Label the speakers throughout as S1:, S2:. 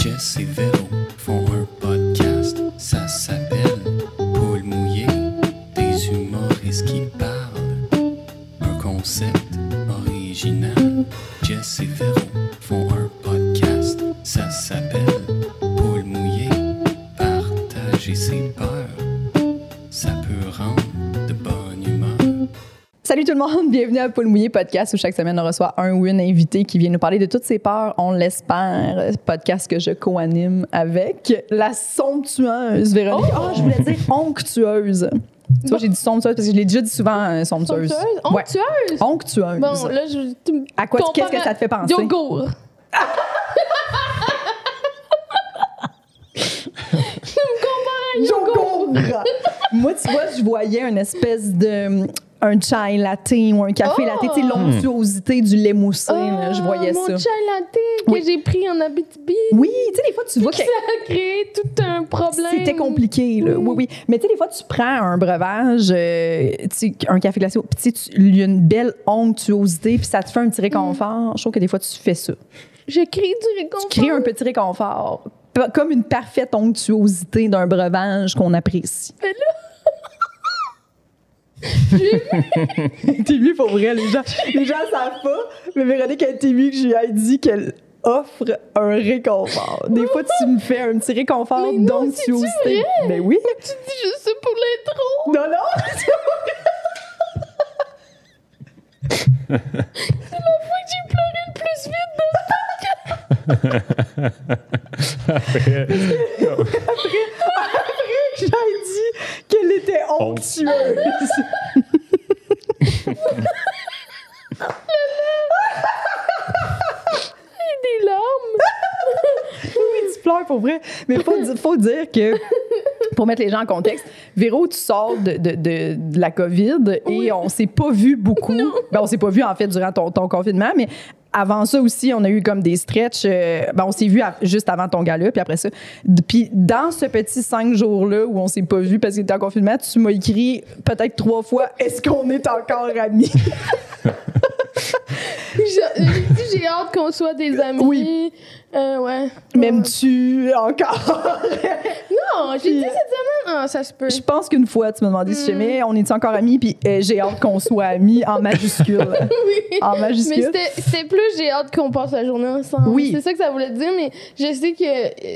S1: Jess et Véro font un podcast, ça s'appelle Paul mouillé, des humoristes qui parlent. Un concept original. Jess et Véro font un podcast, ça s'appelle Paul mouillé, partager ses peurs, ça peut rendre de bonne humeur.
S2: Salut tout le monde, bienvenue à Paul Mouillé Podcast où chaque semaine on reçoit un ou une invitée qui vient nous parler de toutes ses peurs, on l'espère. Podcast que je co-anime avec la somptueuse Véronique.
S3: Oh!
S2: Ah, je voulais dire onctueuse. Tu vois, j'ai dit somptueuse parce que je l'ai déjà dit souvent, euh, somptueuse.
S3: Onctueuse?
S2: Ouais.
S3: Onctueuse?
S2: Onctueuse.
S3: Bon, là, je. tu-
S2: À quoi-
S3: compare
S2: qu'est-ce que
S3: à-
S2: ça te fait penser?
S3: Yogourt.
S2: Yogourt. Moi, tu vois, je voyais une espèce de mm, un chai latte ou un café
S3: Oh.
S2: latte, tu sais, l'onctuosité du lait moussé, là, je
S3: Ah,
S2: voyais
S3: mon
S2: ça.
S3: chai latte que
S2: Oui.
S3: j'ai pris en Abitibi.
S2: Oui, tu sais, des fois, tu vois que
S3: Ça a créé tout un problème.
S2: C'était compliqué, là. Oui, oui. Mais tu sais, des fois, tu prends un breuvage, euh, tu sais, un café glacé, puis tu sais, tu- il y a une belle onctuosité, puis ça te fait un petit réconfort. Je trouve que des fois, tu fais ça.
S3: J'ai créé du réconfort.
S2: Tu crées un petit réconfort, p- comme une parfaite onctuosité d'un breuvage qu'on apprécie.
S3: Mais
S2: T'es mieux pour vrai, les gens. Les gens savent pas, mais Véronique, elle était mieux que je lui ai dit qu'elle offre un réconfort. Des fois, tu me fais un petit réconfort
S3: Mais non, c'est-tu
S2: d'onctuosité.
S3: vrai?
S2: Ben oui.
S3: Tu dis juste ça pour l'intro.
S2: Non, non,
S3: Moi, j'ai pleuré le plus vite dans ce podcast.
S2: J'ai dit qu'elle était onctueuse.
S3: J'ai des larmes.
S2: oui, tu pleures pour vrai. Mais faut, di- faut dire que, pour mettre les gens en contexte, Véro, tu sors de, de- de- de la COVID et on s'est pas vu beaucoup. Ben, on s'est pas vu, en fait, durant ton, ton confinement, mais avant ça aussi, on a eu comme des stretches. euh, ben, on s'est vu à- juste avant ton gala, puis après ça. D- Puis dans ce petit cinq jours-là où on s'est pas vu parce que était en confinement, tu m'as écrit peut-être trois fois « Est-ce qu'on est encore amis? »
S3: J'ai- J'ai dit, j'ai hâte qu'on soit des amis.
S2: Oui.
S3: Euh, ouais.
S2: M'aimes-tu encore?
S3: Non, j'ai dit cette semaine. Ah, ça se peut.
S2: Je pense qu'une fois, tu me demandais
S3: Hmm.
S2: si j'aimais, on est encore amis, puis euh, j'ai hâte qu'on soit amis en majuscule.
S3: Oui.
S2: En majuscule.
S3: Mais c'était- c'était plus j'ai hâte qu'on passe la journée ensemble.
S2: Oui.
S3: C'est ça que ça voulait dire, mais je sais que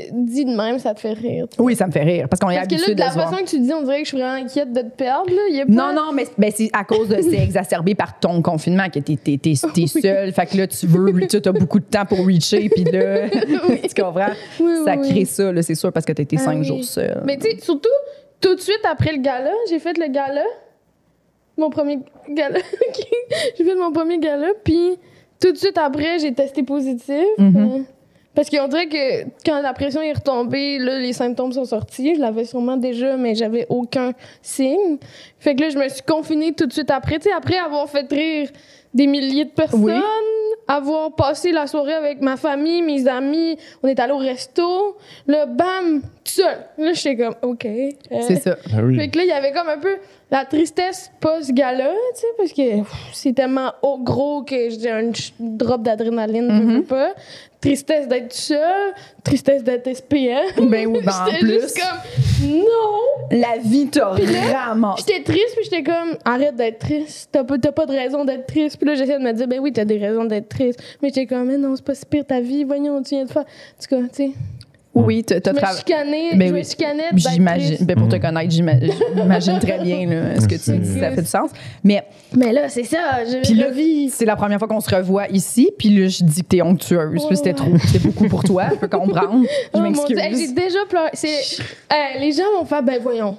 S3: euh, dit de même, ça te fait rire. tu sais.
S2: Oui, ça me fait rire, parce qu'on est
S3: Parce que là,
S2: habitué
S3: de
S2: de
S3: la
S2: se voir.
S3: façon que tu dis, on dirait que je suis vraiment inquiète de te perdre. Là. Il y a pas...
S2: Non, non, mais ben, c'est à cause de. C'est exacerbé par ton confinement que t'es, t'es, t'es, t'es seul. Fait que là, tu veux. Tu as beaucoup de temps pour reacher, puis là. tu comprends?
S3: Oui, oui,
S2: ça
S3: oui.
S2: crée ça, là, c'est sûr, parce que t'as été
S3: Ah
S2: cinq
S3: oui.
S2: jours seul.
S3: Mais tu sais, surtout, tout de suite après le gala, j'ai fait le gala. Mon premier gala. ok. j'ai fait mon premier gala, puis tout de suite après, j'ai testé positif. Euh, Parce qu'on dirait que quand la pression est retombée, là, les symptômes sont sortis. Je l'avais sûrement déjà, mais j'avais aucun signe. Fait que là, je me suis confinée tout de suite après. Tu sais, après avoir fait rire des milliers de personnes,
S2: Oui.
S3: avoir passé la soirée avec ma famille, mes amis, on est allé au resto, là, bam, tout seul. Là, j'étais comme, OK. euh,
S2: C'est ça.
S4: Ah oui.
S3: fait que là, il y avait comme un peu la tristesse post-gala, tu sais, parce que pff, c'est tellement haut- gros que j'ai un ch- drop d'adrénaline, je
S2: Mhm.
S3: veux pas. Tristesse d'être seul, tristesse d'être SPM.
S2: Ben oui, ben, en
S3: j'étais
S2: plus.
S3: juste comme, non!
S2: La vie t'a ramassé.
S3: Oh. J'étais triste, puis j'étais comme, arrête d'être triste, t'as pas, t'as pas de raison d'être triste. Puis là, j'essayais de me dire, ben oui, t'as des raisons d'être triste. Mais j'étais comme, mais non, c'est pas si pire ta vie, voyons, tu viens de faire. En tout cas, tu sais,
S2: Oui, t'as, t'as
S3: je me
S2: travaillé.
S3: chicanais,
S2: Ben
S3: je
S2: oui.
S3: me chicanais d'être
S2: J'imagine.
S3: triste.
S2: Ben, pour te connaître, j'ima- j'imagine très bien là, ce que tu dis. Ça fait du sens. Mais
S3: Mais là, c'est ça, je,
S2: Puis
S3: je
S2: là,
S3: vis.
S2: c'est la première fois qu'on se revoit ici, puis là, je dis que t'es onctueuse.
S3: Ouais,
S2: Puis C'était
S3: ouais.
S2: trop, c'était beaucoup pour toi, je peux comprendre. Je
S3: Oh mon Dieu, hey, j'ai
S2: m'excuse.
S3: déjà pleuré. C'est- Hey, les gens vont faire, ben voyons.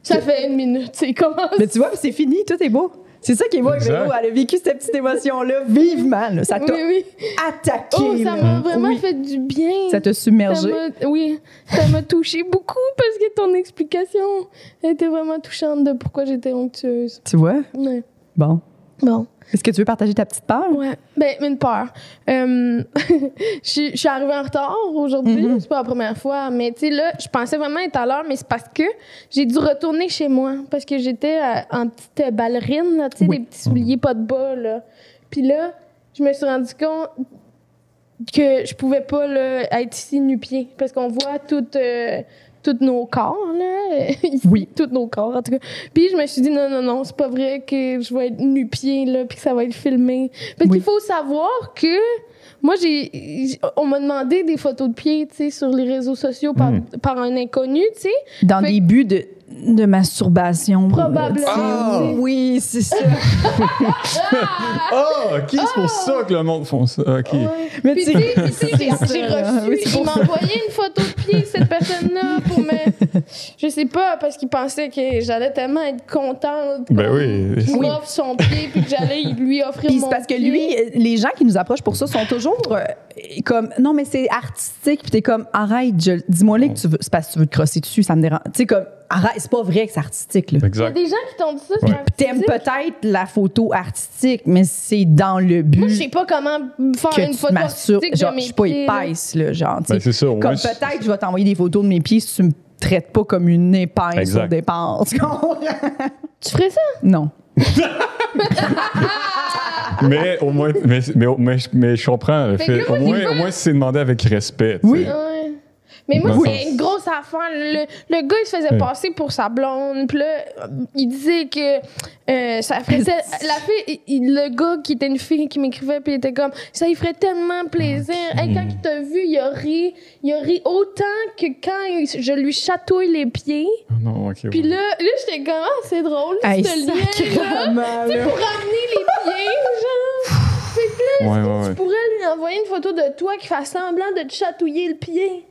S3: Ça fait une minute, c'est comment
S2: Mais tu vois, puis c'est fini, tout est beau. C'est ça qui est beau avec
S4: Exact.
S2: Véro, elle a vécu cette petite émotion-là vivement, là. ça
S3: Oui,
S2: t'a
S3: oui.
S2: attaqué.
S3: Oh, ça
S2: là.
S3: m'a vraiment
S2: Oui.
S3: fait du bien.
S2: Ça t'a
S3: Ça
S2: submergé.
S3: m'a- Oui, ça m'a touché beaucoup parce que ton explication était vraiment touchante de pourquoi j'étais onctueuse.
S2: Tu vois?
S3: Ouais.
S2: Bon.
S3: Bon.
S2: Est-ce que tu veux partager ta petite peur?
S3: Ouais. Ben, une peur. Euh, je suis- je suis arrivée en retard aujourd'hui. C'est pas la première fois. Mais tu sais, là, je pensais vraiment être à l'heure, mais c'est parce que j'ai dû retourner chez moi. Parce que j'étais euh, en petite euh, ballerine, là, tu sais,
S2: Oui.
S3: des petits souliers pas de bas, là. Puis là, je me suis rendu compte que je pouvais pas là, être ici nu-pied parce qu'on voit toutes euh, tous nos corps là ici,
S2: Oui.
S3: tous nos corps en tout cas puis je me suis dit non non non c'est pas vrai que je vais être nu-pied là puis que ça va être filmé parce
S2: Oui.
S3: qu'il faut savoir que moi j'ai j'- on m'a demandé des photos de pieds tu sais sur les réseaux sociaux
S2: Hmm.
S3: par,
S4: Mm.
S3: par un inconnu tu sais
S2: Dans
S3: Fait-
S2: des buts de, de masturbation.
S3: Probablement.
S2: euh, tu sais.
S4: Ah!
S2: Oui, c'est ça.
S4: Ah, ok, c'est pour ça que le monde font ça. Ok.
S3: Ouais.
S2: Mais
S3: Puis
S2: tu
S3: tu
S2: sais,
S3: sais, tu sais, j'ai j'ai
S2: C'est ça. Oui,
S3: reçu,
S2: c'est
S3: il
S2: pour
S3: m'a
S2: ça.
S3: envoyé une photo de pied, cette personne-là, pour me... Je sais pas, parce qu'il pensait que j'allais tellement être contente
S4: Ben oui.
S3: qu'il
S2: Oui.
S3: m'offre son pied, puis que j'allais lui offrir
S2: Puis
S3: mon
S2: c'est parce que
S3: pied.
S2: lui, euh, les gens qui nous approchent pour ça sont toujours euh, comme non mais c'est artistique puis t'es comme arrête, je- dis-moi les que tu veux, c'est parce que tu veux te crosser dessus, ça me dérange. Tu sais comme arrête, c'est pas vrai que c'est artistique là.
S3: Il y a
S4: Exact.
S3: des gens qui t'ont dit ça, c'est
S4: Ouais.
S3: un
S2: Puis T'aimes
S3: petit-
S2: peut-être la photo artistique, mais c'est dans le but
S3: Moi, je sais pas comment faire
S2: que
S3: une
S2: tu te
S3: photo
S2: masturbes.
S3: artistique de
S2: Genre,
S3: mes
S2: je suis pas
S3: pieds, là.
S2: épaisse là, genre. tu sais.
S4: Ben, c'est ça. au moins,
S2: comme
S4: c'est-
S2: peut-être je vais t'envoyer des photos de mes pieds si tu me traites pas comme une épingle
S4: Exact.
S2: au départ. Tu comprends?
S3: Tu ferais ça?
S2: non.
S4: Mais au moins, mais, mais, mais, mais je comprends. le
S3: Fait
S4: fait-
S3: que là,
S4: au,
S3: moi,
S4: moins,
S3: j'ai pas-
S4: au moins, c'est demandé avec respect. tu
S2: Oui.
S4: sais.
S3: Ouais. Mais moi,
S4: Dans le
S3: c'est
S4: sens-
S3: une grosse affaire. Le, le gars, il se faisait
S4: Ouais.
S3: passer pour sa blonde. Puis là, il disait que euh, ça ferait. tel- La fille, il- il- le gars qui était une fille qui m'écrivait, puis il était comme ça, il ferait tellement plaisir. Hey, quand il t'a vu, il a ri. Il a ri autant que quand il- je lui chatouille les pieds.
S4: Oh Non, ok.
S3: Puis
S4: ouais.
S3: là, là j'étais comme, ah, c'est drôle,
S2: Hey,
S3: ce lien-là.
S2: sacrément,
S3: Tu sais,
S2: là.
S3: pour ramener les pieds, genre. Fait que là,
S4: Ouais,
S3: est-ce que
S4: ouais,
S3: tu
S4: ouais.
S3: pourrais lui envoyer une photo de toi qui fait semblant de te chatouiller le pied.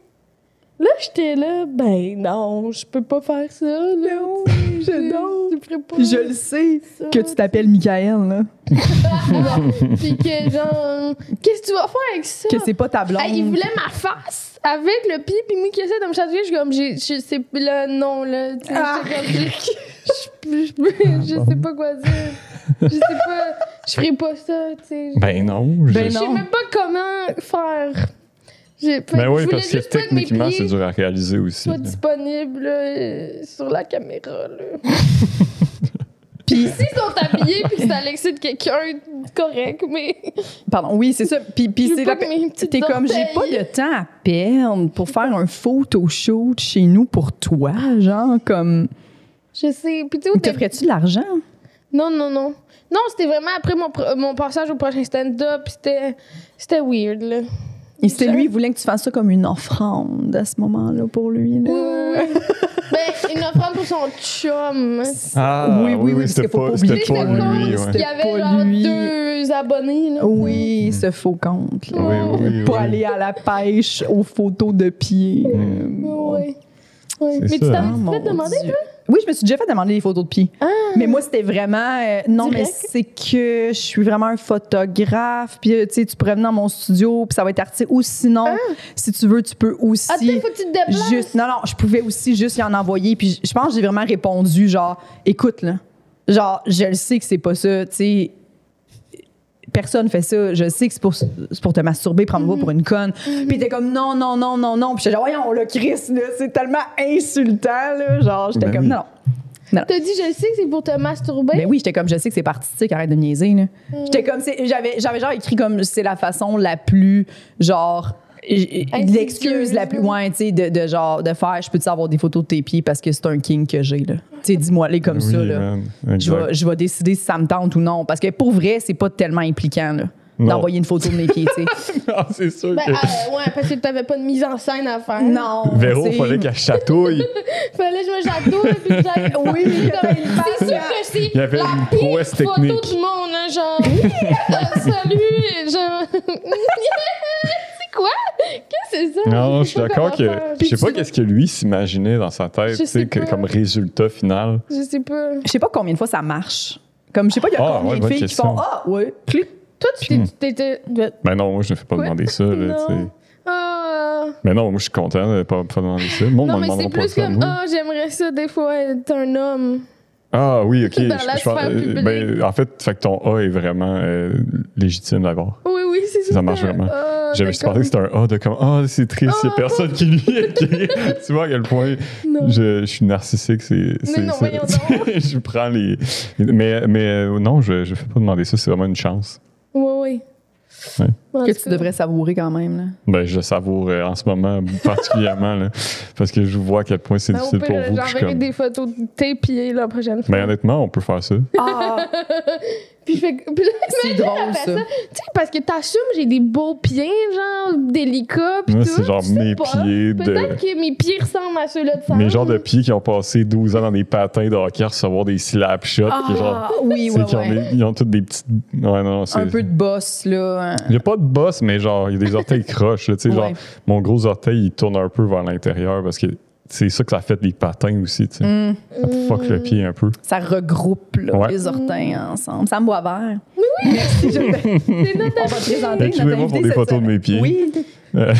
S3: Là, j'étais là, ben non, je peux pas faire ça, là.
S2: Non,
S3: tu sais,
S2: je- non.
S3: Je ferais pas
S2: Puis je le sais
S3: ça.
S2: que tu t'appelles Michael là.
S3: Puis que, genre, qu'est-ce que tu vas faire avec ça?
S2: que c'est pas ta blonde.
S3: Hey, Ah, il voulait ma face avec le pied, puis moi qui essaie de me chatouiller, je suis comme, j'ai- je sais là, non, là, tu sais,
S2: Ah.
S3: j'étais comme, j'ai- je, je- je- je sais pas quoi dire. Je sais pas, je ferais pas ça, tu sais.
S4: Ben non. je-
S2: Ben
S3: Je sais
S2: Non.
S3: même pas comment faire. J'ai- fait
S4: Ben
S3: que
S4: oui,
S3: je voulais
S4: parce que
S3: juste pas que mes
S4: techniquement, c'est
S3: pieds
S4: dur à réaliser aussi.
S3: soient
S4: là.
S3: disponibles là, sur la caméra. puis s'ils sont habillés puis que ça l'excite quelqu'un, correct, mais
S2: Pardon, oui, c'est ça. Puis, puis
S3: je veux
S2: c'est
S3: pas
S2: là.
S3: que mes petites
S2: T'es comme, j'ai pas
S3: orteils-
S2: de temps à perdre pour faire un photoshoot chez nous pour toi, genre, comme.
S3: Je sais, puis tu sais où
S2: Te
S3: t'es-
S2: ferais-tu de l'argent?
S3: Non, non, non. Non, c'était vraiment après mon, pro- mon passage au prochain stand-up, puis c'était c'était weird là.
S2: Et c'est lui, il voulait que tu fasses ça comme une offrande à ce moment-là pour lui.
S3: Oui,
S2: Là.
S3: oui, oui. ben, une offrande pour son chum.
S4: Ah, oui, oui,
S2: parce
S4: c'était
S2: qu'il faut
S4: pas,
S2: pas
S4: c'était
S2: oublier
S4: pas
S2: que le
S4: lui.
S2: monde,
S4: ouais.
S3: Il
S2: C'était
S3: y avait
S2: pas
S3: genre
S2: lui.
S3: deux abonnés là.
S2: Oui, ce faux compte. Là.
S4: Oui, oui, oui,
S2: Pas
S4: oui.
S2: aller à la pêche aux photos de pied. Euh,
S3: Ouais, ouais. Ouais. Mais
S4: C'est hein,
S3: tu
S4: ça.
S3: t'avais
S2: Hein? mon
S3: fait demander Ah.
S2: Dieu. Oui, je me suis déjà fait demander des photos de pieds. Mais moi, c'était vraiment. euh, non,
S3: Direct?
S2: mais c'est que je suis vraiment un photographe. Puis, euh, tu sais, tu pourrais venir dans mon studio, puis ça va être artistique. Ou sinon,
S3: Ah.
S2: si tu veux, tu peux aussi.
S3: Attends, faut que tu te déplaces.
S2: juste, non, non, je pouvais aussi juste y en envoyer. Puis, je- je pense que j'ai vraiment répondu, genre, écoute, là. Genre, je le sais que c'est pas ça, tu sais. Personne fait ça. Je sais que c'est pour, c'est pour te masturber, prendre-moi pour une conne. Puis t'es comme non, non, non, non, non. Puis j'étais genre, voyons, le Chris, là, c'est tellement insultant, là. Genre, j'étais
S4: Ben
S2: comme,
S4: oui.
S2: non, non.
S3: T'as dit, je sais que c'est pour te masturber.
S2: Ben oui, j'étais comme, je sais que c'est partistique, arrête de me niaiser, là. J'étais comme, c'est- j'avais, j'avais genre écrit comme, c'est la façon la plus, genre, j-
S3: Insidieuse,
S2: l'excuse la plus
S3: oui.
S2: loin, tu sais, de, de genre, de faire, je peux te avoir des photos de tes pieds parce que c'est un king que j'ai, là. Tu sais, dis-moi, les comme ça,
S4: Oui,
S2: là.
S4: man,
S2: Je
S4: exact.
S2: vais, je vais décider si ça me tente ou non. Parce que pour vrai, c'est pas tellement impliquant, là,
S4: Non.
S2: d'envoyer une photo de mes pieds, tu sais.
S4: Ah, c'est sûr
S3: Ben,
S4: que.
S3: euh, ouais, parce que t'avais pas de mise en scène à faire.
S2: Non.
S4: Véro,
S2: tu sais.
S4: fallait qu'elle chatouille.
S3: Fallait que je me j'adore puis que j'aille.
S2: Oui,
S3: Comme,
S2: t'avais une
S3: C'est sûr
S2: face,
S3: que c'est
S4: Il y avait
S3: la
S4: une
S3: pire
S4: prouesse
S3: photo
S4: technique.
S3: du monde, hein, genre. Euh, salut, genre. c'est quoi? Qu'est-ce que c'est ça?
S4: Non, je
S3: sais
S4: suis
S3: pas
S4: d'accord
S3: comment
S4: que.
S3: faire.
S4: Je sais pas qu'est-ce que lui s'imaginait dans sa tête,
S3: Je sais
S4: tu sais, que-
S3: pas.
S4: comme résultat final.
S3: Je sais pas.
S2: Je sais pas combien de fois ça marche. Comme, je sais pas, il y a
S4: Ah,
S2: combien
S4: ouais,
S2: de
S4: bonne
S2: filles qui font,
S4: question.
S2: ah, ouais, clic.
S3: Toi, tu t'es- tu t'étais.
S4: Ben non, moi, je ne fais pas
S3: Quoi?
S4: demander ça, là, Hmm. ben, tu sais.
S3: Non. Ah.
S4: Mais non, moi, je suis content de ne pas me faire demander ça. Le monde
S3: Non,
S4: m'en
S3: mais c'est
S4: demandera pas
S3: plus
S4: ça.
S3: comme,
S4: moi.
S3: ah, j'aimerais ça des fois être un homme.
S4: Ah oui, ok.
S3: Dans
S4: Je-
S3: la
S4: je-
S3: sphère
S4: euh,
S3: publique.
S4: ben, en fait, fait que ton A est vraiment euh, légitime d'abord.
S3: Oui, oui, c'est ça.
S4: Ça marche vraiment.
S3: Ah,
S4: J'avais juste pensé que c'était un A de comme Ah, c'est triste, il n'y
S3: Ah.
S4: a personne qui lui écrit. tu vois à quel point
S3: Non.
S4: je, je suis narcissique. C'est, c'est,
S3: non,
S4: c'est-
S3: voyons donc.
S4: je prends les. Mais, mais euh, non, je ne fais pas demander ça, c'est vraiment une chance.
S3: Oui, oui.
S4: Ouais.
S3: En
S2: que
S3: tout
S2: tu
S3: cas,
S2: devrais savourer quand même. Là.
S4: Ben, je le savoure euh, en ce moment particulièrement, là, parce que je vois à quel point c'est
S3: ben, au
S4: difficile
S3: pire,
S4: pour vous. puis je suis
S3: J'enverrai
S4: comme-
S3: des photos de tes pieds la prochaine fois.
S4: Ben, honnêtement, on peut faire ça.
S2: Ah,
S3: Puis je fais. puis là,
S2: c'est drôle
S3: après
S2: ça.
S3: ça, tu sais, parce que t'assumes, j'ai des beaux pieds, genre délicats. Puis
S4: Moi,
S3: tout.
S4: c'est genre
S3: je sais
S4: mes
S3: pas.
S4: pieds de.
S3: Peut-être que mes pieds ressemblent à ceux-là de Sam.
S4: Mes genres de pieds qui ont passé 12 ans dans des patins de hockey à recevoir des slap shots. qui, genre,
S2: Ah, oui,
S4: c'est
S2: ouais,
S4: qu'ils ont
S2: ouais.
S4: des- ils ont toutes des petites. Ouais, non, non, c'est.
S2: Un peu de boss, là. hein.
S4: Il n'y a pas de bosse, mais genre, il y a des orteils croches. là, tu sais,
S2: Ouais.
S4: Genre, mon gros orteil, il tourne un peu vers l'intérieur parce que c'est ça que ça fait des patins aussi. tu sais.
S2: Hum,
S4: Ça te fuck le pied un peu.
S2: ça regroupe là,
S4: Ouais.
S2: les orteils ensemble. Ça me boit vert. Merci, je vais-
S3: C'est notre
S2: On va présenter notre
S4: Écrivez-moi pour
S2: invité
S4: des
S2: cette
S4: photos de
S2: semaine.
S4: mes pieds.
S2: Oui,
S4: Euh,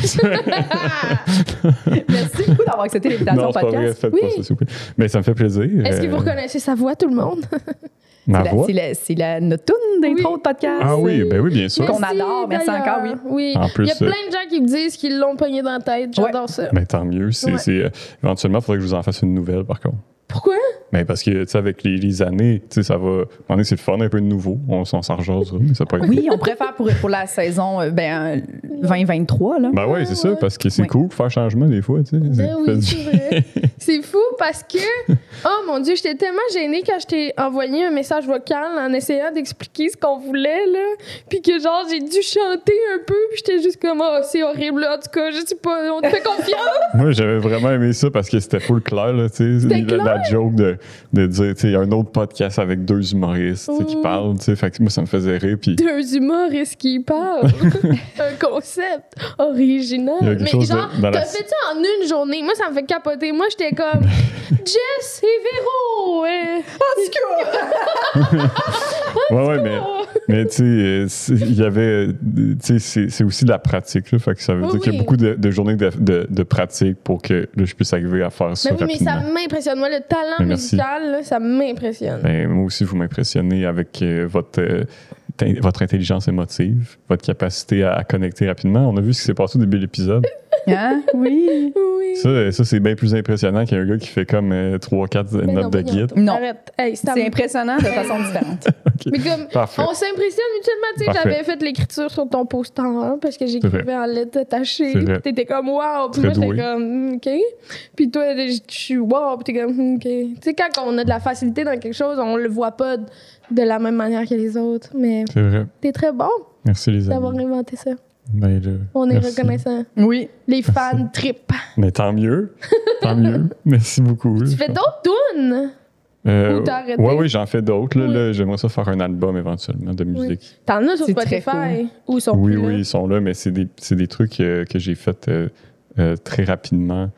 S2: merci beaucoup d'avoir accepté l'invitation
S4: non,
S2: au
S4: c'est pas vrai,
S2: podcast.
S4: faites pas
S3: Oui.
S4: ça, s'il vous plaît. Mais ça me fait plaisir.
S3: Est-ce que vous
S4: euh,
S3: reconnaissez sa voix, tout le monde?
S4: ma
S2: C'est la-
S4: voix?
S2: c'est la, c'est la, notre toune d'intro
S3: Oui.
S2: de podcast.
S4: Ah oui, ben oui, bien sûr.
S2: Qu'on adore, merci
S3: d'ailleurs.
S2: encore,
S3: Oui.
S4: En plus,
S3: Il y a
S4: euh,
S3: plein de gens qui me disent qu'ils l'ont pogné dans la tête. J'adore ça.
S4: Mais Ben, tant mieux. c'est
S3: Ouais.
S4: c'est, euh, éventuellement, il faudrait que je vous en fasse une nouvelle, par contre.
S3: Pourquoi?
S4: Mais parce que, tu sais, avec les, les années, tu sais, ça va. À un moment donné, c'est le fun, un peu de nouveau. On s'en s'en rejasera, mais ça peut être.
S2: Oui, on préfère pour, pour la saison euh, ben, euh, 2023. Là.
S4: Ben ouais, c'est ça,
S3: Ouais.
S4: parce que c'est
S2: Ouais.
S4: cool de faire changement des fois, tu sais.
S3: Ben
S4: Fait
S3: oui,
S4: du-
S3: c'est vrai. C'est fou parce que, oh mon Dieu, j'étais tellement gênée quand je t'ai envoyé un message vocal en essayant d'expliquer ce qu'on voulait, là. Puis que, genre, j'ai dû chanter un peu, puis j'étais juste comme, oh, c'est horrible, là. En tout cas, je sais pas, on te fait confiance.
S4: Moi, j'avais vraiment aimé ça parce que c'était full clair, là, tu sais.
S3: C'était
S4: La, la joke de, de dire, tu sais, il y a un autre podcast avec deux humoristes, tu sais, qui
S3: Mm.
S4: parlent, tu sais. Fait que moi, ça me faisait rire, puis
S3: Deux humoristes qui parlent. un concept original.
S4: Il y a quelque
S3: Mais,
S4: chose de-
S3: genre,
S4: dans la-
S3: t'as fait ça en une journée. Moi, ça me fait capoter. Moi, j'étais comme, Jess et Véro, hein. ouais.
S4: Ouais, ouais, mais, mais tu sais, euh, c'est- il y avait. euh, Tu sais, c'est- c'est aussi de la pratique, là. Fait que ça veut
S3: Oui,
S4: dire qu'il y
S3: oui.
S4: a beaucoup de, de journées de, de, de pratique pour que là, je puisse arriver à faire ça
S3: Ben oui, mais
S4: rapidement.
S3: ça m'impressionne. Moi, le talent
S4: Mais merci.
S3: musical, là, ça m'impressionne.
S4: Ben, moi aussi, vous m'impressionnez avec euh, votre, euh, tin- votre intelligence émotive, votre capacité à, à connecter rapidement. On a vu ce qui s'est passé au début de l'épisode.
S2: Hein? Oui.
S3: Oui.
S4: Ça, euh, ça c'est bien plus impressionnant qu'un gars qui fait comme 3-4
S3: Mais Ben non,
S4: notes de
S3: voyons
S4: guide.
S3: donc.
S2: Non.
S3: Arrête. Hey, ça
S2: C'est
S3: me-
S2: impressionnant de façon différente.
S3: Mais comme,
S4: Parfait.
S3: on s'impressionne mutuellement. Tu sais,
S4: Parfait.
S3: j'avais fait l'écriture sur ton post en un parce que j'écrivais en lettres attachées.
S4: C'est vrai.
S3: Puis t'étais comme, wow. Puis
S4: Très
S3: moi, j'étais
S4: doué.
S3: comme, hmm, OK. Puis toi, je je suis wow. Puis t'es comme, hmm, OK. Tu sais, quand on a de la facilité dans quelque chose, on le voit pas de de la même manière que les autres. Mais
S4: C'est vrai.
S3: t'es très bon
S4: Merci, les
S3: d'avoir
S4: amis.
S3: inventé ça.
S4: Ben, là,
S3: On est
S4: merci.
S3: reconnaissant.
S2: Oui.
S3: Les fans trip.
S4: Mais tant mieux. Tant mieux. Merci beaucoup.
S3: Tu fais d'autres tunes?
S4: Euh,
S3: Ou t'as arrêté?
S4: ouais, oui, j'en fais d'autres. Là,
S3: Oui.
S4: Là, j'aimerais ça faire un album éventuellement de musique.
S3: T'en as sur
S2: C'est très
S3: Spotify ou sont
S4: Oui,
S3: plus
S4: oui, ils sont là, mais c'est des, c'est des trucs euh, que j'ai fait euh, euh, très rapidement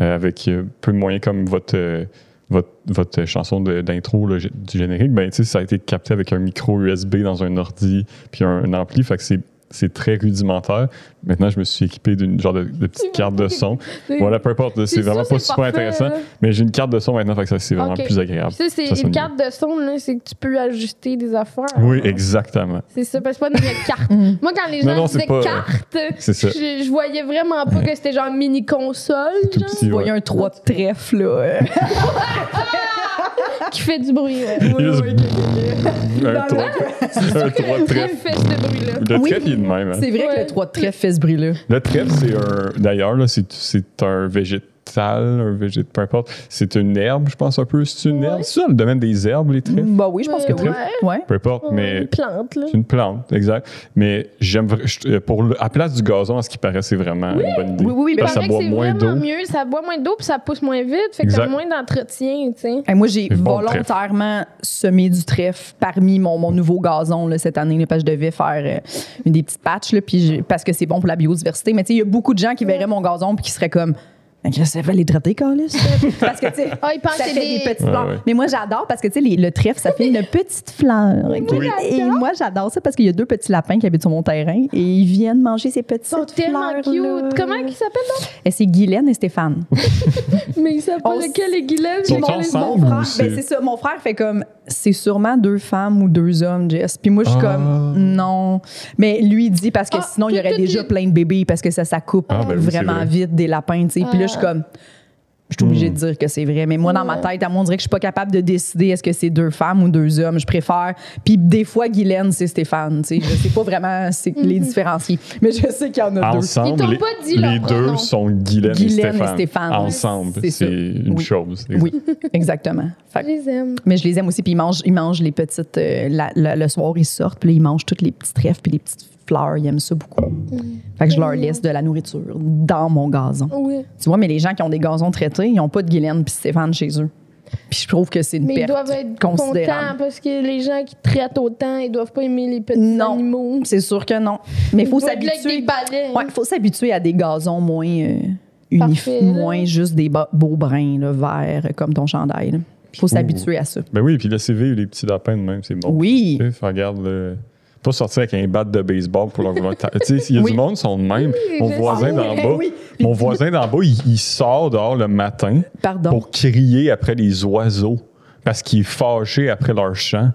S4: euh, avec euh, peu de moyens comme votre. euh, votre, votre chanson de- d'intro là, gé- du générique, ben, tu sais, ça a été capté avec un micro USB dans un ordi, puis un, un ampli, fait que c'est, c'est très rudimentaire. Maintenant, je me suis équipé d'une genre de, de petite
S3: Tu
S4: carte de
S3: m'as
S4: son.
S3: là.
S4: Voilà, peu importe, là, c'est,
S3: C'est sûr,
S4: vraiment pas
S3: c'est
S4: super
S3: parfait,
S4: intéressant,
S3: là.
S4: mais j'ai une carte de son maintenant, fait que ça, c'est vraiment
S3: Ok.
S4: plus agréable.
S3: Puis ça, c'est
S4: Ah, Ça sonne
S3: une carte de son, là, c'est que tu peux ajuster des affaires.
S4: Oui, exactement.
S3: C'est ça, parce que c'est pas une vraie carte.
S2: Mm.
S3: Moi, quand les
S4: Non,
S3: gens
S4: non, c'est
S3: disaient
S4: pas- euh,
S3: carte,
S4: c'est ça.
S3: Je, je voyais vraiment pas que c'était genre une mini-console
S4: Tout
S3: genre,
S4: petit,
S2: Tu
S4: ouais.
S2: voyais un trois de trèfle, là. euh,
S3: qui fait du bruit. ouais.
S4: Il y a juste un
S2: Dans
S4: trois- un trois
S3: Une vraie
S4: trèfle.
S3: fait ce bruit-là.
S4: Le
S2: Oui.
S4: trèfle, il est de même. hein.
S2: C'est vrai que
S3: Ouais.
S2: le trois de trèfle fait ce bruit-là.
S4: Le trèfle, c'est un. D'ailleurs, là, c'est- c'est un végétal, un végétal, peu importe. C'est une herbe, je pense un peu. C'est une herbe. C'est ça, le domaine des herbes, les trèfles.
S2: Bah oui, je pense que
S3: Ouais.
S2: oui. Ouais.
S4: Peu importe,
S3: Une
S4: mais.
S3: plante, là.
S4: C'est une plante, exact. Mais j'aime. vra- je- euh, Pour le- à place du gazon, à ce qui paraît, c'est vraiment une bonne idée.
S2: Oui, oui, oui,
S3: Il
S4: Parce que
S3: paraît
S4: ben, ça
S3: que
S4: boit
S3: c'est
S4: moins d'eau.
S3: vraiment mieux, ça boit moins d'eau puis ça pousse moins vite, fait que
S4: Exact.
S3: t'as moins d'entretien, tu sais.
S2: Hey, moi, j'ai
S4: C'est bon, le trèfle.
S2: volontairement semé du trèfle parmi mon, mon nouveau gazon là, cette année, là, parce que je devais faire euh, une des petites patchs là, puis j'ai- parce que c'est bon pour la biodiversité. Mais tu sais, il y a beaucoup de gens qui verraient mon gazon puis qui seraient comme. Ben, Chris, Ça va les traiter, Carlis. Parce que, tu sais,
S3: Ah, ils pensent
S2: ça
S3: que
S2: fait
S3: c'est
S2: des,
S3: des-
S2: petites
S4: Ouais,
S2: fleurs.
S4: ouais.
S2: Mais moi, j'adore parce que, tu sais, les- le trèfle, ça fait une petite fleur. ok?
S4: Oui.
S2: Et moi, j'adore ça parce qu'il y a deux petits lapins qui habitent sur mon terrain et ils viennent manger ces petites
S3: Ils sont
S2: fleurs.
S3: tellement cute. Comment ils s'appellent donc?
S2: Et c'est Guylaine et Stéphane.
S3: Mais ils
S2: On
S3: s'appellent
S2: s-
S3: lequel et Guylaine?
S4: Sont
S3: j'ai pas les
S4: ensemble?
S3: noms.
S2: Mon frère-
S4: ou c'est-
S2: ben, c'est ça. Mon frère fait comme c'est sûrement deux femmes ou deux hommes, Jess. Puis moi, je suis
S4: Ah.
S2: comme non. Mais lui il dit parce que
S3: Ah,
S2: sinon, il y
S3: tout-
S2: aurait
S3: tout
S2: déjà
S3: est-
S2: plein de bébés parce que ça, ça coupe
S4: Ah, ben oui, c'est
S2: vraiment
S4: vrai.
S2: vite des lapins, tu sais. Puis là, je suis
S3: Ah.
S2: comme Je suis obligée de
S4: Hmm.
S2: dire que c'est vrai. Mais moi, dans ma tête, à moi, on dirait que je suis pas capable de décider est-ce que c'est deux femmes ou deux hommes. Je préfère. Puis des fois, Guylaine, c'est Stéphane. tu sais. Je sais pas vraiment c'est
S3: Mhm.
S2: les différencier. Mais je sais qu'il y en a deux.
S4: Ensemble,
S3: Ils t'ont
S4: les,
S3: pas dit leur
S4: les deux
S3: prénom.
S4: sont Guylaine,
S2: Guylaine et
S4: et, Stéphane.
S2: Stéphane.
S4: Ensemble,
S2: C'est ça.
S4: c'est, une
S2: Oui.
S4: chose.
S2: Oui, exactement. Fait
S3: Je
S2: que-
S3: les aime.
S2: mais je les aime aussi, puis ils mangent, ils mangent les petites. euh, la- la- le soir, ils sortent, puis là, ils mangent toutes les petites trèfles, puis les petites fleurs. Ils aiment ça beaucoup.
S3: Mm.
S2: Fait que je leur laisse de la nourriture dans mon gazon.
S3: Oui.
S2: Tu vois, mais les gens qui ont des gazons traités, ils n'ont pas de Guylaine puis Stéphane chez eux. Puis je trouve que c'est une
S3: Mais ils
S2: perte
S3: doivent être contents
S2: considérable.
S3: parce que les gens qui traitent autant, ils doivent pas aimer les petits
S2: Non.
S3: animaux.
S2: C'est sûr que non. Mais il faut
S3: doivent être là avec des
S2: s'habituer.
S3: balais.
S2: Ouais, faut s'habituer à des gazons moins euh, unif-
S3: Parfait, là.
S2: moins juste des ba- beaux brins là, verts euh, comme ton chandail. là. Faut s'habituer à ça.
S4: Ben oui, puis le CV, les petits lapins de même, c'est bon.
S2: Oui.
S4: Tu sais, regarde, le- pas sortir avec un bat de baseball pour leur vouloir ta- Tu sais, il y a
S2: Oui.
S4: du monde, ils sont de même. Mon
S3: je
S4: voisin
S3: sais.
S4: d'en bas,
S2: Oui.
S4: mon voisin d'en bas, il, il sort dehors le matin
S2: Pardon.
S4: pour crier après les oiseaux parce qu'il est fâché après leur chant.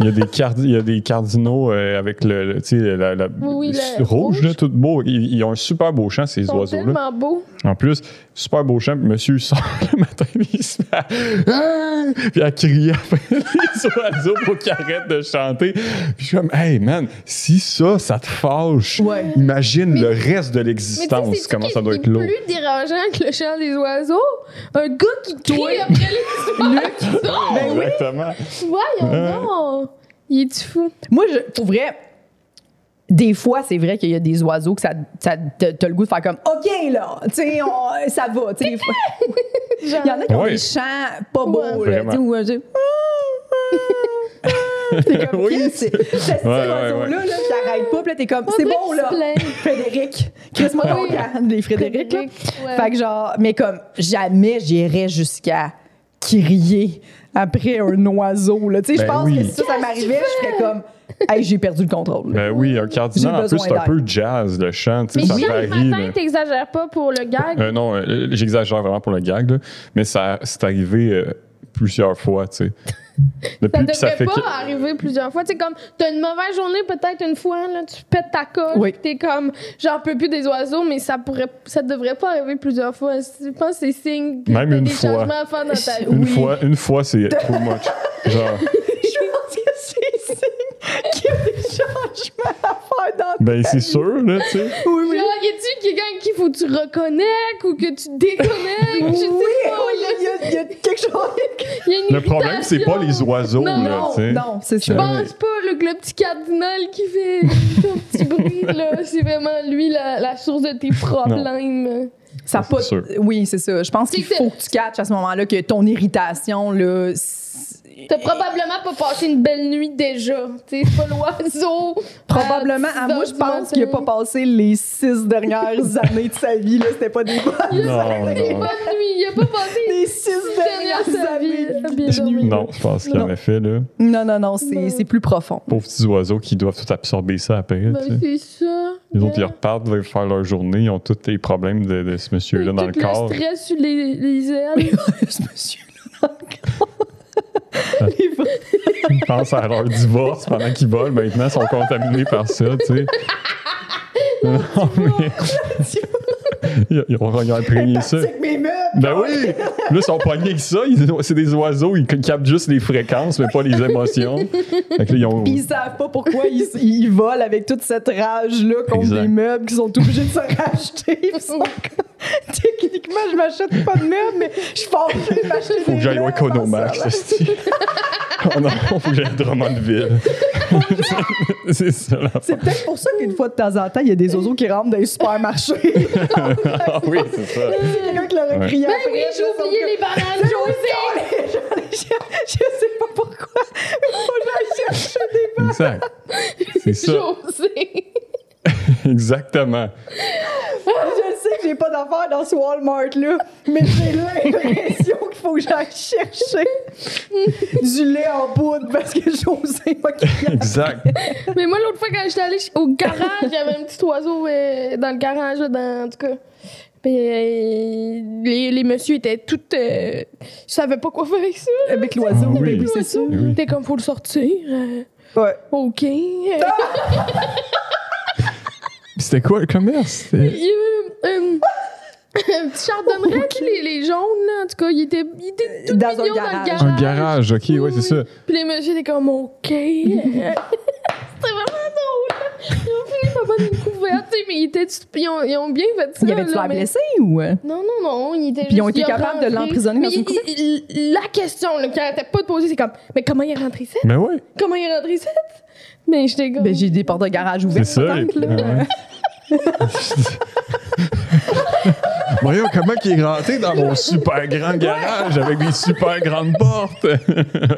S4: Il y, a des cardi- il y a des cardinaux euh, avec le, le- tu sais, la, la-
S3: Oui,
S4: s-
S3: le
S4: rouge,
S3: rouge.
S4: là, tout beau. Ils, ils ont un super beau chant, ces
S3: Ils sont
S4: oiseaux-là.
S3: tellement beaux.
S4: En plus, super beau champ, puis monsieur il sort le matin, puis il se met à, Ah! puis à crier après les oiseaux pour qu'il arrête de chanter. Puis je suis comme, hey man, si ça, ça te fâche,
S2: Ouais.
S4: imagine le reste de
S3: Mais tu sais,
S4: l'existence,
S3: c'est-tu
S4: comment ça
S3: qu'est-ce
S4: doit
S3: qui
S4: être
S3: est
S4: lourd.
S3: plus dérangeant que le chant des oiseaux. Un gars qui crie après les oiseaux.
S4: Ben Exactement.
S3: Voyons
S4: Euh.
S3: donc. Il est fou.
S2: Moi, je, pour vrai, des fois, c'est vrai qu'il y a des oiseaux que ça, ça t'as t'as le goût de faire comme OK, là, tu sais, on- ça va. tu sais, des fois. Il y en a qui ont
S4: Ouais.
S2: des chants pas beaux, là, tu sais,
S4: Vraiment.
S2: où, euh, tu sais, T'es comme,
S4: Oui.
S2: Qu'est-ce que c'est cet
S4: Ouais, ouais,
S2: oiseau-là, là,
S4: ouais.
S2: qui arrête pas, puis là, t'es comme,
S3: On
S2: c'est
S3: dirait
S2: bon,
S3: qu'il se
S2: là,
S3: plaint.
S2: Frédéric. Chris, moi,
S3: Oui.
S2: donc, les Frédéric, là.
S3: Frédéric, ouais.
S2: Fait que genre, mais comme, jamais j'irais jusqu'à crier après un oiseau, là. Tu sais, je
S4: Ben
S2: pense
S4: oui.
S2: que si ça, ça m'arrivait, je ferais comme, hey, j'ai perdu le contrôle. là.
S4: Ben oui, un
S2: J'ai
S4: cardinal, en plus,
S2: besoin
S4: c'est un
S2: d'aide.
S4: peu jazz, le chant, tu
S3: Mais
S4: sais, ça
S3: chaque
S4: varie.
S3: matin,
S4: là.
S3: t'exagères pas pour le gag.
S4: Euh, non, euh, j'exagère vraiment pour le gag, là, mais ça c'est arrivé euh, plusieurs fois, tu sais. Depuis,
S3: Ça
S4: puis
S3: devrait pas
S4: que-
S3: arriver plusieurs fois. Tu sais, comme, t'as une mauvaise journée, peut-être une fois, là, tu pètes ta coche,
S2: Oui.
S3: puis t'es comme, j'en peux plus des oiseaux, mais ça pourrait, ça devrait pas arriver plusieurs fois. Je pense que c'est signe que
S4: Même
S3: t'as
S4: une
S3: des
S4: fois.
S3: changements à faire dans ta vie.
S4: Une
S2: Oui.
S4: fois, une fois, c'est too much. Genre,
S2: Je pense que c'est signe qu'il y a des changements à faire dans ta
S4: ben c'est
S2: vie.
S4: sûr, là, tu sais.
S2: Oui,
S3: Là, y a-tu quelqu'un qu'il faut que tu reconnectes ou que tu déconnectes?
S2: Oui,
S3: Je sais
S2: oui, oh,
S3: pas,
S2: il y a- il y, a- il y a quelque chose.
S3: là. Y a une
S4: Le problème, c'est pas les
S3: irritation.
S4: oiseaux,
S3: Non,
S4: là, tu sais. Euh,
S2: non, c'est
S3: Je
S2: ça.
S3: pense pas là, que le petit cardinal qui fait ton petit bruit, là, c'est vraiment lui la, la source de tes problèmes.
S2: Ça a pas-
S4: C'est sûr.
S2: Oui, c'est ça. Je pense
S3: C'est
S2: qu'il
S3: que-
S2: faut que tu catches à ce moment-là que ton irritation, là. c'est-
S3: T'as probablement pas passé une belle nuit déjà. T'sais, c'est pas l'oiseau.
S2: Probablement, à moi, je pense qu'il n'a pas passé les six dernières années de sa vie. là. C'était pas des bonnes.
S4: Non,
S3: Une
S4: non.
S3: bonne nuit. Il a pas passé
S2: Les six
S3: dernière
S2: dernières
S3: sa vie.
S2: années.
S3: Bien dormi.
S4: Non, je pense qu'en
S2: Non.
S4: effet, là,
S2: Non, non, non, c'est
S3: Non.
S2: c'est plus profond.
S4: pauvres petits oiseaux qui doivent tout absorber ça après, tu sais.
S3: Ben, c'est ça.
S4: Les autres, ils
S3: Yeah.
S4: repartent, ils faire leur journée, ils ont tous les problèmes de, de ce monsieur-là dans le
S3: Tout
S4: corps.
S3: le stress sur les, les ailes.
S2: Ce monsieur-là, dans le corps. Les
S4: Ils pensent à leur divorce pendant qu'ils volent, maintenant, ils sont contaminés par ça, tu sais. Non, mais ils, ils ont, ils ont imprégné ça.
S2: Avec mes meubles.
S4: Ben oui! Là, ils sont pognés avec ça. Ils- C'est des oiseaux, ils captent juste les fréquences, mais pas les émotions. Fait que là, ils ont.
S2: Puis ils savent pas pourquoi ils, ils volent avec toute cette rage-là contre
S4: Exact.
S2: des meubles qui sont obligés de se racheter. Ils sont comme- Techniquement, je m'achète pas de meubles, mais je suis forcée de m'acheter des
S4: Faut que j'aille au
S2: meubles en
S4: Economax,
S2: ce moment.
S4: hostie. Oh non, faut que j'aille à Drummondville. C'est ça, là.
S2: C'est peut-être pour ça qu'une fois de temps en temps, il y a des oiseaux qui rentrent dans les supermarchés.
S4: Ah oui, c'est ça.
S2: C'est quelqu'un qui leur a
S4: Ouais.
S2: crié
S3: Ben oui, j'ai oublié les bananes. José!
S2: Je, je sais pas pourquoi, mais faut que j'aille chercher des meubles.
S4: Exact. C'est ça.
S3: José!
S4: Exactement.
S2: Je sais que j'ai pas d'affaires dans ce Walmart-là, mais j'ai l'impression qu'il faut que j'aille chercher du lait en poudre parce que José m'a crié.
S4: Exact.
S3: Mais moi, l'autre fois, quand j'étais allée au garage, il y avait un petit oiseau euh, dans le garage, là, dans, en tout cas. Puis, euh, les, les messieurs étaient tout. Euh, je savais pas quoi faire avec ça.
S2: Avec l'oiseau,
S4: Ah oui.
S2: ben oui, c'est ça.
S4: Eh oui.
S3: T'es comme, faut le sortir. Euh,
S2: Ouais.
S3: OK. Euh,
S4: C'était quoi le commerce?
S3: il y a eu, euh, Petit chardonneret, tu sais, les, les jaunes, là. En tout cas, il était, il était tout
S2: Euh, Dans un
S3: mignon
S2: garage.
S3: dans
S4: Un
S3: le garage.
S4: garage, ok, ouais, c'est ça.
S3: Puis les messieurs étaient comme, OK. C'était vraiment drôle. là. Ils ont fini par prendre une couverte, tu sais, mais ils, étaient, ils, ont, ils ont bien fait ça.
S2: Il y avait-tu
S3: là,
S2: l'air
S3: mais-
S2: blessé ou. euh?
S3: Non, non, non. Il était
S2: Puis ils ont
S3: juste-
S2: été capables de
S3: rentré.
S2: l'emprisonner
S3: Mais
S2: dans une
S3: il- il- il- La question là, qui n'arrêtait pas de poser, c'est comme, mais comment il est rentré ici?
S4: Mais ouais,
S3: Comment il est rentré ici? Mais j'étais comme.
S2: Ben, j'ai des portes de garage
S4: c'est
S2: ouvertes.
S4: ça.
S2: par
S4: les-
S2: contre, là.
S4: ouais. Voyons comment il est rentré dans mon super grand garage avec des super grandes portes.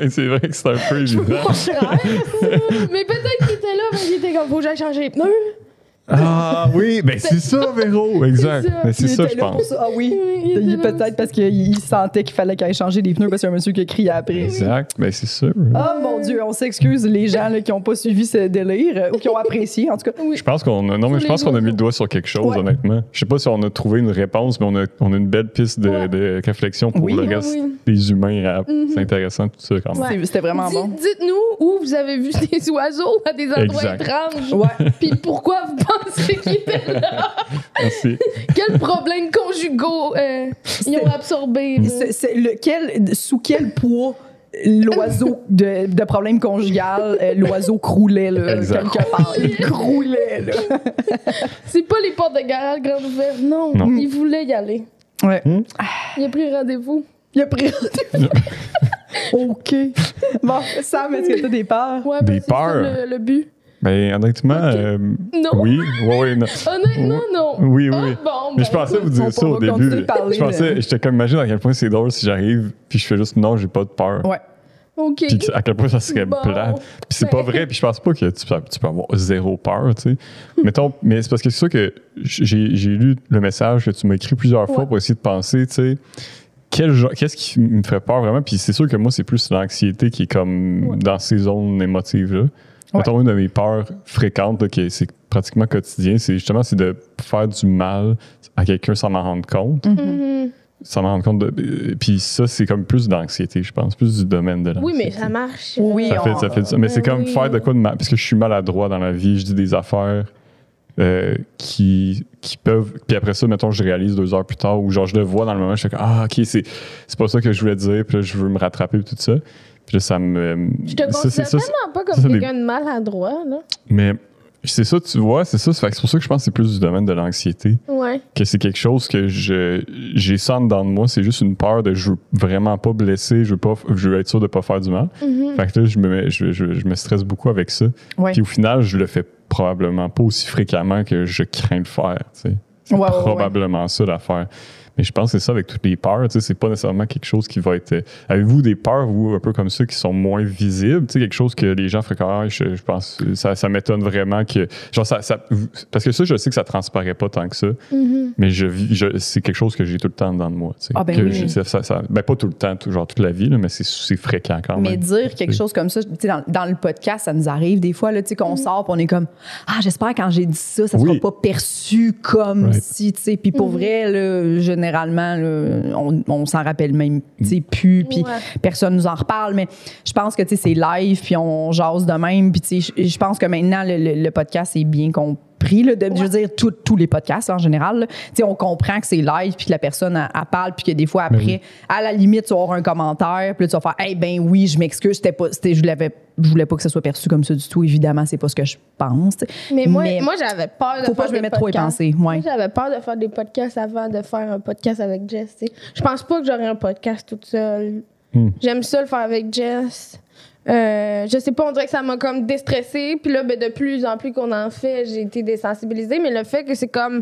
S4: Et c'est vrai que c'est un peu évident.
S3: Pas cher. mais peut-être qu'il était là, mais il était comme, faut que j'aille changer les pneus.
S4: Ah oui, ben c'est ça, Véro, exact.
S3: C'est ça.
S4: Ben, C'est
S2: Il
S4: ça,
S2: était
S4: je
S2: là pour
S4: pense.
S2: ça. Ah oui.
S3: Il était
S2: Il-
S3: là.
S2: Peut-être parce qu'il sentait qu'il fallait qu'il aille changer les pneus parce qu'il y a un monsieur qui a crié après.
S4: Exact, ben c'est sûr.
S2: Oh mon Dieu, on s'excuse les gens là, qui n'ont pas suivi ce délire euh, ou qui ont apprécié, en tout cas.
S4: Je pense qu'on a, non,
S3: Sur
S4: mais je
S3: les
S4: pense qu'on a mis
S3: oiseaux.
S4: le doigt sur quelque chose,
S2: Ouais.
S4: honnêtement. Je sais pas si on a trouvé une réponse, mais on a, on a une belle piste de,
S3: Ouais.
S4: de réflexion pour
S2: Oui.
S4: le
S3: Ah
S4: reste
S3: oui.
S4: des humains. à-
S3: Mhm.
S4: C'est intéressant, tout ça, quand même.
S2: C'est- C'était vraiment
S3: Dites-
S2: bon.
S3: Dites-nous où vous avez vu des oiseaux à des endroits
S4: Exact.
S3: étranges.
S2: Ouais.
S3: Puis pourquoi vous pensez qu'ils étaient là?
S4: Merci.
S3: Quels problèmes conjugaux euh, ils ont absorbé? là?
S2: C'est- c'est lequel- sous quel poids l'oiseau de, de problème conjugal, euh, l'oiseau croulait là,
S4: Exact.
S2: quelque part. Il croulait là.
S3: C'est pas les portes de garage grandes ouvertes, non.
S4: Non.
S3: Il voulait y aller.
S2: Ouais.
S3: Il a pris rendez-vous.
S2: Il a pris rendez-vous. OK. Bon, Sam, est-ce que t'as des peurs?
S3: Ouais,
S4: Des
S3: ben, c'est ça,
S4: peurs.
S3: Le, le but.
S4: Ben, honnêtement,
S3: Ok.
S4: euh,
S3: Non.
S4: oui, ouais, ouais, non.
S3: Honnêtement, non.
S4: oui, oui.
S3: Ah,
S4: oui.
S3: bon,
S4: Mais je
S3: ben,
S4: pensais vous
S2: on
S4: dire ça au
S2: pourra continuer de
S4: début.
S2: parler
S4: Je pensais,
S2: de-
S4: j'étais comme, imagine à quel point c'est drôle si j'arrive puis je fais juste non, j'ai pas de peur.
S2: Ouais.
S3: OK.
S4: Puis que- à quel point ça serait
S3: Bon.
S4: plate. Puis c'est pas
S3: Ben.
S4: vrai. Puis je pense pas que tu, peux- tu peux avoir zéro peur, tu sais. Mettons, mais c'est parce que c'est sûr que j'ai j'ai lu le message que tu m'as écrit plusieurs fois
S3: Ouais.
S4: pour essayer de penser, tu sais. quel genre- Qu'est-ce qui me ferait peur vraiment? Puis c'est sûr que moi, c'est plus l'anxiété qui est comme
S3: Ouais.
S4: dans ces zones émotives-là.
S2: Ouais.
S4: Mettons, une de mes peurs fréquentes, là, qui est- c'est pratiquement quotidien, c'est justement c'est de faire du mal à quelqu'un sans m'en rendre compte.
S3: Mhm.
S4: Sans m'en rendre compte. de- euh, Puis ça, c'est comme plus d'anxiété, je pense, plus du domaine de l'anxiété.
S3: Oui, mais ça marche.
S2: Oui,
S4: Ça fait,
S2: on-
S4: ça fait du sens. Mais c'est
S3: Ben
S4: comme
S3: oui.
S4: faire de quoi de mal. Parce que je suis maladroit dans la vie, je dis des affaires euh, qui, qui peuvent. Puis après ça, mettons, je réalise deux heures plus tard ou genre je le vois dans le moment, je fais comme Ah, ok, c'est c'est pas ça que je voulais dire, puis là, je veux me rattraper, puis tout ça. Puis là, ça me.
S3: Je te
S4: ça,
S3: considère
S4: c'est- ça, c'est-
S3: tellement pas
S4: ça,
S3: comme
S4: c'est des-
S3: quelqu'un de maladroit, là.
S4: Mais c'est ça, tu vois, c'est ça. Fait que C'est pour ça que je pense que c'est plus du domaine de l'anxiété.
S3: Ouais.
S4: Que c'est quelque chose que je j'ai ça en dedans de moi. C'est juste une peur de je veux vraiment pas blesser, je veux, pas, je veux être sûr de pas faire du mal.
S3: Mhm.
S4: Fait que là, je me, mets- je, je- je me stresse beaucoup avec ça.
S2: Ouais.
S4: Puis au final, je le fais probablement pas aussi fréquemment que je crains le faire. tu sais. C'est
S2: Ouais, ouais, ouais.
S4: probablement ça l'affaire. Mais je pense que c'est ça avec toutes les peurs. tu sais, C'est pas nécessairement quelque chose qui va être. euh, Avez-vous des peurs, vous, un peu comme ça, qui sont moins visibles? Tu sais, quelque chose que les gens feraient comme, Ah, je, je pense, que ça, ça m'étonne vraiment que. Genre, ça, ça- parce que ça, je sais que ça transparaît pas tant que ça,
S3: Mhm.
S4: mais je, vis- je- c'est quelque chose que j'ai tout le temps dans de moi. tu sais,
S2: Mm-hmm. Ah, ben
S4: que
S2: oui.
S4: je- ça- ça- ben, pas tout le temps, tout- genre toute la vie, là, mais c'est- c'est fréquent quand
S2: Mais
S4: même.
S2: dire quelque chose comme ça, tu sais, dans, dans le podcast, ça nous arrive des fois, là, tu sais, qu'on sort, puis on est comme, ah, j'espère quand j'ai dit ça, ça
S4: Oui.
S2: sera pas perçu comme
S4: Right.
S2: si, tu sais. Puis pour vrai, là, généralement, là, on, on s'en rappelle même, tu sais, plus, puis
S3: Ouais.
S2: personne nous en reparle. Mais je pense que, tu sais, c'est live, puis on jase de même. Puis, tu sais, je- je pense que maintenant, le, le- le podcast est bien compris. là, de- Je veux dire, tout- tous les podcasts, en général, là. tu sais, on comprend que c'est live, puis que la personne, elle, elle parle, puis que des fois, après,
S4: oui.
S2: à la limite, tu vas avoir un commentaire, puis là, tu vas faire, eh ben oui, je m'excuse, c'était pas, c'était, je l'avais, je voulais pas que ça soit perçu comme ça du tout. Évidemment, c'est pas ce que je pense. tu sais.
S3: Mais moi, moi j'avais peur de
S2: faut pas que
S3: faire
S2: je me
S3: des
S2: mette trop y
S3: podcasts.
S2: penser. Ouais.
S3: Moi, J'avais peur de faire des podcasts avant de faire un podcast avec Jess. tu sais. Je pense pas que j'aurais un podcast toute seule.
S4: Hmm.
S3: J'aime ça le faire avec Jess. Euh, je sais pas, on dirait que ça m'a comme déstressée. Puis là, ben, de plus en plus qu'on en fait, j'ai été désensibilisée. Mais le fait que c'est comme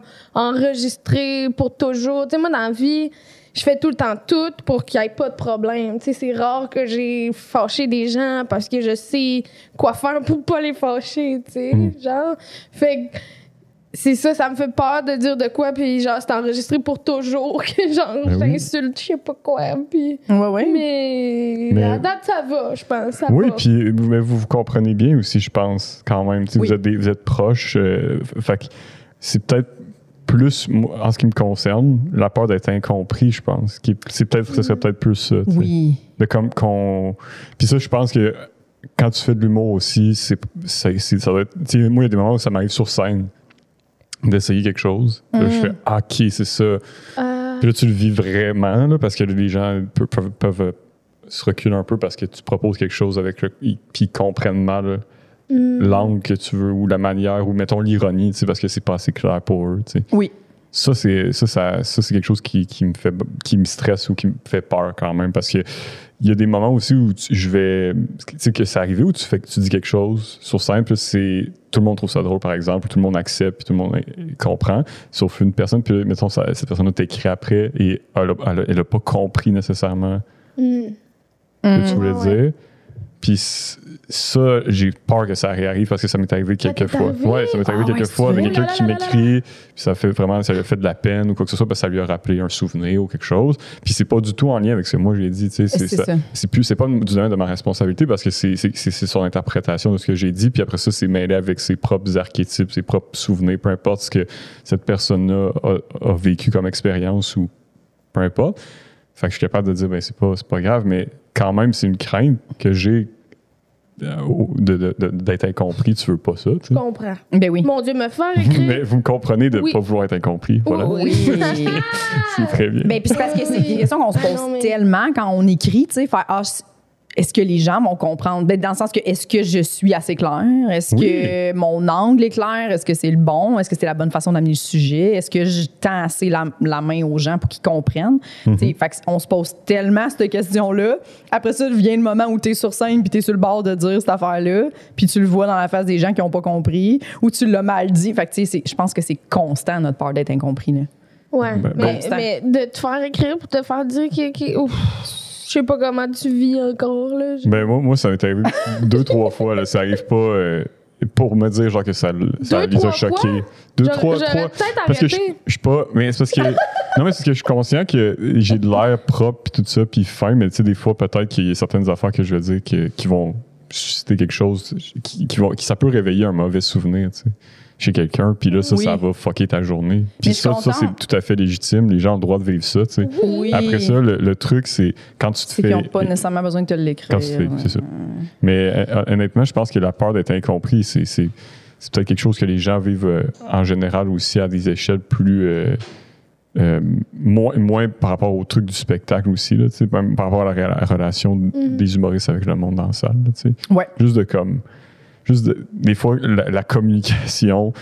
S3: enregistré pour toujours. Tu sais, moi, dans la vie, je fais tout le temps tout pour qu'il n'y ait pas de problème. Tu sais, c'est rare que j'ai fâché des gens parce que je sais quoi faire pour pas les fâcher. Tu sais, genre. Fait que c'est ça, ça me fait peur de dire de quoi, puis genre, c'est enregistré pour toujours, que genre,
S4: Ben oui.
S3: j'insulte, je sais pas quoi, puis...
S2: Ouais, ouais.
S3: Mais,
S4: Mais-
S3: à date, ça va, je pense, ça
S4: Oui,
S3: va.
S4: puis vous, mais vous vous comprenez bien aussi, je pense, quand même. Tu sais,
S2: Oui.
S4: Vous, êtes des- vous êtes proches. euh, f- fait que c'est peut-être plus, moi, en ce qui me concerne, la peur d'être incompris, je pense. qui- C'est peut-être, ce serait peut-être plus ça. tu sais.
S2: Oui.
S4: De comme qu'on. Puis ça, je pense que quand tu fais de l'humour aussi, c'est, c'est- c'est- ça doit être. tu sais, moi, il y a des moments où ça m'arrive sur scène. d'essayer quelque chose. Puis là, je fais Ah, OK, c'est ça.
S3: Ah,
S4: Puis là, tu le vis vraiment, là, parce que les gens pe- peuvent, peuvent, euh, se reculer un peu parce que tu proposes quelque chose avec le. ils- Puis ils comprennent mal là, l'angle que tu veux ou la manière ou, mettons, l'ironie, tu sais, parce que c'est pas assez clair pour eux, tu sais.
S2: Oui.
S4: Ça, c'est ça, ça, ça, c'est quelque chose qui, qui me fait qui me stresse ou qui me fait peur quand même parce que il y a des moments aussi où tu- je vais tu sais que c'est arrivé où tu fais que tu dis quelque chose sur scène puis c'est tout le monde trouve ça drôle par exemple tout le monde accepte puis tout le monde euh, comprend sauf une personne puis mettons ça- cette personne là t'écrit après et elle a, elle a- elle a pas compris nécessairement
S3: hmm.
S4: que tu voulais
S3: Ah ouais.
S4: dire. Puis c- ça, j'ai peur que ça réarrive parce que ça m'est arrivé
S3: t'est
S4: quelques fois.
S3: arrivé?
S4: Ouais, ça m'est arrivé
S2: Ah ouais,
S4: quelques
S2: c'est
S4: fois avec
S3: vrai. Oh
S4: quelqu'un
S3: là
S4: qui
S3: là là là
S4: m'écrit, puis ça fait vraiment, ça lui a fait de la peine ou quoi que ce soit, parce que ça lui a rappelé un souvenir ou quelque chose. Puis c'est pas du tout en lien avec ce que moi j'ai dit, tu sais, c'est
S2: C'est
S4: ça-
S2: ça.
S4: c'est plus, c'est pas du domaine de ma responsabilité parce que c'est c'est- c'est- c'est son interprétation de ce que j'ai dit, puis après ça, c'est mêlé avec ses propres archétypes, ses propres souvenirs, peu importe ce que cette personne-là a, a vécu comme expérience ou peu importe. Fait que je suis capable de dire, ben, c'est pas, c'est pas grave, mais quand même, c'est une crainte que j'ai euh, au- de- de- de- d'être incompris. Tu veux pas ça, tu sais.
S3: Comprends.
S2: Ben oui.
S3: Mon Dieu, me faire écrire.
S4: Mais vous me comprenez de ne
S3: Oui. Ah!
S4: pas vouloir être incompris. Voilà. C'est très bien.
S2: Mais Ben, puis c'est parce que c'est des questions qu'on se
S3: Ah non,
S2: pose
S3: mais-
S2: tellement quand on écrit, tu sais, faire ah, c- est-ce que les gens vont comprendre? Ben, dans le sens que est-ce que je suis assez clair? Est-ce
S4: Oui.
S2: que mon angle est clair? Est-ce que c'est le bon? Est-ce que c'est la bonne façon d'amener le sujet? Est-ce que je tends assez la, la main aux gens pour qu'ils comprennent? Tu
S4: Mhm.
S2: sais, Fait que on se pose tellement cette question-là. Après ça, vient le moment où tu es sur scène puis tu es sur le bord de dire cette affaire-là, puis tu le vois dans la face des gens qui n'ont pas compris ou tu l'as mal dit. Fait que tu sais, c'est- je pense que c'est constant notre peur d'être incompris. là.
S3: Ouais.
S4: Ben,
S3: mais,
S2: bon.
S3: mais de te faire écrire pour te faire dire que. que- ouf, je sais pas comment tu vis encore, là. Je-
S4: Ben, moi, moi, ça m'est arrivé deux, trois fois. Là, ça arrive pas euh, pour me dire genre que ça, ça
S3: Deux,
S4: les a
S3: trois
S4: choqués.
S3: fois?
S4: Deux,
S3: J'aurais-
S4: trois,
S3: j'aurais
S4: trois.
S3: peut-être
S4: Parce que je
S3: arrêté.
S4: je suis pas. Mais c'est parce que. non, mais c'est parce que je suis conscient que j'ai de l'air propre, puis tout ça, puis fin. Mais tu sais, des fois, peut-être qu'il y a certaines affaires que je vais dire que- qui vont susciter quelque chose, qui, qui vont, qui ça peut réveiller un mauvais souvenir, tu sais, chez quelqu'un. Puis là, ça,
S2: Oui.
S4: ça va fucker ta journée.
S2: je
S4: Puis
S2: suis
S4: ça, ça, c'est
S2: contente.
S4: tout à fait légitime. Les gens ont le droit de vivre ça, tu sais.
S2: Oui.
S4: Après ça, le, le truc, c'est quand tu te
S2: C'est
S4: fais.
S2: qu'ils n'ont pas nécessairement besoin de te l'écrire.
S4: Quand tu fais,
S2: ouais.
S4: c'est ça. Mais euh, honnêtement, je pense que la peur d'être incompris, c'est, c'est, c'est peut-être quelque chose que les gens vivent euh, en général aussi à des échelles plus. euh, euh, moins, moins par rapport au truc du spectacle aussi, là, tu sais, même par rapport à la, ré- la relation des humoristes avec le monde en salle. là, tu sais.
S2: Mhm. Ouais.
S4: Juste de comme. Juste de- des fois, la, la communication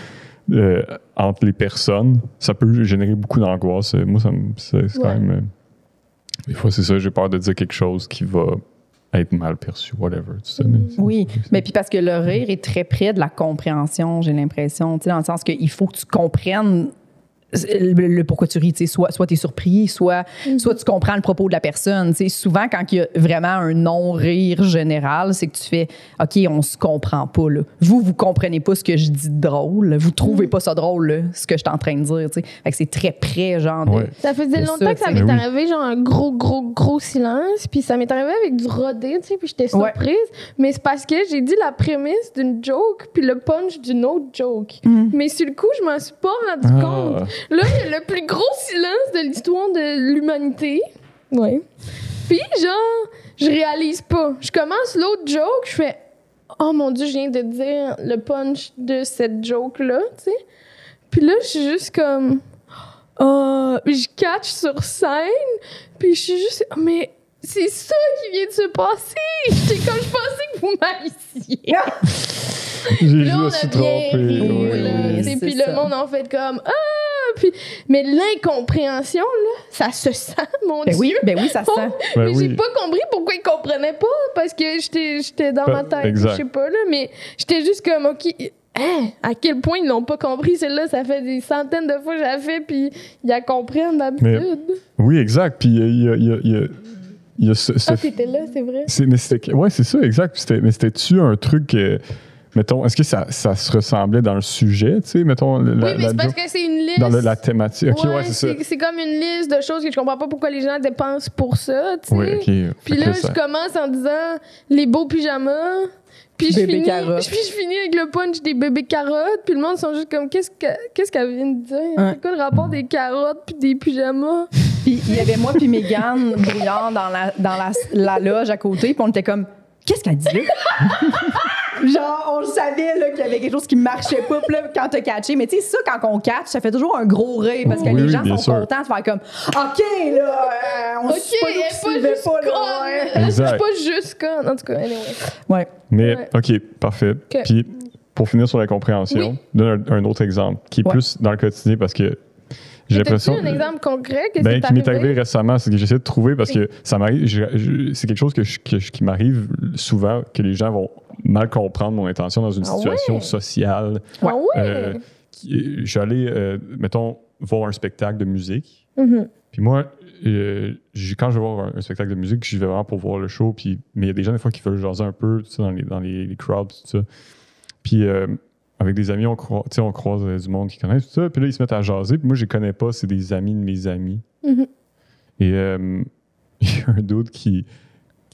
S4: euh, entre les personnes, ça peut générer beaucoup d'angoisse. Euh, Moi, ça me- c'est, c'est quand
S3: Ouais.
S4: même. euh, des fois, c'est ça, j'ai peur de dire quelque chose qui va être mal perçu, whatever. Tu sais, mais
S3: Mm.
S4: c'est-
S2: Oui, mais puis parce que le rire est très près de la compréhension, j'ai l'impression, tu sais, dans le sens qu'il faut que tu comprennes le, le pourquoi tu ris, tu sais, soit soit tu es surpris, soit
S4: Mm-hmm.
S2: soit tu comprends le propos de la personne, tu sais, souvent quand il y a vraiment un non-rire général, c'est que tu fais OK, on se comprend pas là. Vous vous comprenez pas ce que je dis de drôle, vous
S4: Mm.
S2: trouvez pas ça drôle là, ce que je suis en train de dire, tu sais. Fait que c'est très près genre de-
S4: Ouais.
S3: Ça faisait
S2: C'est
S3: longtemps
S2: ça,
S3: que ça
S2: tu
S4: sais.
S3: m'est
S4: Ben oui.
S3: arrivé, genre un gros, gros, gros silence. Puis ça m'est arrivé avec du rodé, tu sais, puis j'étais
S2: Ouais.
S3: surprise. Mais c'est parce que j'ai dit la prémisse d'une joke, puis le punch d'une autre joke. Mais sur le coup, je m'en suis pas rendu compte.
S4: Ah,
S3: Là, il y a le plus gros silence de l'histoire de l'humanité. Ouais. Puis genre, je réalise pas. Je commence l'autre joke, je fais Oh mon dieu, je viens de dire le punch de cette joke-là, tu sais. Puis là, je suis juste comme Oh, je catch sur scène, puis je suis juste Ah, Mais c'est ça qui vient de se passer! J'étais comme, je pensais que vous m'haïssiez.
S4: j'ai
S3: Puis là,
S4: je
S3: on
S4: me
S3: a
S4: suis
S3: bien
S4: trompé.
S3: ri,
S4: oui,
S3: là,
S4: oui.
S3: tu sais,
S2: C'est
S3: Puis
S2: ça.
S3: le monde en fait comme ah puis mais l'incompréhension là, ça se sent mon
S2: Ben
S3: dieu.
S2: oui, ben oui, ça se sent.
S4: Ben
S3: mais j'ai
S4: oui.
S3: pas compris pourquoi ils comprenaient pas parce que j'étais j'étais dans
S4: Ben,
S3: ma tête,
S4: exact.
S3: je sais pas là mais j'étais juste comme OK hein, à quel point ils l'ont pas compris celle-là, ça fait des centaines de fois que j'ai fait puis ils la comprennent d'habitude.
S4: Oui, exact. Puis euh, il y a, il y a- il y a- il y a ce, ce-
S3: Ah, t'étais là, c'est vrai.
S4: c'est- mais c'était, ouais, c'est ça, exact. Puis c'était- mais c'était-tu un truc, euh, mettons, est-ce que ça, ça se ressemblait dans le sujet, tu sais, mettons, la,
S3: oui, mais
S4: la
S3: c'est parce
S4: joke-
S3: que c'est une liste.
S4: dans le- la thématique. Ok, ouais,
S3: Ouais,
S4: c'est ça.
S3: c'est c'est comme une liste de choses que je comprends pas pourquoi les gens dépensent pour ça, tu sais.
S4: Oui, ok. Fait
S3: Puis
S4: que
S3: là,
S4: ça-
S3: je commence en disant les beaux pyjamas. Puis je,
S2: Bébé
S3: finis,
S2: carotte.
S3: puis je finis avec le punch des bébés carottes. Puis le monde sont juste comme qu'est-ce que- qu'est-ce qu'elle vient de dire
S2: Ouais.
S3: C'est quoi le rapport des carottes puis des pyjamas
S2: Puis il y avait moi puis Mégane brouillard dans la dans la, la loge à côté, puis on était comme qu'est-ce qu'elle dit là Genre, on le savait là, qu'il y avait quelque chose qui marchait pas, puis là, quand t'as catché. Mais tu sais, ça, quand on catch, ça fait toujours un gros rire parce que
S4: Oui,
S2: les
S4: oui,
S2: gens
S4: bien
S2: sont
S4: sûr.
S2: contents de faire comme OK, là, euh, on
S3: Ok,
S2: suit pas nous
S3: elle
S2: qui
S3: est pas
S2: suivait
S3: juste
S2: pas, là. ouais.
S3: conne. Je suis
S4: Exact.
S3: pas juste conne. En tout cas, anyway.
S2: Ouais.
S4: Mais,
S3: Ouais.
S4: OK, parfait. Puis, pour finir sur la compréhension,
S3: Oui.
S4: donne un, un autre exemple qui est
S2: Ouais.
S4: plus dans le quotidien parce que j'ai
S3: Mais T'as-tu
S4: l'impression.
S3: un exemple concret? Qu'est-ce
S4: Ben,
S3: qui
S4: qui m'est
S3: t'est
S4: arrivé
S3: arrivé?
S4: récemment, c'est que j'essaie de trouver parce que ça m'arrive. je- je- C'est quelque chose que je- que je- qui m'arrive souvent, que les gens vont mal comprendre mon intention dans une
S3: Ah ouais?
S4: situation sociale.
S3: Ah ouais?
S4: Euh, qui- je suis allé, euh, mettons, voir un spectacle de musique.
S3: Mhm.
S4: Puis moi, euh, j'ai- quand je vais voir un, un spectacle de musique, je vais vraiment pour voir le show. Puis, mais il y a des gens, des fois, qui veulent jaser un peu tu sais, dans, les, dans les, les crowds, tout ça. Puis euh, avec des amis, on, croi- tu sais, on croise euh, du monde qui connaît tout ça. Puis là, ils se mettent à jaser. Puis moi, je les connais pas. C'est des amis de mes amis.
S3: Mhm.
S4: Et euh, il y a un d'autre qui,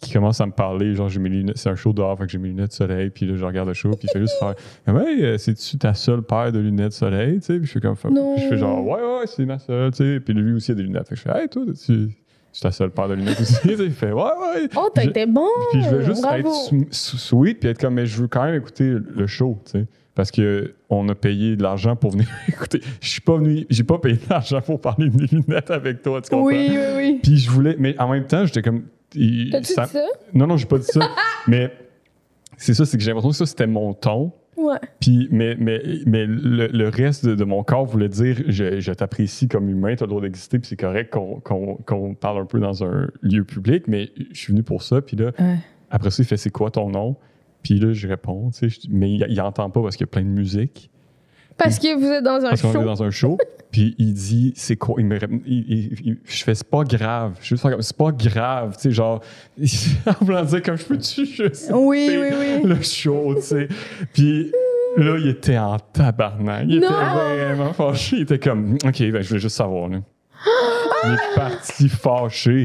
S4: qui commence à me parler. Genre, j'ai mes lunettes. C'est un show dehors, fait que j'ai mes lunettes de soleil. Puis là, je regarde le show. Puis il fait juste faire Ouais, euh, c'est-tu ta seule paire de lunettes de soleil? Tu sais, puis je fais comme Fuck.
S3: Non.
S4: Puis Je fais genre Ouais, ouais, c'est ma seule. Tu sais, puis lui aussi, il a des lunettes. Fait que je fais Hey, toi, tu tu ta seule paire de lunettes aussi. Tu sais, il fait Ouais, ouais.
S3: Oh, t'as
S4: Je-
S3: été bon!
S4: puis je veux juste
S3: Bravo.
S4: être sou- sou- sweet puis être comme mais je veux quand même écouter le show, tu sais. Parce que euh, on a payé de l'argent pour venir écouter. Je suis pas venu, j'ai pas payé de l'argent pour parler de mes lunettes avec toi, tu comprends?
S2: Oui, oui, oui.
S4: Puis je voulais, mais en même temps, j'étais comme. il-
S3: T'as-tu dit
S4: ça-
S3: ça?
S4: Non, non, j'ai pas dit ça. mais c'est ça, c'est que j'ai l'impression que ça, c'était mon ton.
S3: Ouais.
S4: Puis, mais, mais, mais le, le reste de, de mon corps voulait dire je, je t'apprécie comme humain, t'as le droit d'exister, puis c'est correct qu'on qu'on- qu'on parle un peu dans un lieu public, mais je suis venu pour ça. Puis là,
S2: Ouais.
S4: après ça, il fait c'est quoi ton nom Puis là, je réponds, tu sais, je- mais il, il entend pas parce qu'il y a plein de musique,
S3: Parce que vous êtes dans un
S4: parce qu'on
S3: show.
S4: est dans un show. Puis il dit c'est quoi il me, rép- il- il- il- Je fais c'est pas grave. Je veux juste faire comme c'est pas grave, tu sais, genre, en voulant dire comme je peux-tu juste
S2: Oui,
S4: écouter
S2: oui, oui.
S4: le show, tu sais. Puis là, il était en tabarnak. Il
S3: Non!
S4: était vraiment fâché. Il était comme, OK, ben, je voulais juste savoir, là. Il est parti fâché.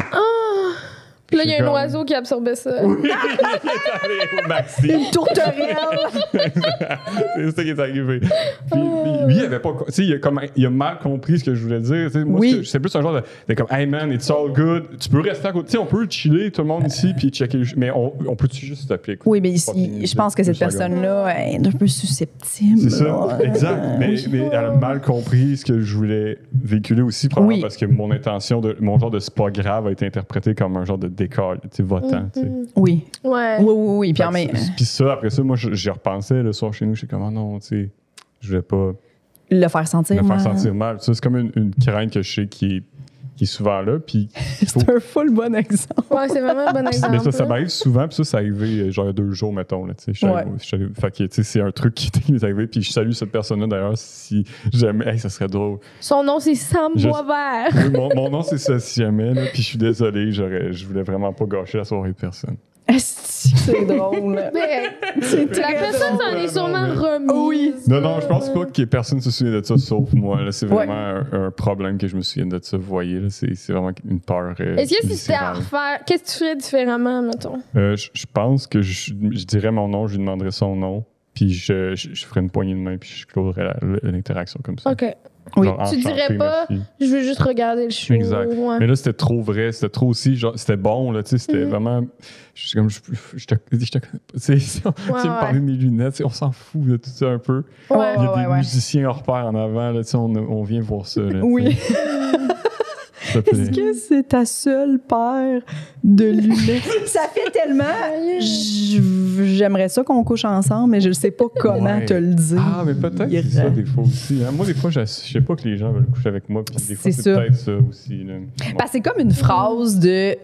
S3: Puis là, il y a
S4: J'étais
S3: un
S4: comme-
S3: oiseau qui absorbait ça.
S4: il est allé au maxi.
S2: Une tourterelle.
S4: C'est ça qui est arrivé. Puis,
S2: Ah.
S4: puis lui, il avait pas. Tu sais, il a, comme- il a mal compris ce que je voulais dire. Tu sais, moi,
S2: Oui.
S4: ce que- c'est plus un genre de. T'es comme, hey man, it's all good. Tu peux rester à côté. Tu sais, on peut chiller tout le monde ici, puis checker le. Mais on, on peut-tu juste t'appeler?
S2: Oui, mais il-
S4: Fucking
S2: il- je pense que cette euh,
S4: deux secondes.
S2: personne-là elle est un peu susceptible.
S4: C'est ça,
S2: là.
S4: exact. Mais, mais elle a mal compris ce que je voulais véhiculer aussi, probablement
S2: Oui.
S4: parce que mon intention, de, mon genre de c'est pas grave a été interprété comme un genre de décor, tu sais, votant. tu sais.
S2: Oui.
S3: Mhm. Ouais.
S2: Oui, oui, oui. Mhm. Puis, en
S4: Fait
S2: même-
S4: que c'est- Puis ça, après ça, moi, je- j'y repensais le soir chez nous, j'étais comme, Ah non, tu sais, je voulais pas
S2: le faire sentir.
S4: me
S2: moi.
S4: faire sentir mal. Ça, c'est comme une, une crainte que je sais qui est, qui est souvent là. Puis
S2: C'est un full bon exemple.
S3: Ouais, c'est vraiment un bon exemple.
S4: Mais ça, ça
S3: là.
S4: m'arrive souvent, puis ça, c'est arrivé euh, genre il y a deux jours, mettons. Là, tu sais, je suis
S2: Ouais.
S4: allé- je suis allé- fait que, tu sais, c'est un truc qui est arrivé, puis je salue cette personne-là d'ailleurs si jamais, hey, ça serait drôle.
S3: Son nom, c'est Sam
S4: Je-
S3: Boisvert.
S4: Oui, mon, mon nom, c'est ça, si jamais, là, puis je suis désolé, j'aurais, je voulais vraiment pas gâcher la soirée de personne.
S2: Esti que C'est drôle.
S3: Mais
S2: C'est
S3: la
S2: très
S3: personne
S2: drôle.
S3: s'en est sûrement
S2: Oui.
S3: remise.
S4: Non, non, je pense pas que personne se souvienne de ça, sauf moi. Là, c'est
S2: Ouais.
S4: vraiment un, un problème que je me souvienne de ça, vous voyez. Là, c'est, c'est vraiment une peur. euh,
S3: Est-ce que si c'était à
S4: viscérale.
S3: refaire, qu'est-ce que tu ferais différemment, mettons?
S4: Euh, je, je pense que je, je dirais mon nom, je lui demanderais son nom, puis je, je, je ferais une poignée de main, puis je clôturais la- la- l'interaction comme ça.
S3: Ok.
S2: Oui.
S4: Genre,
S3: Tu
S4: enchanté,
S3: dirais pas-
S4: merci.
S3: Je veux juste regarder le show.
S4: Exact.
S3: Ouais.
S4: Mais là, c'était trop vrai, c'était trop aussi, genre, c'était bon, là, tu sais, c'était
S3: Mhm.
S4: vraiment. Je suis comme, je, je te, je te connais pas. Tu sais, si on- tu sais,
S3: Ouais,
S4: me
S3: ouais.
S4: parler de mes lunettes, tu sais, on s'en fout de tout ça un peu.
S3: Ouais.
S2: Ouais.
S4: Il y a des musiciens hors pair en avant, là, tu sais, on, on vient voir ça. là, tu
S2: Oui.
S4: sais. S'il te plaît.
S2: Est-ce que c'est ta seule paire de lunettes? ça fait tellement. je- J'aimerais ça qu'on couche ensemble, mais je ne sais pas comment
S4: Ouais.
S2: te le dire.
S4: Ah, mais peut-être que c'est ça des fois aussi. hein. Moi, des fois, je je sais pas que les gens veulent coucher avec moi, puis des fois,
S2: C'est
S4: c'est
S2: ça.
S4: peut-être ça aussi. là. Bon.
S2: Parce que c'est comme une phrase de.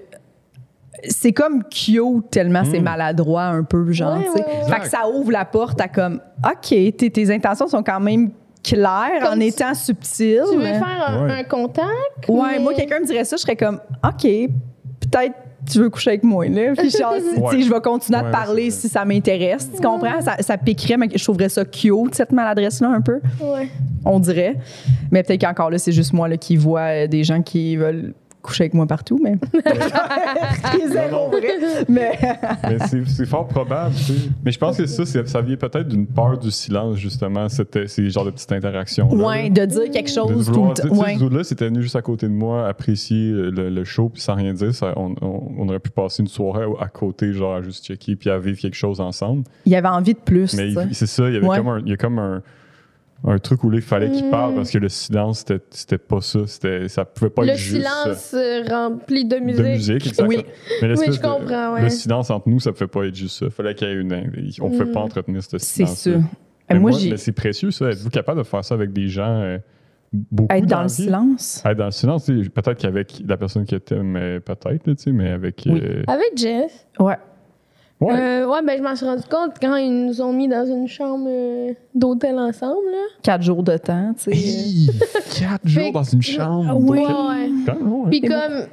S2: C'est comme cute tellement c'est
S4: Mm.
S2: maladroit un peu, genre,
S3: Ouais,
S2: tu sais.
S3: ouais, ouais.
S2: Fait que ça ouvre la porte à comme, OK, tes, tes intentions sont quand même claires
S3: Comme
S2: en
S3: tu-
S2: étant subtiles.
S3: Tu veux faire un,
S4: Ouais.
S3: un contact?
S2: Ouais,
S3: mais-
S2: moi, quelqu'un me dirait ça, je serais comme, OK, peut-être tu veux coucher avec moi, là. Puis genre, si-
S4: Ouais.
S2: tu sais, je vais continuer à
S4: Ouais,
S2: te parler
S4: c'est ça.
S2: si ça m'intéresse. Tu comprends? Ça, ça piquerait, mais je trouverais ça cute, cette maladresse-là, un peu,
S3: Ouais.
S2: on dirait. Mais peut-être qu'encore là, c'est juste moi là, qui vois euh, des gens qui veulent coucher avec moi partout, mais. C'est zéro vrai. Mais.
S4: Mais c'est c'est fort probable, tu sais. Mais je pense que ça, c'est- ça vient peut-être d'une peur du silence, justement, cette, ces genres de petites interactions.
S2: Ouais, de dire quelque
S4: De
S2: chose tout
S4: vouloir
S2: le
S4: dire,
S2: temps.
S4: tu sais,
S2: Ouais.
S4: ce dude-là, c'était venu juste à côté de moi, apprécier euh, le, le show, puis sans rien dire, ça- on, on- on aurait pu passer une soirée à côté, genre à juste checker, puis à vivre quelque chose ensemble.
S2: Il avait envie de plus.
S4: Mais
S2: tu sais.
S4: il- c'est ça, il y avait
S2: Ouais.
S4: comme un, il y a comme un, un truc où là, il fallait qu'il parle parce que le silence, c'était- c'était pas ça, c'était, ça pouvait pas
S3: Le
S4: être juste.
S3: silence euh, rempli de
S4: euh,
S3: musique.
S4: De musique, exactement.
S2: Oui.
S4: Mais l'espèce
S3: je comprends, ouais.
S4: Le silence entre nous, ça pouvait pas être juste ça. Fallait qu'il y ait une. On ne pouvait pas entretenir ce
S2: C'est
S4: silence.
S2: ça. Et
S4: Mais
S2: moi,
S4: moi,
S2: j'ai.
S4: mais c'est précieux, ça. Êtes-vous capable de faire ça avec des gens euh, beaucoup
S2: Être dans
S4: la
S2: le
S4: vie?
S2: silence.
S4: Être dans le silence, tu sais, peut-être qu'avec la personne que t'aimes, euh, peut-être, là, tu sais, mais avec.
S2: Oui.
S4: euh,
S3: Avec Jeff.
S2: Ouais.
S4: ouais.
S3: Euh, ouais, ben je m'en suis rendu compte quand ils nous ont mis dans une chambre euh, d'hôtel ensemble. Là.
S2: Quatre jours de temps, tu sais.
S4: Hey, Quatre jours dans une chambre.
S2: Oui.
S4: ok.
S3: Ah Ouais, ouais.
S4: Quand même, ouais.
S3: Puis
S2: Et
S3: comme.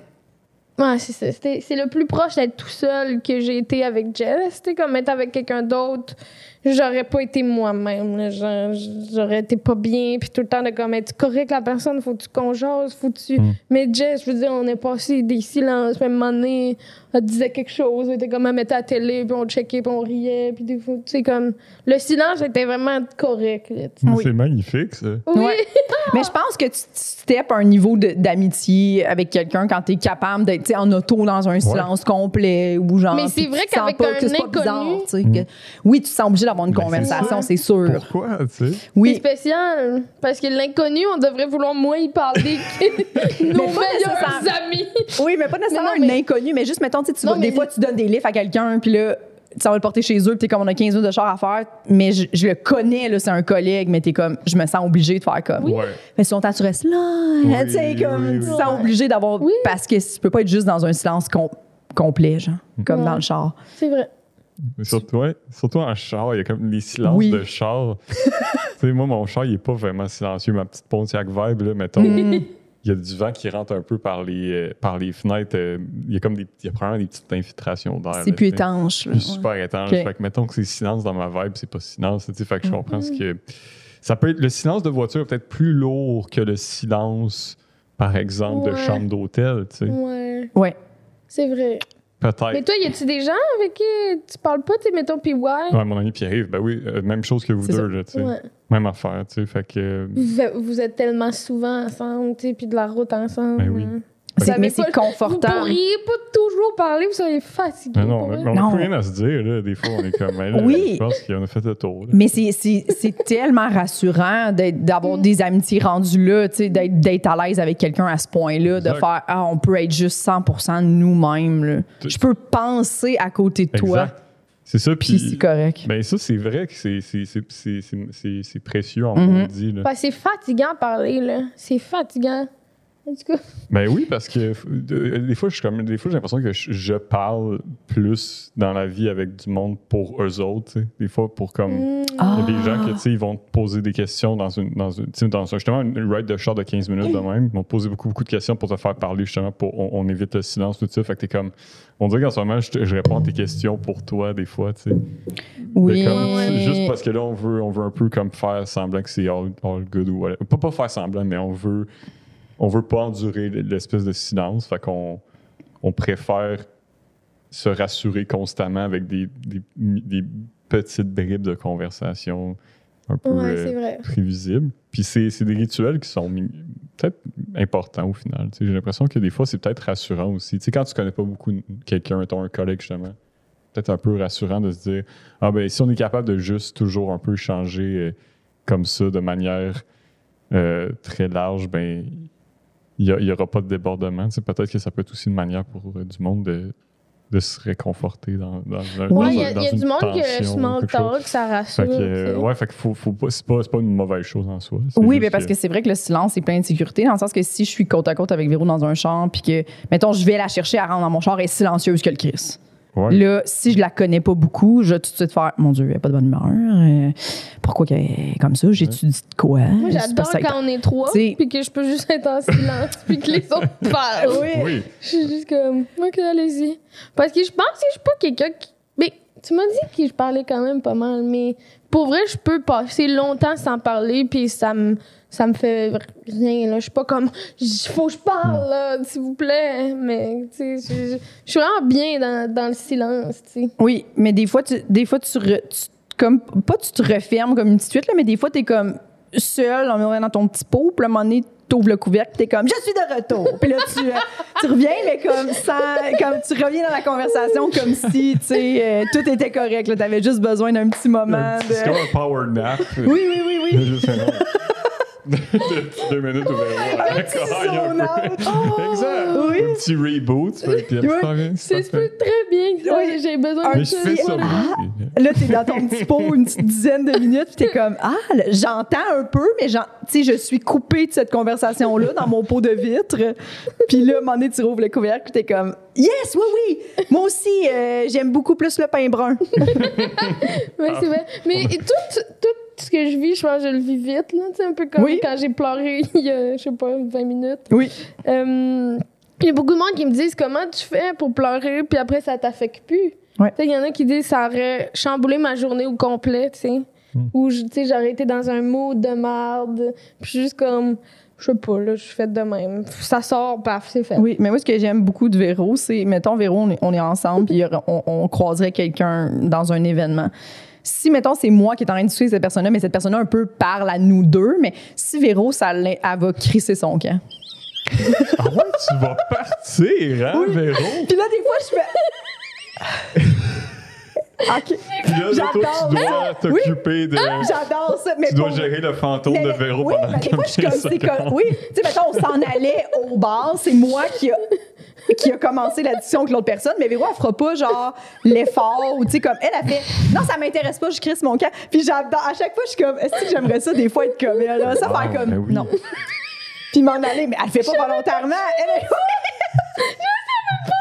S3: Ouais, c'est ça. C'était- C'est le plus proche d'être tout seul que j'ai été avec Jess. C'était comme être avec quelqu'un d'autre. J'aurais pas été moi-même. là. Genre, J'aurais été pas bien. Puis tout le temps de comme être correct la personne, faut que tu qu'on jase, faut que tu.
S4: Mm.
S3: Mais Jess, je veux dire, on est passé des silences. Même un moment donné, elle disait quelque chose. On était comme à mettre à la télé, puis on checkait, puis on riait. Puis des fois, tu sais, comme. Le silence était vraiment correct. là, tu sais.
S4: Mais
S2: Oui. Euh.
S4: C'est magnifique, ça.
S3: Oui,
S2: Mm. Ouais. Mais je pense que tu tu steppes un niveau de- d'amitié avec quelqu'un quand tu es capable d'être tu sais, en auto dans un silence complet ou genre.
S3: Mais c'est
S2: puis
S3: vrai
S2: tu te sens
S3: qu'avec
S2: pas
S3: un
S2: que c'est pas bizarre,
S3: inconnu-
S2: tu sais, que- Oui, tu te sens obligé d'avoir une
S4: Mais c'est
S2: conversation,
S4: sûr.
S2: c'est sûr.
S4: Pourquoi, tu sais?
S3: C'est
S2: Oui.
S3: spécial. Parce que l'inconnu, on devrait vouloir moins y parler que nos
S2: Mais pas
S3: meilleurs
S2: nécessaire-
S3: amis.
S2: Oui, mais pas nécessairement
S3: Mais non,
S2: un inconnu, mais juste, mettons, tu sais, tu
S3: Non,
S2: vas- des
S3: mais-
S2: fois, tu donnes des livres à quelqu'un, puis là, ça va le porter chez eux, puis t'es comme, on a 15 minutes de char à faire, mais je, je le connais, là, c'est un collègue, mais t'es comme, je me sens obligée de faire comme.
S4: Ouais.
S2: Mais si on tu restes là,
S4: Oui,
S2: tu sais, comme,
S4: oui,
S2: tu te
S4: oui.
S2: sens obligé d'avoir.
S3: Oui.
S2: Parce que tu peux pas être juste dans un silence com- complet, genre, comme
S3: Ouais.
S2: dans le char.
S3: C'est vrai.
S4: Mais Surtout, ouais, surtout en char, il y a comme des silences
S2: Oui.
S4: de char. tu sais, moi, mon char, il n'est pas vraiment silencieux. Ma petite Pontiac Vibe, là, mettons,
S2: Mm.
S4: il y a du vent qui rentre un peu par les, euh, par les fenêtres. euh, Il y a comme des, il y a probablement des petites infiltrations d'air.
S2: C'est
S4: là,
S2: plus
S4: tu sais.
S2: étanche. là.
S4: Puis super étanche.
S2: Ok.
S4: Fait que mettons que c'est silence dans ma vibe, c'est pas silence. tu sais, fait que je comprends
S2: Mm-hmm.
S4: ce que. Ça peut être, le silence de voiture est peut-être plus lourd que le silence, par exemple, de
S3: Ouais.
S4: chambre d'hôtel. tu sais.
S3: Ouais.
S2: Ouais.
S3: C'est vrai. Mais
S4: Peut-être.
S3: toi, y a-tu des gens avec qui tu parles pas, tu sais, mettons, puis ouais.
S4: Ouais, mon ami Pierre-Yves, ben oui, euh, même chose que vous
S2: C'est ça.
S4: deux. Là, tu sais.
S3: Ouais. Mm,
S4: Même affaire, tu sais. Fait que. euh,
S3: Vous, fa- vous êtes tellement souvent ensemble, tu sais, puis de la route ensemble.
S4: Ben oui.
S3: hein.
S2: C'est-
S3: savez
S2: mais c'est
S3: pas- Vous
S2: confortable.
S3: pourriez pas toujours parler, vous seriez fatigué.
S4: mais Ben non,
S3: pour
S4: on
S3: vrai.
S4: n'a
S2: Non.
S4: plus rien à se dire. Là. Des fois, on est comme. mais là,
S2: Oui.
S4: Je pense qu'on a fait le tour. là.
S2: Mais c'est- c'est c'est tellement rassurant d'être-
S3: Mm.
S2: d'avoir des amitiés rendues là, tu sais, d'être d'être à l'aise avec quelqu'un à ce point-là, de
S4: Exact.
S2: faire Ah, on peut être juste 100 nous-mêmes. là.
S4: Tu-
S2: Je peux penser à côté de toi,
S4: Exact. C'est ça.
S2: puis c'est
S4: Puis.
S2: correct.
S4: Ben ça, c'est vrai que c'est- c'est- c'est- c'est c'est- c'est- c'est précieux, on
S2: Mhm.
S4: dit. Là.
S3: Parce que c'est fatigant à parler, là. C'est fatigant. En tout cas,
S4: Ben oui, parce que f- de- des fois, je suis comme, des fois, j'ai l'impression que je, je parle plus dans la vie avec du monde pour eux autres. tu sais. Des fois, pour
S3: Mm.
S4: comme
S3: Ah.
S4: il y a des
S2: Ah.
S4: gens que tu sais, ils vont te poser des questions dans une, dans une, tu sais, dans un- justement une ride de char de 15 minutes de même. Ils vont te poser beaucoup, beaucoup de questions pour te faire parler justement pour on, on évite le silence tout ça. Fait que t'es comme, on dirait qu'en ce moment, je, te- je réponds à tes questions pour toi des fois. Tu sais.
S2: oui.
S4: Mais comme, c'est Juste parce que là, on veut, on veut un peu comme faire semblant que c'est all, all good ou whatever. Pas, pas faire semblant, mais on veut, on veut pas endurer l'espèce de silence. Fait qu'on on préfère se rassurer constamment avec des, des, des petites bribes de conversation un peu
S3: ouais,
S4: euh,
S3: c'est vrai.
S4: prévisibles. Puis c'est c'est des rituels qui sont mi- peut-être importants au final. Tu sais, J'ai l'impression que des fois, c'est peut-être rassurant aussi. Tu sais, quand tu connais pas beaucoup quelqu'un, mettons un collègue justement, peut-être un peu rassurant de se dire ah ben si on est capable de juste toujours un peu changer euh, comme ça de manière euh, très large, ben il n'y aura pas de débordement. Tu sais, peut-être que ça peut être aussi une manière pour euh, du monde de, de se réconforter dans, dans, dans, dans
S3: Ouais, il y a,
S4: un- dans
S3: il y a
S4: une
S3: du monde qui a le
S4: tension ou
S3: small
S4: quelque chose.
S3: talk, ça rassure.
S4: Fait que,
S3: tu
S4: euh,
S3: sais.
S4: ouais, fait que faut, faut pas, c'est pas, c'est pas une mauvaise chose en soi. c'est
S2: Oui,
S4: juste
S2: mais parce que c'est vrai que le silence est plein de sécurité, dans le sens que si je suis côte à côte avec Véro dans un champ, puis que, mettons, je vais la chercher à rendre dans mon char, elle est silencieuse que le Chris.
S4: Ouais.
S2: Là, si je la connais pas beaucoup, je vais tout de suite faire Mon Dieu, elle a pas de bonne humeur. euh, pourquoi qu'elle est comme ça J'ai-tu dit de quoi
S3: Moi,
S2: C'est
S3: j'adore
S2: parce que-
S3: quand on est trois,
S2: T'sais-
S3: puis que je peux juste être en silence, puis que les autres parlent.
S4: Oui,
S3: Je suis juste comme, ok, allez-y. Parce que je pense que je suis pas quelqu'un qui. Mais tu m'as dit que je parlais quand même pas mal, mais pour vrai, je peux passer longtemps sans parler, puis ça me. ça me fait rien. Là. Je suis pas comme, il faut que je parle, là, s'il vous plaît. Mais tu sais, je- je je suis vraiment bien dans, dans le silence. tu sais.
S2: Oui, mais des fois, tu, des fois, tu, re- tu- comme, pas tu te refermes comme une petite suite, là, mais des fois, tu es comme seul en dans ton petit pot, puis à un moment donné, t'ouvres le couvercle, t'es comme je suis de retour. Puis là tu, euh, tu reviens mais comme sans comme tu reviens dans la conversation comme si tu sais euh, tout était correct là, t'avais juste besoin d'un petit moment
S4: Un petit- C'est
S2: de...
S4: comme un power nap.
S2: Ah, ben. Oui oui oui oui.
S4: Juste un autre. Deux- Deux minutes ben, ou
S2: Un petit zone out. Oh!
S4: Exact.
S2: Oui.
S4: Un petit reboot. puis après,
S2: Oui.
S4: ça revient,
S3: Ça se
S4: ça
S3: peut
S4: fait.
S3: très bien que ça-
S2: Oui.
S3: j'ai besoin
S2: Un
S3: de
S4: Mais je
S3: ça.
S4: fais ça.
S3: Voilà.
S2: Ah.
S4: oui.
S2: Là, t'es dans ton petit pot une petite dizaine de minutes, puis t'es comme ah, là, j'entends un peu, mais j'en- tu sais, je suis coupée de cette conversation-là dans mon pot de vitre. Puis là, à un moment donné, tu rouvres le couvercle, puis t'es comme yes, oui, oui, moi aussi, euh, j'aime beaucoup plus le pain brun.
S3: Ouais,
S2: Ah.
S3: c'est vrai. Mais et tout, tout ce que je vis, je pense que je le vis vite. Là, tu sais, un peu comme
S2: Oui.
S3: quand j'ai pleuré il y a, je sais pas, 20 minutes.
S2: Oui.
S3: Euh, Il y a beaucoup de monde qui me disent comment tu fais pour pleurer, puis après ça t'affecte plus.
S2: Ouais.
S3: Tu sais, Il y en a qui disent ça aurait chamboulé ma journée au complet, tu sais.
S2: Hmm.
S4: Mm.
S3: Ou je- tu sais, j'aurais été dans un mot de merde, puis je suis juste comme, je sais pas, là, je suis faite de même. Ça sort, paf, c'est fait.
S2: Oui, mais moi, ce que j'aime beaucoup de Véro, c'est, mettons, Véro, on est, on est ensemble, puis il y aura- on, on croiserait quelqu'un dans un événement. Si, mettons, c'est moi qui est en train de suivre cette personne-là, mais cette personne-là un peu parle à nous deux, mais si Véro, ça, l'in- elle va crisser son camp.
S4: Ah ouais, tu vas partir, hein, Véro?
S2: Puis là, des fois, je fais. OK.
S4: Puis là, toi,
S2: J'adore. Ah,
S4: tu dois t'occuper de.
S2: J'adore ça. Mais
S4: Tu dois
S2: pour-
S4: gérer le fantôme
S2: Mais-
S4: de Véro
S2: oui,
S4: pendant
S2: mais des fois, je suis comme,
S4: 15
S2: c'est comme,
S4: secondes.
S2: oui, tu sais, mettons, on s'en allait au bar, c'est moi qui a, qui a commencé la discussion avec l'autre personne, mais Véro, elle fera pas, genre, l'effort, ou tu sais, comme, elle a fait, non, ça m'intéresse pas, je crisse mon camp, puis j'adore, à chaque fois, je suis comme, est-ce que j'aimerais ça, des fois, être comme elle, là, ça
S4: Wow,
S2: faire comme,
S4: ben oui.
S2: non. Puis m'en aller, mais elle le fait pas volontairement, elle est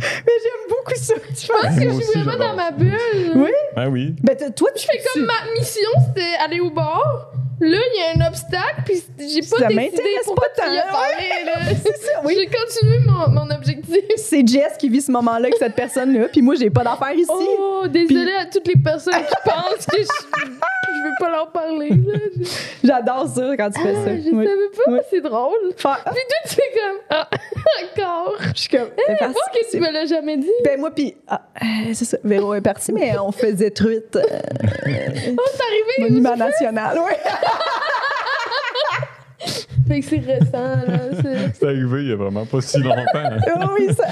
S2: Mais j'aime beaucoup ça, tu vois.
S3: Parce que je
S4: Moi
S3: suis
S4: aussi,
S3: vraiment dans
S4: j'adore
S3: ma
S4: ça.
S3: bulle.
S2: Oui?
S4: Ben oui.
S2: Ben, t- toi, tu
S3: Fait que comme ma mission, c'était aller au bar. Là, il y a un obstacle, puis j'ai
S2: Ça
S3: pas décidé
S2: m'intéresse
S3: pourquoi
S2: pas
S3: tu y as
S2: tant,
S3: parlé. là.
S2: C'est ça, oui.
S3: J'ai continué mon, mon objectif.
S2: C'est Jess qui vit ce moment-là avec cette personne-là, puis moi, j'ai pas d'affaires ici.
S3: Oh, désolée à toutes les personnes qui pensent que je, je veux pas leur parler. là. Je,
S2: J'adore ça quand tu fais ça.
S3: Ah, je
S2: Oui.
S3: savais pas,
S2: Oui.
S3: c'est drôle.
S2: Faire- ah,
S3: Puis tout, c'est comme, ah, encore.
S2: je suis comme. Ah, c'est parce
S3: Pourquoi que
S2: c'est-
S3: tu me l'as jamais dit?
S2: Ben moi puis ah, euh, c'est ça. Véro est parti, mais on faisait truite euh,
S3: Oh, c'est arrivé.
S2: monument national. Ouais.
S3: Fait que c'est récent, là. c'est-
S4: C'est arrivé il y a vraiment pas si longtemps. hein.
S2: Ah oui ça.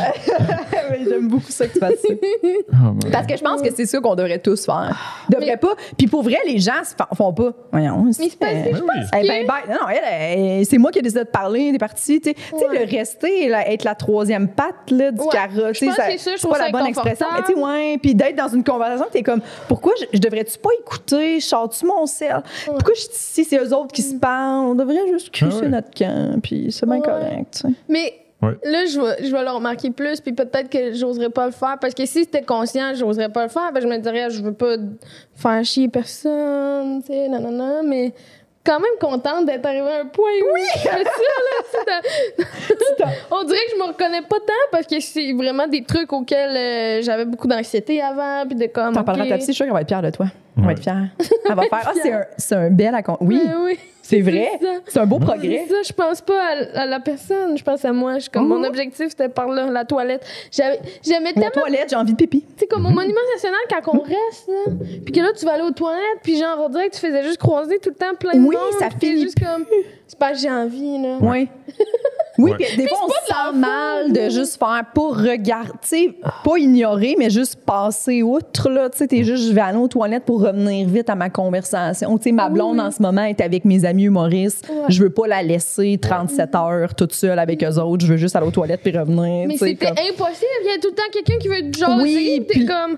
S2: Mais J'aime beaucoup ça que tu fasses ça.
S4: Ah, ben.
S2: Parce que je pense que c'est ça qu'on devrait tous faire. Devrait pas. Puis pour vrai, les gens se fa- font pas. Voyons.
S3: Mais c'est parce que
S4: Ben
S3: je
S4: oui.
S3: pense
S2: Eh
S3: que...
S2: ben, ben, non, elle, elle, c'est moi qui ai décidé de parler, des parties, tu sais. Tu sais,
S3: Ouais.
S2: le rester, là, être la troisième patte, là, du
S3: Ouais.
S2: carrot, tu
S3: Je
S2: sais,
S3: pense
S2: ça-
S3: que c'est ça, je
S2: c'est
S3: trouve
S2: pas la
S3: ça
S2: bonne expression, mais tu sais,
S3: inconfortable.
S2: ouais, puis d'être dans une conversation, t'es comme, pourquoi je, je devrais-tu pas écouter, chante-tu mon sel, pourquoi je suis ici, c'est eux autres qui se parlent, on devrait juste crisser
S4: Ah ouais.
S2: notre camp, puis c'est bien
S3: Mm. Ouais.
S2: correct, tu sais.
S3: Mais
S4: Ouais.
S3: là, je vais, je vais le remarquer plus, puis peut-être que j'oserais pas le faire. Parce que si c'était conscient, j'oserais pas le faire. parce que je me dirais, je veux pas faire chier personne, tu sais, nanana. Mais quand même contente d'être arrivée à un point où oui! je fais ça, là, tu sais, dans- On dirait que je me reconnais pas tant parce que c'est vraiment des trucs auxquels euh, j'avais beaucoup d'anxiété avant, puis de comme.
S2: T'en parleras à
S3: ok.
S2: ta psy, je suis sûre qu'elle va être fière de toi. On va
S4: Ouais.
S2: être fière. Elle va faire, ah, c'est un, c'est un bel accom- Oui,
S3: Ouais, Ben oui.
S2: c'est vrai,
S3: ça.
S2: c'est un beau
S3: C'est
S2: progrès.
S3: ça, je pense pas à, à la personne, je pense à moi. Je, suis comme, Mon
S2: Mhm.
S3: objectif, c'était par là, la toilette. J'avais- J'aimais
S2: La toilette, j'ai envie de pipi.
S3: Tu sais, comme au Monument National, quand
S2: Mhm.
S3: on reste, là, puis que là, tu vas aller aux toilettes, puis genre, on dirait que tu faisais juste croiser tout le temps plein de
S2: Oui,
S3: monde.
S2: ça
S3: puis t'es
S2: finit
S3: juste comme, c'est pas que j'ai envie, là.
S2: Oui. Oui,
S4: Ouais.
S2: puis des fois, on se
S3: pas
S2: sent
S3: de leur
S2: mal
S3: faute.
S2: de juste faire pour regarder, tu sais, pas ignorer, mais juste passer outre, là. Tu sais, t'es juste, je vais aller aux toilettes pour revenir vite à ma conversation. Tu sais, ma
S3: Oui,
S2: blonde,
S3: oui.
S2: en ce moment, est avec mes amis humoristes.
S3: Ouais.
S2: Je veux pas la laisser 37 heures toute seule avec eux autres. Je veux juste aller aux toilettes puis revenir,
S3: Mais
S2: tu sais,
S3: c'était
S2: comme...
S3: impossible. Il y a tout le temps quelqu'un qui veut te jaser,
S2: Oui,
S3: t'es
S2: puis-
S3: comme,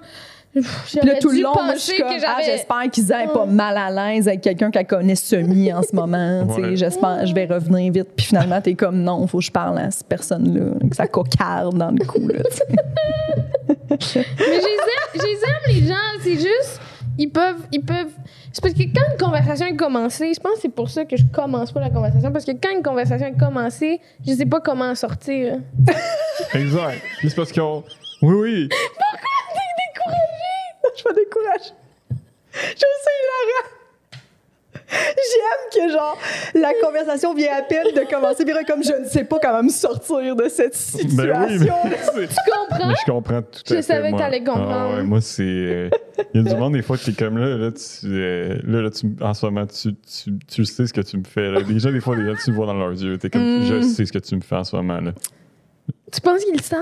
S3: Pff,
S2: Puis
S3: j'aurais
S2: là, tout le
S3: dû
S2: long, moi, je
S3: penser
S2: suis comme,
S3: que
S2: ah,
S3: j'avais...
S2: j'espère qu'ils aient pas mal à l'aise avec quelqu'un qu'elle connaît semi en ce moment. tu sais.
S4: Ouais.
S2: J'espère, je vais revenir vite. Puis finalement, t'es comme, non, faut que je parle à cette personne-là, que ça cocarde dans le cou, là, tu sais.
S3: Mais je les aime, je les aime, les gens. C'est juste, ils peuvent, ils peuvent. C'est parce que quand une conversation est commencée, je pense que c'est pour ça que je commence pas la conversation, parce que quand une conversation est commencée, je sais pas comment en sortir.
S4: Exact. Mais C'est parce qu'on. Oui, oui.
S2: Je me décourage. Je suis aussi hilarant. J'aime que, genre, la conversation vient à peine de commencer. Puis là, comme je ne sais pas comment me sortir de cette
S4: Ben oui,
S2: situation.
S4: mais c'est-
S3: Tu comprends?
S4: Mais je comprends tout
S3: Je
S4: à fait.
S3: savais que
S4: moi.
S3: t'allais comprendre.
S4: Ah ouais, moi, c'est. euh, Il y a du monde, des fois, qui est comme là, là, tu, euh, là, là, tu- en ce moment, tu, tu, tu sais ce que tu me fais. Là. Déjà, des fois, les gens, tu le vois dans leurs yeux. T'es comme,
S3: Mm.
S4: je sais ce que tu me fais en ce moment. Là.
S3: Tu penses qu'ils le savent?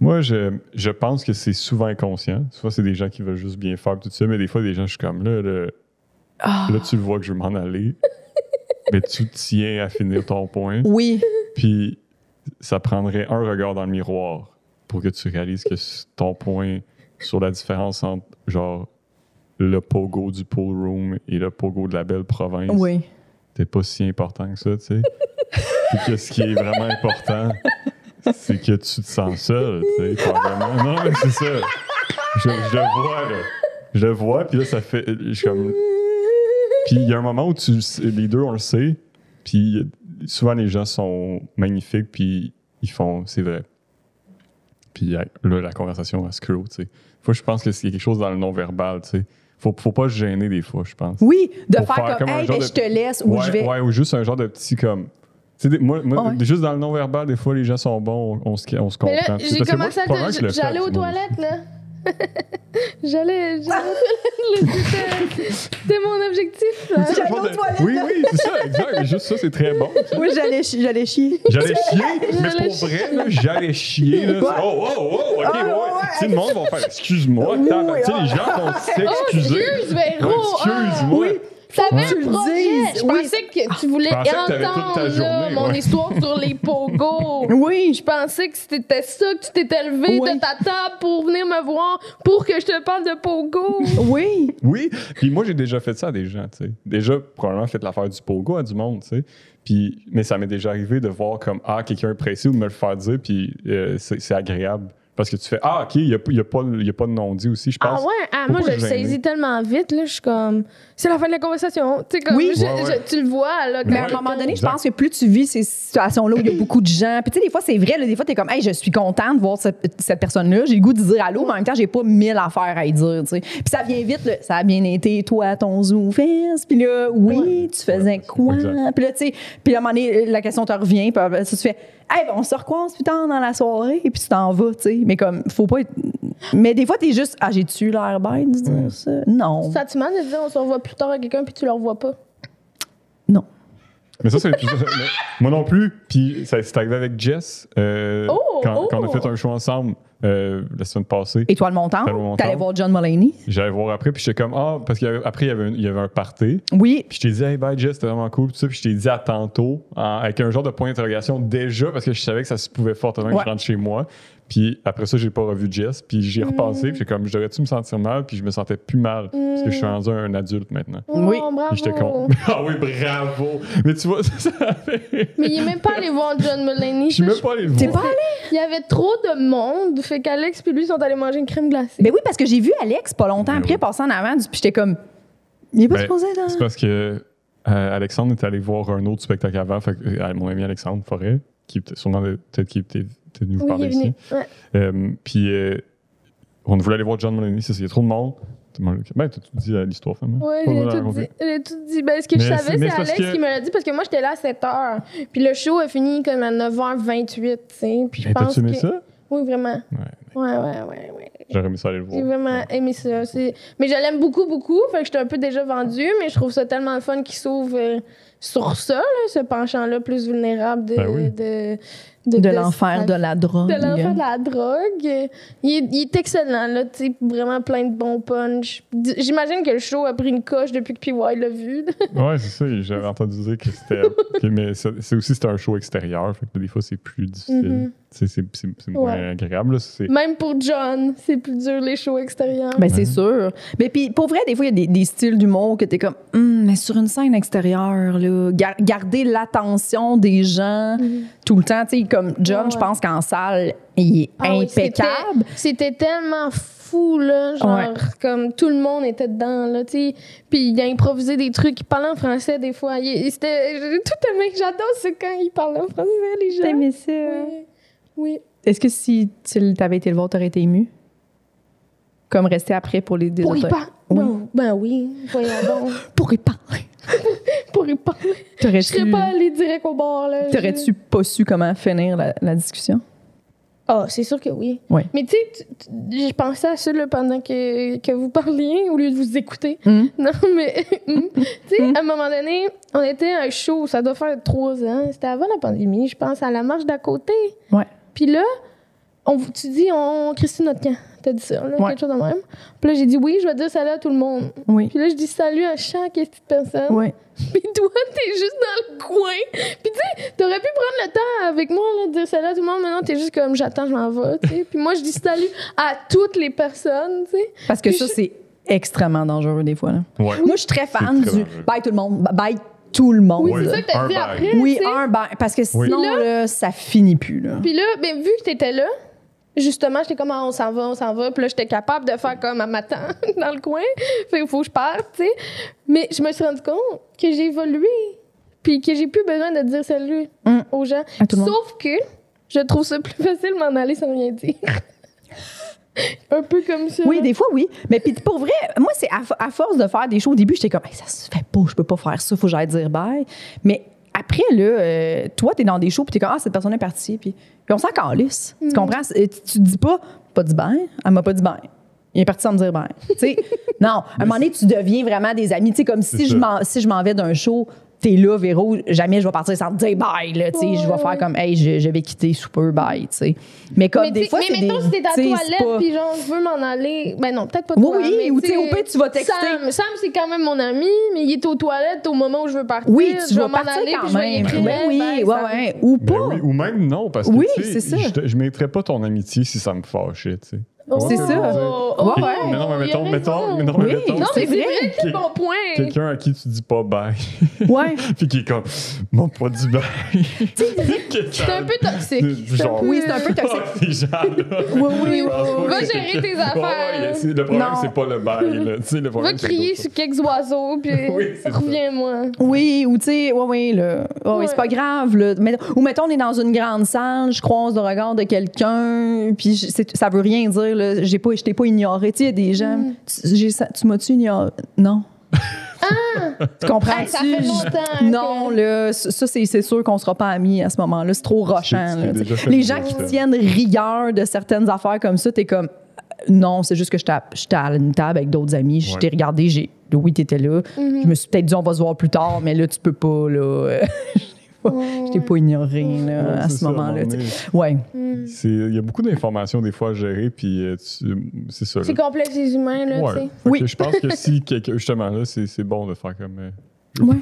S4: Moi, je, je pense que c'est souvent inconscient. Soit c'est des gens qui veulent juste bien faire, tout ça, mais des fois, des gens, je suis comme là, là,
S2: Ah.
S4: là, tu le vois que je veux m'en aller. mais tu tiens à finir ton point.
S2: Oui.
S4: Puis ça prendrait un regard dans le miroir pour que tu réalises que s- ton point sur la différence entre genre le pogo du pool room et le pogo de la belle province,
S2: Oui.
S4: t'es pas si important que ça, tu sais. Puis que ce qui est vraiment important, c'est que tu te sens seul, tu sais, probablement. Non, mais c'est ça. Je, je le vois, là. Je le vois, puis là, ça fait. Je suis comme. Puis il y a un moment où tu, le sais- les deux, on le sait, puis souvent les gens sont magnifiques, puis ils font, c'est vrai. Puis là, la conversation, elle se clôt, tu sais. Faut que je pense que c'est quelque chose dans le non-verbal, tu sais. Faut, faut pas se gêner des fois, je pense.
S2: Oui, de faire,
S4: Pour faire
S2: comme,
S4: comme un
S2: hey,
S4: genre
S2: ben,
S4: de-
S2: je te laisse ou
S4: ouais,
S2: je vais.
S4: ouais, ou juste un genre de petit comme. Tu sais, des- moi, moi,
S2: Ouais.
S4: juste dans le non-verbal, des fois, les gens sont bons, on, on se, on se
S3: Ah Mais
S4: comprend.
S3: là,
S4: tu sais,
S3: j'ai
S4: parce que moi,
S3: commencé
S4: je suis
S3: à
S4: pas mal que
S3: te.
S4: le
S3: J'allais
S4: fais,
S3: aux
S4: tout le monde.
S3: toilettes, là. J'allais. J'allais aux toilettes, là, c'était- C'était mon objectif, là.
S2: J'allais
S4: Genre
S2: aux
S4: de-
S2: toilettes,
S4: Oui,
S2: là.
S4: oui, c'est ça, exact. Mais juste ça, c'est très bon. ça.
S2: Oui, j'allais chi- j'allais chier.
S4: J'allais chier, mais
S3: J'allais
S4: pour vrai, là, j'allais chier. Là.
S2: Ouais.
S4: Oh, oh, oh, ok,
S2: Ah,
S4: ouais.
S2: ouais.
S4: Tu sais, le monde va faire excuse-moi.
S2: Oui,
S4: tabarnak. Tu sais, les
S2: ah.
S4: gens vont
S3: Oh,
S4: s'excuser.
S3: excuse, Véro, ah.
S4: Excuse-moi.
S2: Oui.
S3: T'avais
S2: Tu
S3: un
S2: le
S3: projet.
S2: dises,
S3: Je
S2: oui.
S3: pensais que tu voulais
S4: Je pensais que t'avais
S3: entendre
S4: toute ta
S3: là,
S4: journée,
S3: mon
S4: ouais.
S3: histoire sur les pogos.
S2: Oui,
S3: Je pensais que c'était ça que tu t'étais
S2: Oui.
S3: levé de ta table pour venir me voir pour que je te parle de pogo.
S2: je- oui.
S4: Oui, puis moi j'ai déjà fait ça à des gens, tu sais. Déjà probablement fait l'affaire du pogo à du monde, tu sais. Puis mais ça m'est déjà arrivé de voir comme ah quelqu'un est pressé ou de me le faire dire puis euh, c'est c'est agréable parce que tu fais ah OK, il y a, il y a pas il y a pas de non-dit aussi, je pense.
S3: Ah ouais, ah,
S4: Faut
S3: moi
S4: pas
S3: je
S4: se
S3: le
S4: gêner.
S3: saisis tellement vite, là, je suis comme. C'est la fin de la conversation. Tu sais, comme.
S2: Oui.
S3: je-
S4: Ouais, ouais.
S3: je- tu le vois, là.
S2: Mais à
S3: quand-
S2: un moment donné, je
S4: Exact.
S2: pense que plus tu vis ces situations-là où il y a beaucoup de gens, puis tu sais, des fois, c'est vrai, là, des fois, t'es comme, hey, je suis contente de voir ce- cette personne-là, j'ai le goût de dire allô, mais en même temps, j'ai pas mille affaires à y dire, tu sais. Puis ça vient vite, là. ça a bien été, toi, ton zoom fest, puis là, oui, tu faisais
S4: Ouais, c'est-
S2: quoi?
S4: exact.
S2: Puis là, tu sais, puis à un moment donné, la question te revient, puis après ça, tu fais, hey, ben, on se recroise plus tard dans la soirée, et puis tu t'en vas, tu sais. Mais comme, faut pas être. Mais des fois, t'es juste, ah, j'ai-tu l'air bête de dire ça? Non.
S3: Ça te manque de dire on se revoit plus tard à quelqu'un puis tu le revois pas.
S2: Non.
S4: Mais ça c'est le plus- euh, mais moi non plus, puis ça c'est arrivé avec Jess euh,
S3: Oh,
S4: quand, quand on a
S3: oh.
S4: fait un show ensemble euh, la semaine passée.
S2: Étoile montante,
S4: Étoile montante.
S2: t'allais voir John Mulaney.
S4: J'allais voir après puis j'étais comme ah parce qu'après il y avait un- il y avait un party.
S2: Oui.
S4: Puis je t'ai dit, hey, bye, Jess, c'était vraiment cool. Puis, ça, puis je t'ai dit à tantôt, en- avec un genre de point d'interrogation déjà, parce que je savais que ça se pouvait fortement que
S2: Ouais.
S4: je rentre chez moi. Puis après ça, j'ai pas revu Jess. Puis j'y
S3: Mm.
S4: ai repensé. Puis j'ai comme, je devrais-tu me sentir mal? Puis je me sentais plus mal. Parce que je suis rendu un adulte maintenant.
S2: Oui.
S3: Oh, bravo.
S4: Puis j'étais con. Ah oui, bravo! Mais tu vois, ça, ça fait.
S3: Mais il est même pas allé voir John Mulaney.
S4: Je suis
S3: ça,
S4: même
S3: je-
S4: pas allé le
S2: T'es
S4: voir.
S2: pas allé?
S3: Il y avait trop de monde, fait qu'Alex puis lui sont allés manger une crème glacée.
S2: Ben oui, parce que j'ai vu Alex pas longtemps
S4: Ben
S2: après
S4: oui.
S2: passer en avant, du- puis j'étais comme, il est pas
S4: Ben,
S2: supposé être dans.
S4: C'est parce que euh, Alexandre est allé voir un autre spectacle avant. Fait que, euh, mon ami Alexandre Forêt, qui peut- sûrement peut-être qu'il était était venu vous
S3: oui, il
S4: parler
S3: est
S4: Ben, ici.
S3: venu. Ouais.
S4: Euh, puis euh, on voulait aller voir John Mulaney, c'est ça, il y a trop de monde. Tout le monde- Ben, t'as tout dit à l'histoire, finalement.
S3: Ouais,
S4: Pas
S3: j'ai
S4: besoin de
S3: tout,
S4: raconter.
S3: dit. J'ai tout dit. Ben, ce que je
S4: Mais c'est-
S3: savais,
S4: mais
S3: c'est
S4: c'est parce
S3: Alex
S4: que-
S3: qui me l'a dit parce que moi, j'étais là à 7 h. Puis le show a fini comme à 9h28, tu sais. Puis je
S4: Ben,
S3: pense.
S4: T'as-tu aimé
S3: que...
S4: ça?
S3: Oui, vraiment.
S4: Ouais,
S3: Ouais, ouais, ouais, ouais.
S4: j'aurais aimé ça aller le voir.
S3: J'ai vraiment aimé ça. C'est- Mais je l'aime beaucoup, beaucoup. Fait que j'étais un peu déjà vendue, mais je trouve ça tellement le fun qu'il s'ouvre euh, sur ça, là, ce penchant-là plus vulnérable de,
S4: Ben oui.
S3: de,
S2: de
S3: de-
S2: l'enfer de la drogue.
S3: de l'enfer de la drogue. Il est, il est excellent, là, tu sais, vraiment plein de bons punch. D- J'imagine que le show a pris une coche depuis que PY l'a vu.
S4: Ouais, c'est ça, j'avais entendu dire que c'était. que- mais ça- c'est aussi, c'était un show extérieur, fait que des fois, c'est plus difficile.
S3: Mhm.
S4: Tu sais, C'est c'est- c'est moins
S3: Ouais.
S4: agréable, là. C'est
S3: Même pour John, c'est plus dur les shows extérieurs.
S2: Ben, c'est sûr. Mais puis, pour vrai, des fois, il y a des, des styles d'humour que t'es comme, Hum, mais sur une scène extérieure, là, gar- garder l'attention des gens tout le temps. Tu sais, comme John,
S3: Mm-hmm. Ouais,
S2: je pense qu'en salle, il est
S3: Ah oui, c'était-
S2: impeccable.
S3: C'était tellement fou, là. Genre,
S2: Ouais.
S3: comme tout le monde était dedans, là, tu sais. Puis il a improvisé des trucs. Il parlait en français, des fois. Il, il- c'était j'ai tout aimé. J'adore ça quand il parle en français, les gens.
S2: ça?
S3: Oui. Oui.
S2: Est-ce que si tu t'avais été le voir, t'aurais été ému? Comme rester après pour les des
S3: Pour y
S2: autres-
S3: parler.
S2: Oui.
S3: Ben, ben oui, voyons donc.
S2: Pour y parler.
S3: pour y parler. Je
S2: T'aurais-tu
S3: serais pas allée direct au bord, là.
S2: t'aurais-tu pas su comment finir la, la discussion?
S3: Ah, c'est sûr que oui.
S2: Ouais.
S3: Mais tu sais, tu- tu- je pensais à ça là, pendant que, que vous parliez au lieu de vous écouter.
S2: Hum?
S3: Non, mais tu sais, à un moment donné, on était à un show, ça doit faire trois ans. C'était avant la pandémie, je pense, à la marche d'à côté.
S2: Ouais.
S3: Puis là, on, tu dis, on Christine notre camp. T'as dit ça, là,
S2: Ouais.
S3: quelque chose de même. Puis là, j'ai dit, oui, je vais dire salut à tout le monde.
S2: Oui.
S3: Puis là, je dis salut à chaque petite personne.
S2: Oui.
S3: Puis toi, t'es juste dans le coin. Puis tu sais, t'aurais pu prendre le temps avec moi, là, de dire salut à tout le monde. Maintenant, t'es juste comme, j'attends, je m'en vais, tu sais. Puis moi, je dis salut à toutes les personnes, tu sais.
S2: Parce que
S3: Puis
S2: ça,
S3: je-
S2: c'est extrêmement dangereux des fois. là.
S4: Ouais.
S2: Moi, je suis très fan
S4: très
S2: du
S4: dangereux.
S2: bye tout le monde, bye tout le monde.
S3: Oui,
S4: Ouais,
S3: c'est ça que t'as
S4: un
S3: dit
S4: bail.
S3: après.
S2: Oui,
S3: tu sais.
S2: un bye. Parce que
S4: Oui.
S2: sinon, là, ça finit plus. Là.
S3: Puis là, ben, vu que t'étais là, justement, j'étais comme, Ah, on s'en va, on s'en va. Puis là, j'étais capable de faire comme, à m'attend dans le coin. Fait qu'il faut que je parte, tu sais. Mais je me suis rendu compte que j'ai évolué. Puis que j'ai plus besoin de dire salut
S2: Mm.
S3: aux gens.
S2: À tout le monde.
S3: Sauf que je trouve ça plus facile de m'en aller sans rien dire. Un peu comme ça.
S2: Oui, des fois, oui. Mais puis pour vrai, moi, c'est à, à force de faire des shows, au début, j'étais comme, Hey, ça se fait pas, je peux pas faire ça, faut que j'aille dire bye. Mais après, là, euh, toi, t'es dans des shows, puis t'es comme, ah, cette personne est partie, puis, puis on s'en calisse.
S3: Mm.
S2: Tu comprends? C'est- Tu, tu dis pas, pas du bye, elle m'a pas dit bye. Il est parti sans me dire bye. Tu sais, non, à un moment donné, tu deviens vraiment des amis. Tu sais, comme si
S4: C'est
S2: je
S4: ça.
S2: m'en si je m'en vais d'un show, t'es là, Véro, jamais je vais partir sans te dire bye, là. Tu sais, je vais
S3: Ouais, ouais.
S2: faire comme, hey, je, je vais quitter super bye, tu sais. Mais comme
S3: mais
S2: des
S3: t'sais-
S2: fois,
S3: mais
S2: c'est
S3: mettons,
S2: des-
S3: si t'es dans
S2: tu sais,
S3: la
S2: c'est
S3: toilette,
S2: pas-
S3: puis genre, je veux m'en aller. Ben non, peut-être pas
S2: Oui,
S3: toi,
S2: oui,
S3: mais
S2: ou tu sais,
S3: t'sais,
S2: au pire, tu vas texter.
S3: Sam, Sam, c'est quand même mon ami, mais il est aux toilettes au moment où je veux partir.
S2: Oui, tu
S3: je
S2: vas
S3: vais m'en
S2: partir
S3: aller, puis
S2: quand
S3: je vais y
S2: même.
S3: écrire.
S2: Ben oui,
S3: Bye,
S2: ouais,
S3: Sam.
S2: ouais. Ou pas.
S4: Ben oui, ou même non, parce que
S2: Oui,
S4: tu sais,
S2: c'est ça.
S4: je te- je ne mettrais pas ton amitié si ça me fâchait. tu sais.
S3: Oh,
S2: C'est
S4: Ouais,
S2: ça.
S4: ouais.
S2: Ouais,
S4: Puis-
S2: ouais.
S4: Mais non,
S3: Il
S4: mais
S3: a
S4: mettons,
S3: raison.
S4: mettons, mais non,
S2: Oui.
S4: mais mettons,
S3: Non, mais c'est
S2: C'est
S3: vrai,
S2: vrai.
S3: quel bon point.
S4: quelqu'un à qui tu dis pas bye,
S2: Ouais.
S4: puis qui est comme, mon pas du bye.
S3: C'est un peu toxique.
S4: C'est
S3: C'est un
S4: genre-
S3: peu-
S2: Oui, c'est un peu toxique.
S4: Ces gens-là.
S2: Oui, oui, oui.
S3: Va gérer tes affaires.
S4: le problème,
S2: Non.
S4: c'est pas le bail. Là. Tu sais, le
S3: Va
S4: problème, c'est
S3: crier
S4: d'autres
S3: sur quelques oiseaux, puis
S4: Oui, c'est ça.
S3: reviens-moi.
S2: Oui, ou tu sais, ouais, ouais, là. Ouais, ouais,
S3: Ouais.
S2: c'est pas grave, là. Mais- ou mettons, on est dans une grande salle, je croise le regard de quelqu'un, puis je- c'est- ça veut rien dire, là. J'ai pas, je t'ai pas ignoré. Tu sais, il y a des gens,
S3: Mm.
S2: tu, j'ai ça- tu m'as-tu ignoré? Non. Tu
S3: Ah! Hey, ça fait
S2: comprends-tu?
S3: longtemps.
S2: Non,
S3: que-
S2: là, ça, ça, c'est c'est sûr qu'on sera pas amis à ce moment-là. C'est trop rochant.
S4: tu t'es
S2: là,
S4: déjà
S2: t'sais.
S4: fait
S2: Les
S4: une
S2: gens
S4: joke,
S2: qui
S4: là.
S2: tiennent rigueur de certaines affaires comme ça, t'es comme, euh, non, c'est juste que j'étais à- j'étais à une table avec d'autres amis, je
S4: Ouais.
S2: t'ai regardé, j'ai, oui, t'étais là. Je me suis peut-être dit, on va se voir plus tard, mais là, tu peux pas, là. euh, je t'ai pas ignoré, là,
S4: Ouais,
S2: à
S4: c'est
S2: ce
S4: ça, à un
S2: moment-là.
S4: moment
S2: t'sais.
S4: donné.
S2: Ouais.
S4: C'est- Il y a beaucoup d'informations des fois à gérer, puis euh, tu- c'est ça.
S3: C'est
S4: là.
S3: complexe, les humains, là, tu
S4: Ouais.
S3: sais.
S4: Fait
S2: Oui.
S4: que Je pense que si quelqu'un, justement, là, c'est c'est bon de faire comme. euh,
S2: Ouais.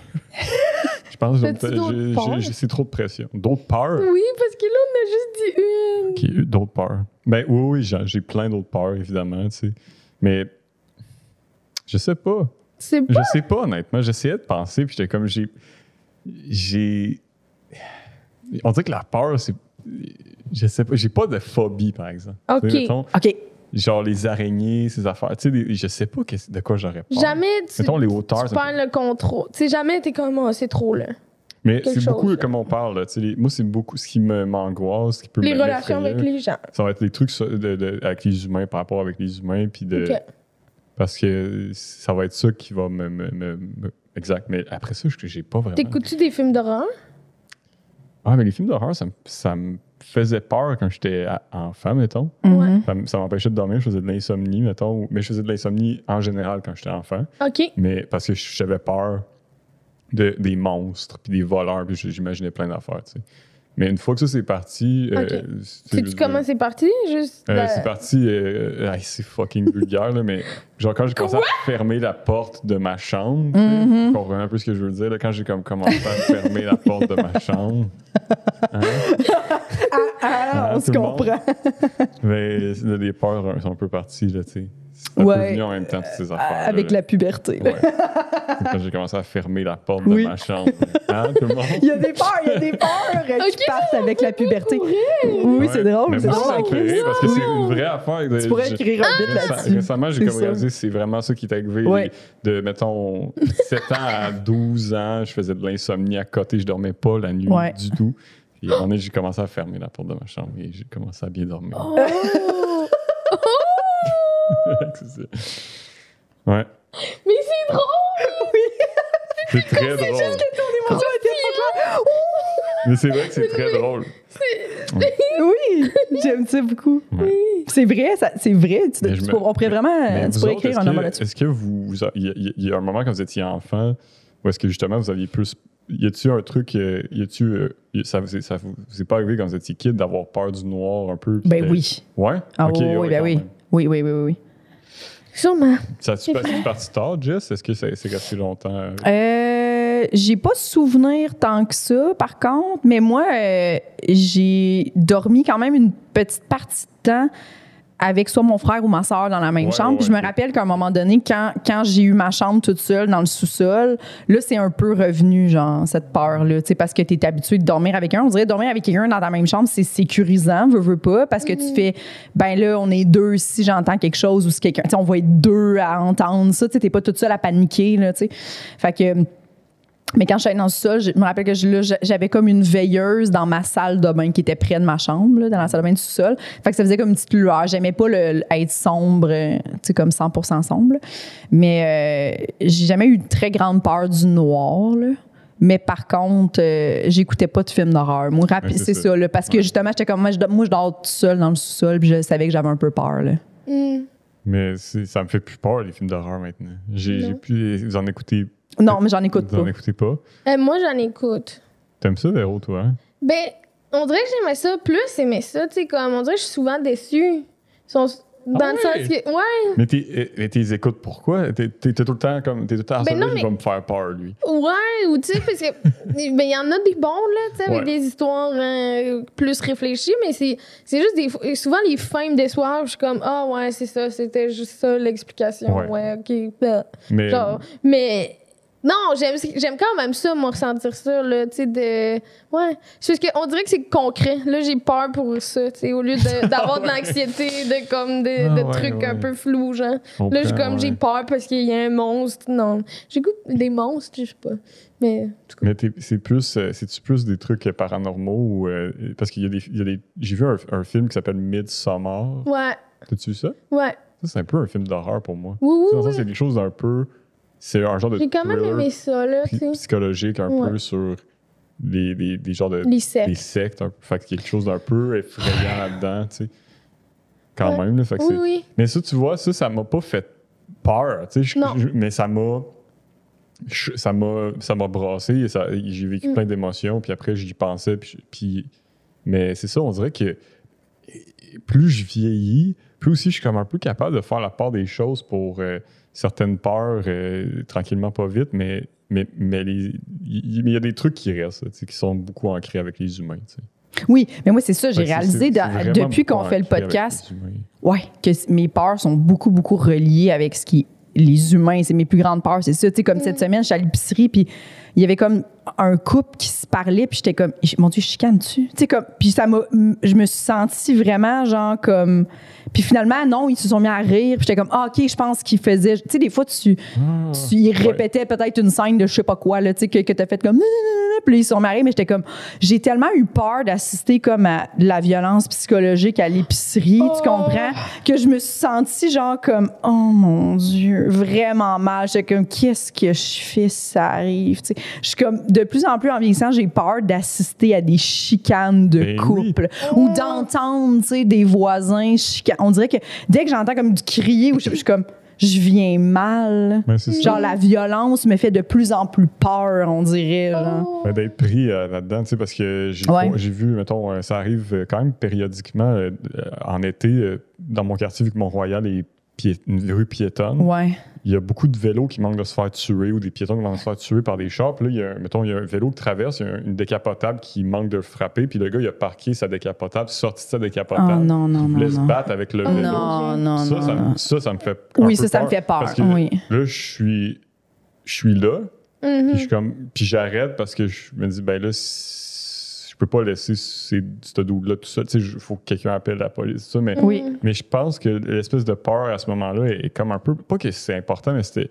S4: Je pense que
S3: T'as-tu d'autres
S4: j'ai-
S3: peurs?
S4: j'ai- j'ai- c'est trop de pression. D'autres peurs?
S3: Oui, parce que là, on a juste dit une.
S4: Qui- D'autres peurs. Ben oui, oui, j'en- j'ai plein d'autres peurs, évidemment, tu sais. Mais je sais pas.
S3: C'est
S4: Je sais pas, honnêtement. J'essayais de penser, puis j'étais comme, j'ai. J'ai. On dirait que la peur, c'est. Je sais pas, j'ai pas de phobie, par exemple. Tu sais,
S3: Ok.
S4: mettons,
S2: OK.
S4: genre les araignées, ces affaires. Tu sais, des- je sais pas qu'est-ce- de quoi j'aurais peur.
S3: Jamais tu,
S4: Mettons les
S3: tu
S4: hauteurs. ça me fait
S3: perds le contrôle. Tu sais, jamais t'es comme, oh, c'est trop, là.
S4: Mais
S3: quelque
S4: c'est beaucoup
S3: chose.
S4: comme on parle. Là, tu sais, les- moi, c'est beaucoup ce qui me- m'angoisse, ce qui peut
S3: Les
S4: me-
S3: relations
S4: m'effrayer.
S3: avec les gens.
S4: Ça va être les trucs sur- de- de- avec les humains, par rapport avec les humains, puis de...
S3: Ok.
S4: Parce que ça va être ça qui va me... me- me- me- exact. Mais après ça, je- j'ai pas vraiment...
S3: T'écoutes-tu des films d'horreur?
S4: Ah, mais les films d'horreur, ça, me- ça me faisait peur quand j'étais à- enfant, mettons.
S2: Mhm.
S4: Ça, me- ça m'empêchait de dormir, je faisais de l'insomnie, mettons. ou- Mais je faisais de l'insomnie en général quand j'étais enfant.
S3: OK.
S4: Mais parce que j'avais peur de, des monstres, puis des voleurs, puis j'imaginais plein d'affaires, tu sais. Mais une fois que ça, c'est parti... euh,
S3: Ok.
S4: c'est-
S3: Sais-tu comment c'est parti? Juste. ben,
S4: Euh,
S2: Ben,
S3: la-
S4: C'est parti, euh, hey, c'est fucking vulgaire, là, mais genre quand j'ai commencé à fermer la porte de ma chambre, tu sais,
S2: Mm-hmm.
S4: vous comprenez un peu ce que je veux dire, là, quand j'ai comme commencé à fermer la porte de ma chambre,
S2: Ah,
S4: Ah,
S2: on se
S4: tout le monde.
S2: comprend.
S4: mais là, les peurs euh, sont un peu parties, là, tu sais. C'est un
S2: Ouais. Euh,
S4: peu venu en même temps, toutes ces affaires.
S2: Avec la puberté, là.
S4: Quand j'ai commencé à fermer la porte
S2: Oui.
S4: de ma chambre. Hein, tout le monde?
S2: Il y a des peurs, il y a des peurs euh, qui
S3: Ok,
S2: partent avec la puberté.
S3: pour
S2: Oui, c'est
S4: Ouais.
S2: drôle.
S4: Mais
S2: C'est
S4: moi,
S2: drôle.
S4: ça me
S2: en
S4: fait
S2: crise.
S4: rire parce que c'est
S2: Oui.
S4: une vraie affaire.
S2: Tu pourrais
S4: Je-
S2: écrire un bit
S4: Récem-
S2: là-dessus.
S4: Récemment, j'ai
S2: C'est
S4: comme
S2: ça.
S4: réalisé c'est vraiment ça qui est arrivé.
S2: Ouais.
S4: De, mettons, 7 ans à 12 ans, je faisais de l'insomnie à côté, je dormais pas la nuit
S2: Ouais.
S4: du tout. Et à un moment donné, j'ai commencé à fermer la porte de ma chambre et j'ai commencé à bien dormir.
S3: Oh!
S4: C'est ça. ouais.
S3: Mais c'est drôle!
S4: C'est très drôle.
S2: Mon Dieu, elle était pas claire.
S4: Mais c'est vrai que c'est très drôle.
S2: Oui, j'aime ça beaucoup.
S4: Ouais.
S2: C'est vrai, ça- c'est vrai. Tu,
S4: Mais
S2: tu
S4: je me-
S2: pourrais- on pourrait vraiment
S4: Mais
S2: Euh, tu
S4: vous
S2: pourrais
S4: autres,
S2: écrire
S4: est-ce
S2: un
S4: que-
S2: roman là-dessus.
S4: Est-ce que vous. vous a- Il y a- il y a- il y a un moment quand vous étiez enfant, où est-ce que justement vous aviez plus. Y a-tu un truc. euh, Y a-tu. euh, y- ça, vous est- ça vous c'est pas arrivé quand vous étiez kid d'avoir peur du noir un peu? puis
S2: Ben
S4: de-
S2: oui.
S4: Ouais?
S2: Ah
S4: Ok,
S2: oui, oui,
S4: ouais,
S2: ben
S4: quand
S2: oui.
S4: même.
S2: Oui, oui, oui, oui. oui.
S3: Sûrement.
S4: Ça a-tu pas- c'est parti tard, Jess? Est-ce que c'est c'est resté longtemps? euh,
S2: Euh, j'ai pas souvenir tant que ça, par contre, mais moi, euh, j'ai dormi quand même une petite partie de temps avec soit mon frère ou ma soeur dans la même
S4: Ouais,
S2: chambre.
S4: ouais,
S2: Puis je me
S4: ok.
S2: rappelle qu'à un moment donné, quand, quand j'ai eu ma chambre toute seule dans le sous-sol, là, c'est un peu revenu, genre, cette peur-là, tu sais, parce que tu es habitué de dormir avec un. On dirait dormir avec quelqu'un dans ta même chambre, c'est sécurisant, veux, veux pas, parce que tu fais, ben là, on est deux si j'entends quelque chose ou si quelqu'un, tu sais, on va être deux à entendre ça, tu sais, t'es pas toute seule à paniquer, là, tu sais. Fait que. Mais quand j'étais dans le sol, je me rappelle que je- là, je- j'avais comme une veilleuse dans ma salle de bain qui était près de ma chambre, là, dans la salle de bain du sous-sol. Fait que ça faisait comme une petite lueur. J'aimais pas le, le- être sombre, euh, tu sais, comme 100% sombre. Mais euh, j'ai jamais eu de très grande peur du noir, là. Mais par contre, euh, j'écoutais pas de films d'horreur. Moi, rapi-
S4: Ouais, c'est
S2: c'est
S4: ça.
S2: ça, là, parce que justement, j'étais comme, moi je, dors- moi, je dors tout seul dans le sous-sol, puis je savais que j'avais un peu peur, là.
S3: Hmm.
S4: Mais c'est- ça me fait plus peur, les films d'horreur maintenant. J'ai j'ai
S3: Non.
S4: plus. Vous en écoutez,
S2: Non, mais j'en écoute
S4: vous en
S2: pas.
S4: écoutez pas?
S3: Euh, moi, j'en écoute.
S4: T'aimes ça, Véro, toi? hein?
S3: Ben, on dirait que j'aimais ça plus, aimais ça, tu sais, comme, on dirait que je suis souvent déçue. Ils sont- Dans
S4: Ah
S3: le
S4: ouais?
S3: sens que. Ouais,
S4: Mais t'es euh, mais t'es écoutes pourquoi? T'es t'es- t'es tout le temps comme. T'es tout le temps à
S3: Ben non,
S4: celui-là, il
S3: mais-
S4: va me faire peur, lui.
S3: ouais, ou tu sais, parce que. ben, il y en a des bons, là, tu sais,
S4: Ouais.
S3: avec des histoires euh, plus réfléchies, mais c'est c'est juste des. fois- Souvent, les fins me déçoivent, je suis comme, ah ouais, c'est ça, c'était juste ça l'explication.
S4: Ouais.
S3: Ouais,
S4: Euh,
S3: ok. bah.
S4: Mais.
S3: Genre, mais non, j'aime j'aime quand même ça, moi, ressentir ça, là, tu sais, de... Ouais, c'est parce qu'on dirait que c'est concret. Là, j'ai peur pour ça, tu sais, au lieu de- d'avoir de, l'anxiété, de comme des
S4: Ah
S3: de
S4: ouais,
S3: trucs un
S4: ouais.
S3: peu flous, genre.
S4: je comprends,
S3: Là, j'ai comme, j'ai
S4: euh, ouais.
S3: peur parce qu'il y a un monstre. Non, j'écoute des monstres, je sais pas. Mais, en tout cas,
S4: Mais t'es- c'est plus, euh, c'est-tu plus des trucs euh, paranormaux ou, euh, parce qu'il y a des, il y a des- j'ai vu un, un film qui s'appelle Midsommar.
S3: ouais,
S4: T'as-tu vu ça?
S3: ouais.
S4: Ça, c'est un peu un film d'horreur pour moi.
S3: Oui,
S4: C'est
S3: oui,
S4: Dans le sens,
S3: oui.
S4: c'est des choses un peu, c'est un genre de
S3: J'ai quand même
S4: thriller
S3: aimé ça, là, tu
S4: psy-
S3: sais.
S4: psychologique un
S3: Ouais.
S4: peu sur des, des, des genres de
S3: Les sectes.
S4: des sectes. un- fait que quelque chose d'un peu effrayant là-dedans, tu sais. Quand
S3: Ouais.
S4: même, là, fait que
S3: Oui,
S4: c'est-
S3: oui.
S4: Mais ça, tu vois, ça, ça m'a pas fait peur, tu sais. je-
S3: Non.
S4: je- Mais ça m'a. je- Ça m'a, ça m'a brassé et ça- et j'ai vécu
S3: Mm.
S4: plein d'émotions, puis après j'y pensais. Puis, je- puis- mais c'est ça, on dirait que et- et plus je vieillis, plus aussi je suis comme un peu capable de faire la part des choses pour euh, certaines peurs, euh, tranquillement, pas vite, mais, mais, mais les- il il y, a des trucs qui restent, tu sais, qui sont beaucoup ancrés avec les humains. tu sais.
S2: Oui, mais moi, c'est ça, j'ai
S4: Fait que c'est-
S2: réalisé
S4: c'est-
S2: dans-
S4: c'est vraiment
S2: depuis qu'on
S4: beaucoup
S2: fait le
S4: ancré avec
S2: podcast
S4: les humains.
S2: Ouais, que s- mes peurs sont beaucoup, beaucoup reliées avec ce qui les humains, c'est mes plus grandes peurs, c'est ça. Tu sais, comme cette semaine, j'étais à l'épicerie, puis il y avait comme un couple qui se parlait, puis j'étais comme, mon Dieu, je chicane-tu? Tu sais, comme, puis ça m'a, m- je me suis sentie vraiment, genre, comme, puis finalement, non, ils se sont mis à rire, puis j'étais comme, ah, OK, je pense qu'ils faisaient, tu sais, des fois, tu, tu ils répétaient peut-être une scène de je sais pas quoi, là, tu sais, que, que t'as fait comme, puis là, ils se sont mariés, mais j'étais comme, j'ai tellement eu peur d'assister comme à de la violence psychologique à l'épicerie,
S3: Oh.
S2: tu comprends? que je me suis sentie genre comme oh mon dieu vraiment mal j'étais comme qu'est-ce que je fais si ça arrive tu sais je suis comme de plus en plus en vieillissant j'ai peur d'assister à des chicanes de
S4: Ben
S2: couple ou
S3: Oh.
S2: d'entendre tu sais des voisins chica- on dirait que dès que j'entends comme du crier ou je je suis comme je viens mal
S4: Mais
S3: Mm.
S4: c'est ça.
S2: genre la violence me fait de plus en plus peur on dirait là.
S3: Oh.
S4: Ben, d'être pris euh, là-dedans, tu sais, parce que j'ai
S2: Ouais.
S4: j'ai vu, mettons, euh, ça arrive euh, quand même périodiquement euh, euh, en été euh, dans mon quartier, vu que Mont-Royal est pié- une rue piétonne.
S2: ouais
S4: Il y a beaucoup de vélos qui manquent de se faire tuer ou des piétons qui manquent de se faire tuer par des chars. Puis là, il y a, mettons, il y a un vélo qui traverse, il y a une décapotable qui manque de le frapper, puis le gars, il a parqué sa décapotable, sorti de sa
S2: oh
S4: décapotable.
S2: non non
S4: Il voulait
S2: non
S4: se
S2: non Oh,
S4: battre avec
S3: Oh
S4: le vélo.
S2: non non
S4: ça,
S2: non,
S4: ça, me-
S2: non.
S4: ça, ça me fait un
S2: oui
S4: peu
S2: ça ça me fait peur
S4: Parce que
S2: oui
S4: là, je suis, je suis là, puis je
S3: Mhm.
S4: suis comme puis j'arrête parce que je me dis ben là si- je peux pas laisser ces, ce double là tout seul, tu sais je- faut que quelqu'un appelle la police tout ça mais
S2: oui
S4: mais je pense que l'espèce de peur à ce moment-là est, est comme un peu pas que c'est important mais c'était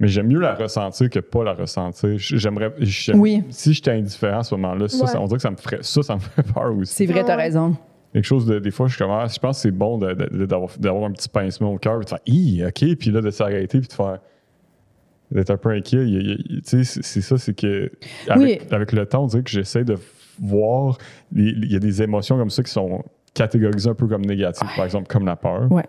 S4: mais j'aime mieux la ressentir que pas la ressentir. J- J'aimerais j'aime-
S2: Oui.
S4: si j'étais indifférent à ce moment-là, ça,
S3: Ouais.
S4: ça- on dirait que ça me ferait ça ça me fait peur aussi.
S2: c'est vrai t'as
S3: Ah ouais.
S2: raison
S4: Quelque chose de des fois je suis comme ah, je pense que c'est bon de- de- de- d'avoir d'avoir un petit pincement au cœur, puis de faire Hi, OK, puis là de s'arrêter puis de faire d'être un peu inquiet. Il y a- il y a- tu sais, c'est ça, c'est que avec, avec le temps, on dirait que j'essaie de voir. les- Il y a des émotions comme ça qui sont catégorisées un peu comme négatives, par exemple, comme la peur.
S2: Ouais.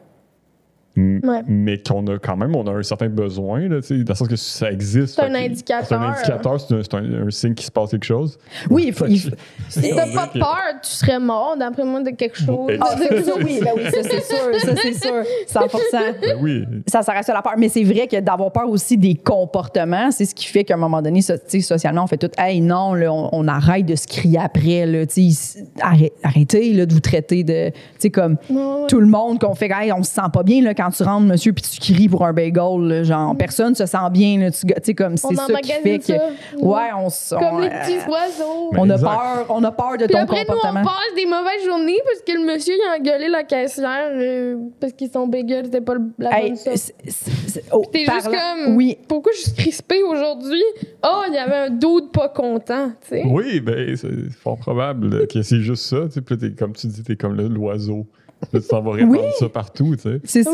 S4: M-
S3: Ouais.
S4: Mais qu'on a quand même, on a un certain besoin, là, tu sais, dans le sens que ça existe.
S3: C'est un
S4: Fait que-
S3: indicateur. hein.
S4: C'est un indicateur, c'est un, c'est un- un signe qu'il se passe quelque chose.
S2: Oui, il faut- il faut-
S3: Si t'as pas peur, tu serais mort, d'après moi, de quelque chose.
S4: Ouais.
S2: Ah, ça, ça, oui, ben oui, ça c'est sûr, ça c'est sûr, 100
S4: Ben oui,
S2: ça, ça reste la peur. Mais c'est vrai que d'avoir peur aussi des comportements, c'est ce qui fait qu'à un moment donné, so- tu sais, socialement, on fait tout Hey, non, là, on, on arrête de se crier après. Là, tu sais, arrête- arrêtez là, de vous traiter de. Tu sais, comme
S3: ouais.
S2: tout le monde qu'on fait Hey, on se sent pas bien là, quand tu rentres, monsieur, puis tu cries pour un bagel. là, genre, personne se sent bien. Là, tu tu sais, comme c'est
S3: Mm. On
S2: ça qui fait
S3: emmagasine
S2: que.
S3: ça.
S2: Ouais, on se. on- euh,
S3: Comme les petits oiseaux.
S4: Mais-
S2: on a
S4: Exact.
S2: peur, on a peur de
S3: Puis
S2: ton
S3: après, nous,
S2: comportement.
S3: on passe des mauvaises journées parce que le monsieur, il a engueulé la caissière euh, parce qu'ils sont bagels, c'était pas le- la
S2: Hey,
S3: bonne
S2: c'est-
S3: sauce.
S2: c'est- c'est- oh,
S3: T'es juste
S2: parlant-
S3: comme,
S2: Oui,
S3: pourquoi je suis crispée aujourd'hui? Oh, il y avait un dos de pas content, tu sais.
S4: oui, ben c'est fort probable que c'est juste ça. tu sais, puis là, t'es- comme tu dis, t'es comme le- l'oiseau. Là, tu t'en vas répandre
S2: Oui.
S4: ça partout. tu sais.
S2: c'est ça.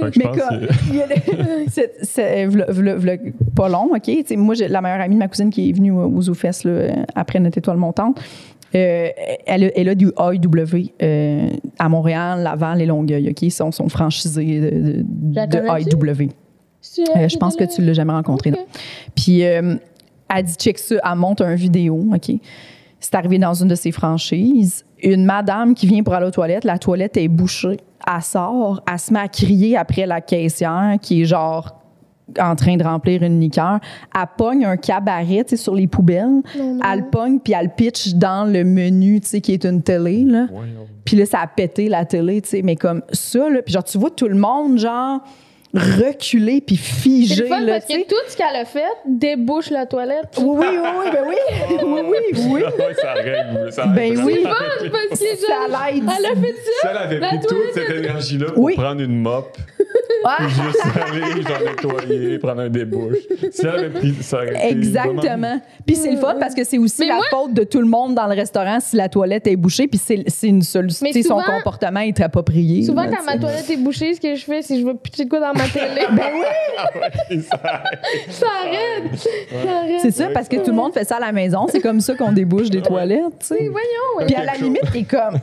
S4: Fait que je
S2: Mais
S4: pense
S2: comme,
S4: que-
S2: il y a le- c'est- c'est- euh, v'là- v'là- v'là pas long, OK? Tu sais, moi, j'ai la meilleure amie de ma cousine qui est venue aux Zoufest là, après notre étoile montante. euh, elle, a- elle a du AEW euh, à Montréal, Laval et Longueuil, OK? Ils sont, sont franchisés de, de-
S3: La
S2: de
S3: connais-tu?
S2: AEW.
S3: C'est-
S2: Euh, je pense que tu l'as jamais rencontré. non.
S3: Ok.
S2: Puis euh, elle dit check ça, elle monte un vidéo, OK? C'est arrivé dans une de ses franchises. Une madame qui vient pour aller aux toilettes, la toilette est bouchée. Elle sort, elle se met à crier après la caissière qui est genre en train de remplir une liqueur. Elle pogne un cabaret tu sais, sur les poubelles.
S3: Non, non.
S2: Elle le pogne puis elle le pitch dans le menu tu sais, qui est une télé. Là.
S4: Voyons.
S2: Puis là, ça a pété la télé, tu sais, mais comme ça, là. Puis genre, tu vois tout le monde, genre, reculer puis
S3: C'est
S2: figé,
S3: le fun
S2: là,
S3: parce
S2: tu
S3: que
S2: sais.
S3: tout ce qu'elle a fait débouche la toilette.
S2: Oui, oui, oui, oui, ben oui, oui, oui, oui.
S4: Ouais, ça règle. ça
S2: Ben
S4: règle.
S2: oui,
S3: C'est fun parce que genre,
S2: ça l'aide.
S3: elle a fait ça.
S4: Si elle avait
S3: La
S4: pris toute
S3: toilette.
S4: cette énergie-là pour
S2: Ben Oui.
S4: prendre une mop,
S2: Ah,
S4: juste aller, genre nettoyer, prendre un débouche. Si elle avait pris, ça aurait été vraiment-
S2: Exactement. Puis c'est le fun parce que c'est aussi
S3: Mais
S2: la
S3: moi-
S2: faute de tout le monde dans le restaurant si la toilette est bouchée, puis c'est c'est une solution.
S3: Mais
S2: Tu sais, son
S3: souvent-
S2: comportement est approprié.
S3: Souvent,
S2: là,
S3: quand
S2: tu
S3: ma
S2: sais.
S3: toilette est bouchée, ce que je fais, c'est que je veux pitcher de quoi dans ma télé. ben oui! Ça arrête! Ça arrête!
S2: C'est ça, parce que tout le monde fait ça à la maison. C'est comme ça qu'on débouche des toilettes, tu sais.
S3: Voyons! ouais.
S2: Puis à la limite, t'es comme...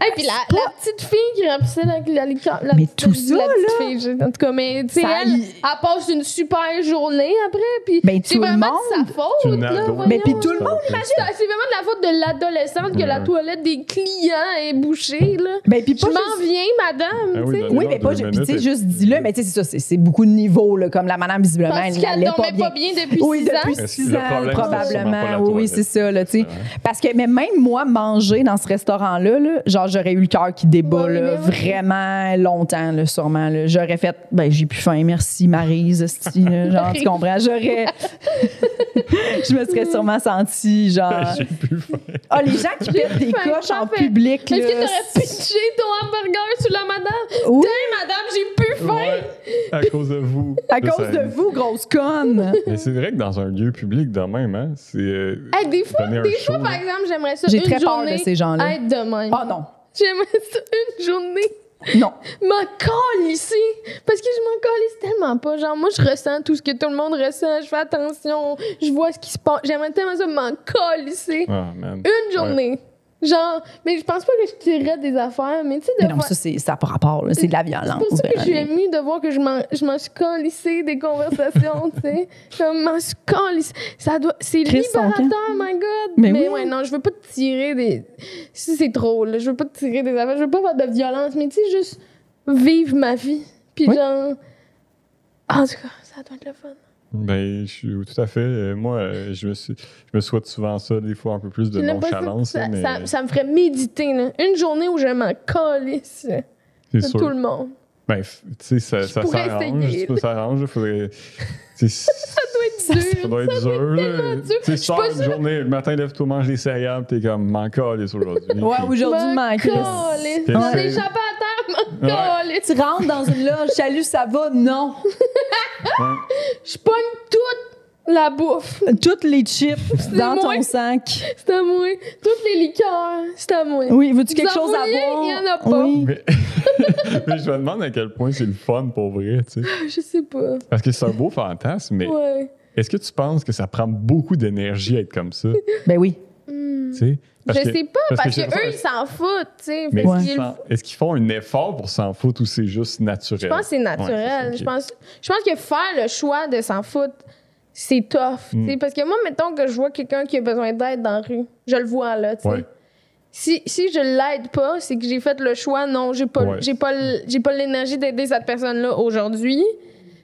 S3: Hey, puis la, la petite fille qui remplissait la, la liqueur. La
S2: Mais
S3: petite-
S2: tout ça,
S3: la petite
S2: là.
S3: fille, j'ai- en tout cas, mais tu sais,
S2: Ça
S3: elle,
S2: y-
S3: elle passe une super journée après, puis
S2: Ben,
S3: c'est
S2: tout le
S3: vraiment de sa
S2: monde.
S4: C'est
S3: faute,
S4: une
S3: là,
S4: ado.
S3: voyons.
S2: Mais Ben, puis tout le monde,
S3: C'est c'est vraiment de la faute de l'adolescente que la
S4: Ouais.
S3: toilette des clients est bouchée, là.
S2: Ben, puis
S3: Je
S2: pas
S3: m'en
S2: juste-
S3: viens, madame,
S4: Ah
S3: tu
S4: oui,
S3: sais.
S4: ben-
S2: Oui,
S4: Donnez-leur
S2: mais pas,
S4: deux
S2: ju- puis tu sais,
S4: minutes et- euh,
S2: juste dis-le, mais tu sais, c'est ça, c'est- c'est beaucoup de niveaux, là, comme la madame, visiblement,
S3: Parce
S2: elle
S3: qu'elle
S2: n'allait
S3: dormait pas
S2: pas bien.
S3: bien depuis
S2: Oui,
S3: 6 ans.
S2: depuis
S4: Est-ce que
S2: 6
S4: le
S2: ans,
S4: problème, c'est sûrement pas la
S2: probablement. Oui, oui,
S4: toilette?
S2: c'est ça, là, tu sais.
S4: Ouais.
S2: Parce que, mais même moi, manger dans ce restaurant-là, là, genre, j'aurais eu le cœur qui débat,
S3: Ouais,
S2: là,
S3: mais oui.
S2: vraiment longtemps, là, sûrement, là. J'aurais fait, ben, j'ai plus faim, merci, Marise, hostie, là, genre, tu comprends? J'aurais. Je me serais sûrement sentie, genre.
S4: Ben, J'ai plus faim.
S2: Ah, les gens qui pètent des
S3: faim,
S2: coches en
S3: parfait.
S2: public, là.
S3: Est-ce que t'aurais pitché ton hamburger sur la madame?
S2: Oui.
S3: Tiens, madame, j'ai plus faim!
S4: Ouais, à cause de vous.
S2: À
S4: Ça,
S2: cause
S4: ça-
S2: de vous, grosse conne!
S4: Mais c'est vrai que dans un lieu public, de même, hein, c'est. euh,
S3: Hey, des fois,
S4: Donner un
S3: des
S4: show,
S3: fois par
S4: là.
S3: exemple, j'aimerais ça
S2: J'ai
S3: une
S2: très peur
S3: journée
S2: de ces gens-là.
S3: être de même.
S2: Ah non,
S3: J'aimerais ça une journée
S2: non.
S3: m'en colle ici. Parce que je m'en colle tellement pas. Genre, moi, je ressens tout ce que tout le monde ressent. Je fais attention. Je vois ce qui se passe. J'aimerais tellement ça m'en colle ici.
S4: Ah, man.
S3: Une journée. Genre, mais je pense pas que je tirerais des affaires. Mais tu sais,
S2: Mais
S3: de
S2: non, mais
S3: voir-
S2: ça, c'est- ça n'a pas rapport, là. c'est de la violence.
S3: C'est pour ça que je suis
S2: vraiment.
S3: émue de voir que je m'en, je m'en suis collissée des conversations, tu sais. Je m'en suis collissée. Ça doit, c'est
S2: Chris, son
S3: libérateur, my God.
S2: Mais oui.
S3: ouais, non, je veux pas te tirer des. Si c'est trop, là, je veux pas te tirer des affaires, je veux pas faire de violence, mais tu sais, juste vivre ma vie. Puis
S2: Oui.
S3: genre. En tout cas, ça doit être le fun.
S4: Ben, je suis tout à fait. euh, moi, euh, je me, suis, je me souhaite souvent ça, des fois un peu plus de
S3: Puis là, pas ça-
S4: nonchalance.
S3: ça,
S4: hein, mais
S3: ça- ça me ferait méditer, là. Une journée où je m'en collisse
S4: c'est
S3: de
S4: sûr.
S3: tout le monde.
S4: Ben, f- tu sais, ça,
S3: Je
S4: ça
S3: pourrais
S4: s'arrange.
S3: essayer.
S4: Ça s'arrange. là, Faudrait. tu sais,
S3: Ça doit être
S4: Ça
S3: dur.
S4: doit être dur. là.
S3: dur.
S4: Tu
S3: Je
S4: sais,
S3: suis pas
S4: sors une
S3: sûre-
S4: journée, le matin, lève-toi, mange des céréales, puis t'es comme, m'en calisse aujourd'hui.
S2: Ouais, aujourd'hui,
S3: M'en
S2: man, Chris.
S3: collisse.
S4: Qu'est-ce
S3: J'en
S4: que-
S3: ai échappé à terre, m'en
S4: Ouais.
S3: collisse.
S2: Tu rentres dans une loge, salut, ça va? Non.
S3: Je pogne toute la bouffe.
S2: Toutes les chips dans
S3: moi.
S2: ton sac.
S3: C'est à moi. Toutes les liqueurs. C'est à moi.
S2: Oui, veux-tu quelque
S3: Vous en
S2: chose à boire?
S3: vouliez? Il y en a pas.
S2: Oui.
S4: Mais- mais je me demande à quel point c'est le fun pour vrai, tu sais.
S3: Je sais pas.
S4: Parce que c'est un beau fantasme, mais
S3: Ouais.
S4: est-ce que tu penses que ça prend beaucoup d'énergie à être comme ça? tu
S2: Ben oui.
S3: Hmm.
S4: sais? Parce
S3: Je
S4: que-
S3: sais pas,
S4: parce que
S3: parce,
S4: j'ai
S3: que, eux, ils
S4: l'impression-
S3: s'en foutent, tu sais.
S4: Mais
S3: Fait
S4: est-ce
S3: qu'ils
S4: qu'ils
S3: le
S4: font- est-ce qu'ils font un effort pour s'en foutre ou c'est juste naturel?
S3: Je pense que c'est
S4: Ouais,
S3: naturel.
S4: c'est ça,
S3: je,
S4: ok.
S3: pense, je pense que faire le choix de s'en foutre, c'est tough.
S4: Mm.
S3: tu sais, Parce que moi, mettons que je vois quelqu'un qui a besoin d'aide dans la rue. Je le vois, là, tu sais.
S4: Ouais.
S3: Si, si je l'aide pas, c'est que j'ai fait le choix, non, j'ai pas,
S4: Ouais.
S3: j'ai pas, l- j'ai pas l'énergie d'aider cette personne-là aujourd'hui.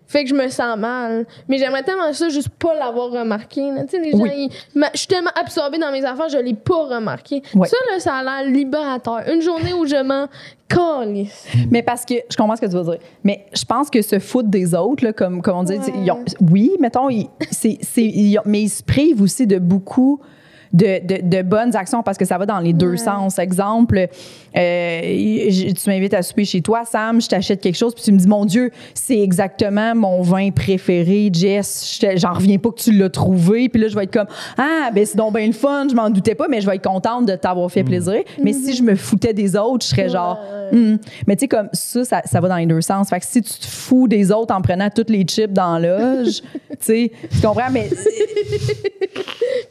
S3: Fait que je me sens mal. Mais j'aimerais tellement ça, juste pas l'avoir remarqué. là. Tu sais, les
S2: Oui.
S3: gens, ils- ma- je suis tellement absorbée dans mes affaires, je l'ai pas remarqué.
S2: Ouais.
S3: Ça, là, ça a l'air libérateur. Une journée où je m'en calisse.
S2: Mais parce que, je comprends ce que tu veux dire, mais je pense que se foutre des autres, là, comme, comme on dit,
S3: Ouais.
S2: ils ont- oui, mettons, ils- c'est- c'est- ils ont- mais ils se privent aussi de beaucoup de, de- de bonnes actions parce que ça va dans les deux
S3: Ouais.
S2: sens. Exemple, euh, je- tu m'invites à souper chez toi, Sam, je t'achète quelque chose, puis tu me dis, mon Dieu, c'est exactement mon vin préféré, Jess, je te- j'en reviens pas que tu l'as trouvé, puis là, je vais être comme, ah, ben c'est donc bien le fun, je m'en doutais pas, mais je vais être contente de t'avoir fait plaisir. Mais si je me foutais des autres, je serais genre, Hmm. Mais tu sais, comme ça, ça, ça va dans les deux sens. Fait que si tu te fous des autres en prenant toutes les chips dans l'âge, tu sais, tu comprends? Mais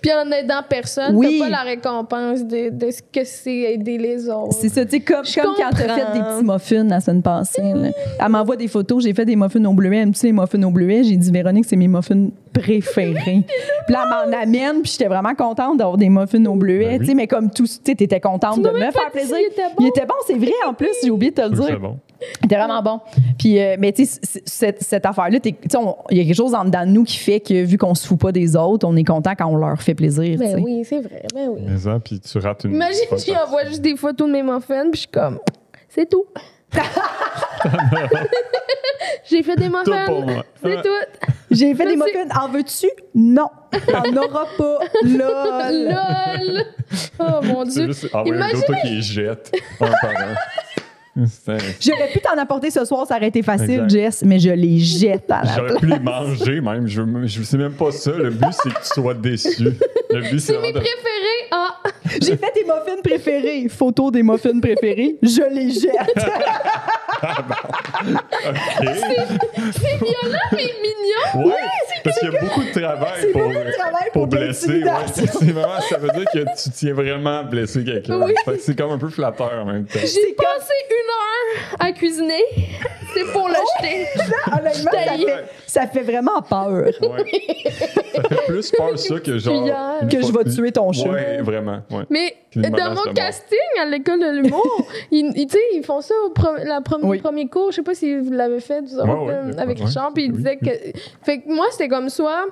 S3: Puis en aidant personne,
S2: Oui.
S3: t'as pas la récompense de, de ce que c'est aider les autres.
S2: c'est ça, tu sais, comme,
S3: Je
S2: comme quand t'as fait
S3: comprends.
S2: des petits muffins la semaine passée. là. Elle m'envoie des photos, j'ai fait des muffins au bleuet. Aimes-tu les muffins au bleuet? J'ai dit, Véronique, c'est mes muffins préférés. puis là, elle m'en amène, puis j'étais vraiment contente d'avoir des muffins au bleuet.
S4: Ben oui.
S2: Tu sais, mais comme tout, tu sais, t'étais contente
S3: Tu
S2: de
S3: m'as
S2: me
S3: même pas
S2: faire
S3: dit
S2: plaisir.
S3: s'il était bon.
S2: Il était bon, c'est vrai, en plus, j'ai oublié de te le
S4: Oui,
S2: dire.
S4: c'est bon.
S2: C'était vraiment bon. Puis, euh, mais tu sais, c- cette, cette affaire-là, t'es- tu sais, on- il y a quelque chose en dedans de nous qui fait que, vu qu'on se fout pas des autres, on est content quand on leur fait plaisir. tu sais.
S3: Ben oui, c'est vrai, ben oui.
S4: Mais ça, puis tu rates une.
S3: Imagine,
S4: bonne
S3: j'y
S4: partie.
S3: envoie juste des photos de mes muffins, puis je suis comme, c'est tout. J'ai fait des
S4: Tout pour
S3: muffins,
S4: moi. Ah,
S3: c'est tout.
S2: J'ai fait des
S3: Mais c'est-
S2: muffins. En veux-tu? Non. T'en auras pas. Lol.
S3: Lol! Oh mon
S4: C'est
S3: dieu.
S4: juste envoyer un
S3: Imagine-
S4: autre qui les jette un par un. C'est-
S2: J'aurais pu t'en apporter ce soir, ça aurait été facile,
S4: Exact.
S2: Jess, mais je les jette à la
S4: J'aurais pu les manger même. Je, je sais même pas ça. Le but, c'est que tu sois déçu. Le but, c'est
S3: C'est mes
S4: vraiment de.
S3: préférés. Ah!
S2: J'ai fait tes muffins préférés. Photo des muffins préférés. Je les jette.
S4: Ok.
S3: C'est violent, mais mignon!
S4: Ouais, parce qu'il y a beaucoup de travail
S2: C'est
S4: pour,
S2: beaucoup de travail pour
S4: pour
S2: de
S4: blesser. Ouais,
S2: l'intimidation.
S4: c'est c'est vraiment, ça veut dire que tu tiens vraiment à blesser quelqu'un.
S3: Oui.
S4: Fait que C'est comme un peu flatteur en même temps.
S3: J'ai passé une heure à cuisiner. C'est pour le jeter.
S2: Honnêtement, ça
S3: J'étais-
S2: fait, ça fait vraiment peur.
S4: Ouais. ça fait plus peur ça que genre.
S3: Cuillère.
S4: une
S2: Que
S4: fois-
S2: je vais tuer ton chat.
S4: Ouais, vraiment. Ouais.
S3: Mais
S4: Puis une
S3: dans
S4: menace de
S3: mon
S4: mort.
S3: casting à l'école de
S2: Oh,
S3: l'humour, ils, ils- tu sais, ils font ça au pre- la pre-
S2: Oui.
S3: premier cours. Je sais pas si vous l'avez fait vous autres,
S4: Ouais, ouais,
S3: euh,
S4: ouais,
S3: avec
S4: ouais,
S3: Richard. Puis ils
S4: oui,
S3: disaient que. Fait que moi, c'était comme soit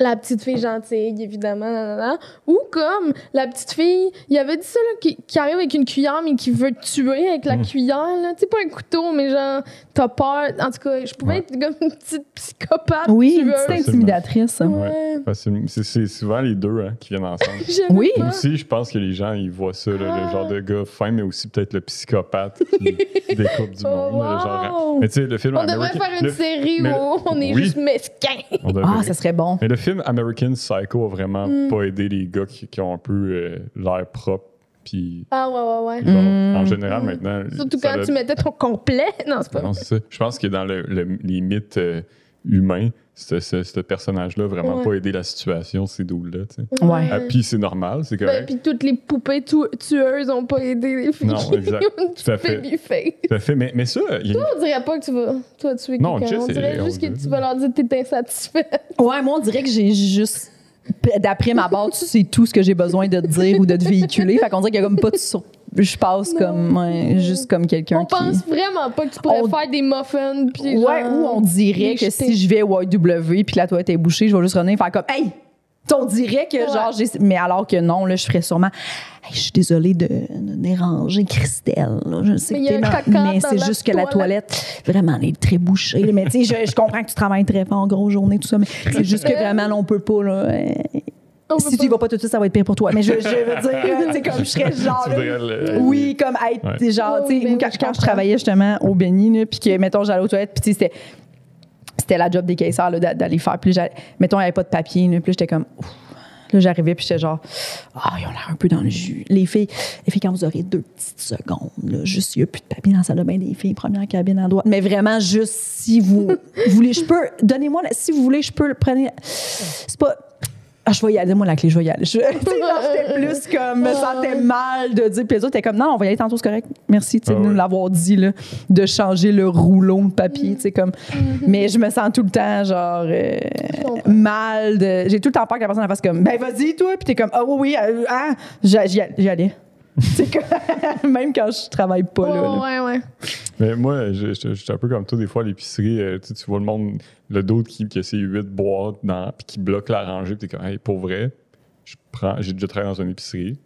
S3: la petite fille gentille, évidemment, nanana, ou comme la petite fille, il avait dit ça, là, qui, qui arrive avec une cuillère, mais qui veut te tuer avec la
S4: Mm.
S3: cuillère. là. Tu sais, pas un couteau, mais genre, t'as peur. En tout cas, je pouvais
S4: Ouais.
S3: être comme une petite psychopathe.
S2: Oui, une
S3: tueuse.
S2: petite intimidatrice.
S3: Ouais.
S4: Parce que C'est c'est souvent les deux hein, qui viennent ensemble.
S3: J'aimais
S2: Oui.
S3: pas.
S4: Aussi, je pense que les gens, ils voient ça, là,
S3: Ah.
S4: le genre de gars fin, mais aussi peut-être le psychopathe qui découpe du
S3: Oh,
S4: monde. là,
S3: wow.
S4: genre, mais tu sais, le film
S3: On devrait
S4: American-
S3: faire une
S4: le-
S3: série
S4: mais-
S3: où on est
S4: oui.
S3: juste mesquins.
S4: on devrait-
S2: Ah, ça serait bon.
S4: Mais le film American Psycho a vraiment
S3: Mm.
S4: pas aidé les gars qui, qui ont un peu euh, l'air propre. Puis,
S3: Ah ouais, ouais, ouais.
S4: genre,
S2: Mm.
S4: en général,
S3: Mm.
S4: maintenant.
S3: Surtout
S4: ça
S3: quand
S4: le-
S3: tu mettais ton complet. Non, c'est pas vrai.
S4: Non, c'est ça. Je pense que dans le, le- les mythes euh, humains, ce, ce- ce personnage-là a vraiment
S3: Ouais.
S4: pas aidé la situation, ces doubles-là. tu sais.
S2: Ouais.
S4: Ah, puis c'est normal, c'est
S3: Ben,
S4: correct.
S3: puis toutes les poupées tu- tueuses ont pas aidé les filles.
S4: Non, exact.
S3: Ils ont
S4: Tout à fait.
S3: baby face.
S4: Tout à fait. Mais, mais ça, il y a une-
S3: On dirait pas que tu vas toi tuer
S4: Non,
S3: quelqu'un.
S4: Jess,
S3: On
S4: elle-
S3: dirait
S4: on
S3: juste que
S4: dirait-
S3: tu vas leur dire que t'es insatisfait.
S2: Ouais, moi, on dirait que j'ai juste. D'après ma barre, tu sais tout ce que j'ai besoin de te dire ou de te véhiculer. Fait qu'on dirait qu'il y a comme pas de sur... Je passe
S3: Non.
S2: comme. ouais, juste comme quelqu'un
S3: On
S2: qui.
S3: pense vraiment pas que tu pourrais
S2: On-
S3: faire des muffins puis
S2: Ouais,
S3: genre-
S2: ou on dirait
S3: les
S2: que
S3: jeter.
S2: si je vais au YW puis que la toilette est bouchée, je vais juste revenir faire comme. Hey! On dirait que
S3: Ouais.
S2: genre. j'ai- Mais alors que non, là, je ferais sûrement. Hey, je suis désolée de, de déranger Christelle. là. Je sais
S3: Mais
S2: que
S3: il y a
S2: t'es
S3: un
S2: mal-
S3: caca
S2: Mais
S3: dans
S2: c'est
S3: la
S2: juste que la toilette, vraiment, elle est très bouchée. là. Mais tu sais, je, je comprends que tu travailles très fort en grosse journée, tout ça. Mais c'est juste que vraiment, là, on peut pas, là. euh,
S3: On peut
S2: si tu y
S3: pas-
S2: vas pas tout de suite, ça va être pire pour toi. Mais je, je veux dire, c'est comme je serais genre.
S4: tu voudrais le-
S2: Oui, comme être,
S4: Ouais.
S2: t'sais, genre, tu sais,
S3: Oui, ben
S2: moi, quand,
S3: oui, je
S2: quand je
S3: comprends.
S2: travaillais justement au Béni, là, puis que, mettons, j'allais aux toilettes, puis tu sais, c'était. C'était la job des caisseurs, là, d'a- d'aller faire. Puis là, j'allais- mettons, il n'y avait pas de papier, là, puis là, j'étais comme. Ouf. Là, j'arrivais, puis j'étais genre, ah, ils ont l'air un peu dans le jus. Les filles, les filles quand vous aurez deux petites secondes, là, juste, il n'y a plus de papier dans la salle de bain des filles, première cabine à droite. Mais vraiment, juste si vous voulez, je peux, donnez-moi, la- si vous voulez, je peux le prendre. C'est pas. Ah, je vais y aller, moi, la clé, je vais y aller. Je, tu sais, genre, j'étais plus comme, me sentais mal de dire. Puis les autres étaient comme, non, on va y aller tantôt, c'est correct. Merci, tu sais,
S4: Ah
S2: de nous
S4: ouais.
S2: l'avoir dit, là, de changer le rouleau de papier, tu sais, comme. Mais je me sens tout le temps, genre, euh,
S3: Mm-hmm. comprends.
S2: mal. de- J'ai tout le temps peur que la personne elle fasse comme, ben vas-y, toi. Puis t'es comme, ah oui, oui, euh, hein, j'a- j'y a- j'y allais. C'est que même quand je travaille pas, là. là.
S3: ouais, ouais.
S4: Mais moi, je, je- je suis un peu comme toi, des fois, à l'épicerie, euh, tu, sais, tu vois le monde, le dos de qui, qui a ses huit boîtes dans, puis qui bloque la rangée, puis t'es comme, hey, pour vrai, je prends, j'ai déjà travaillé dans une épicerie,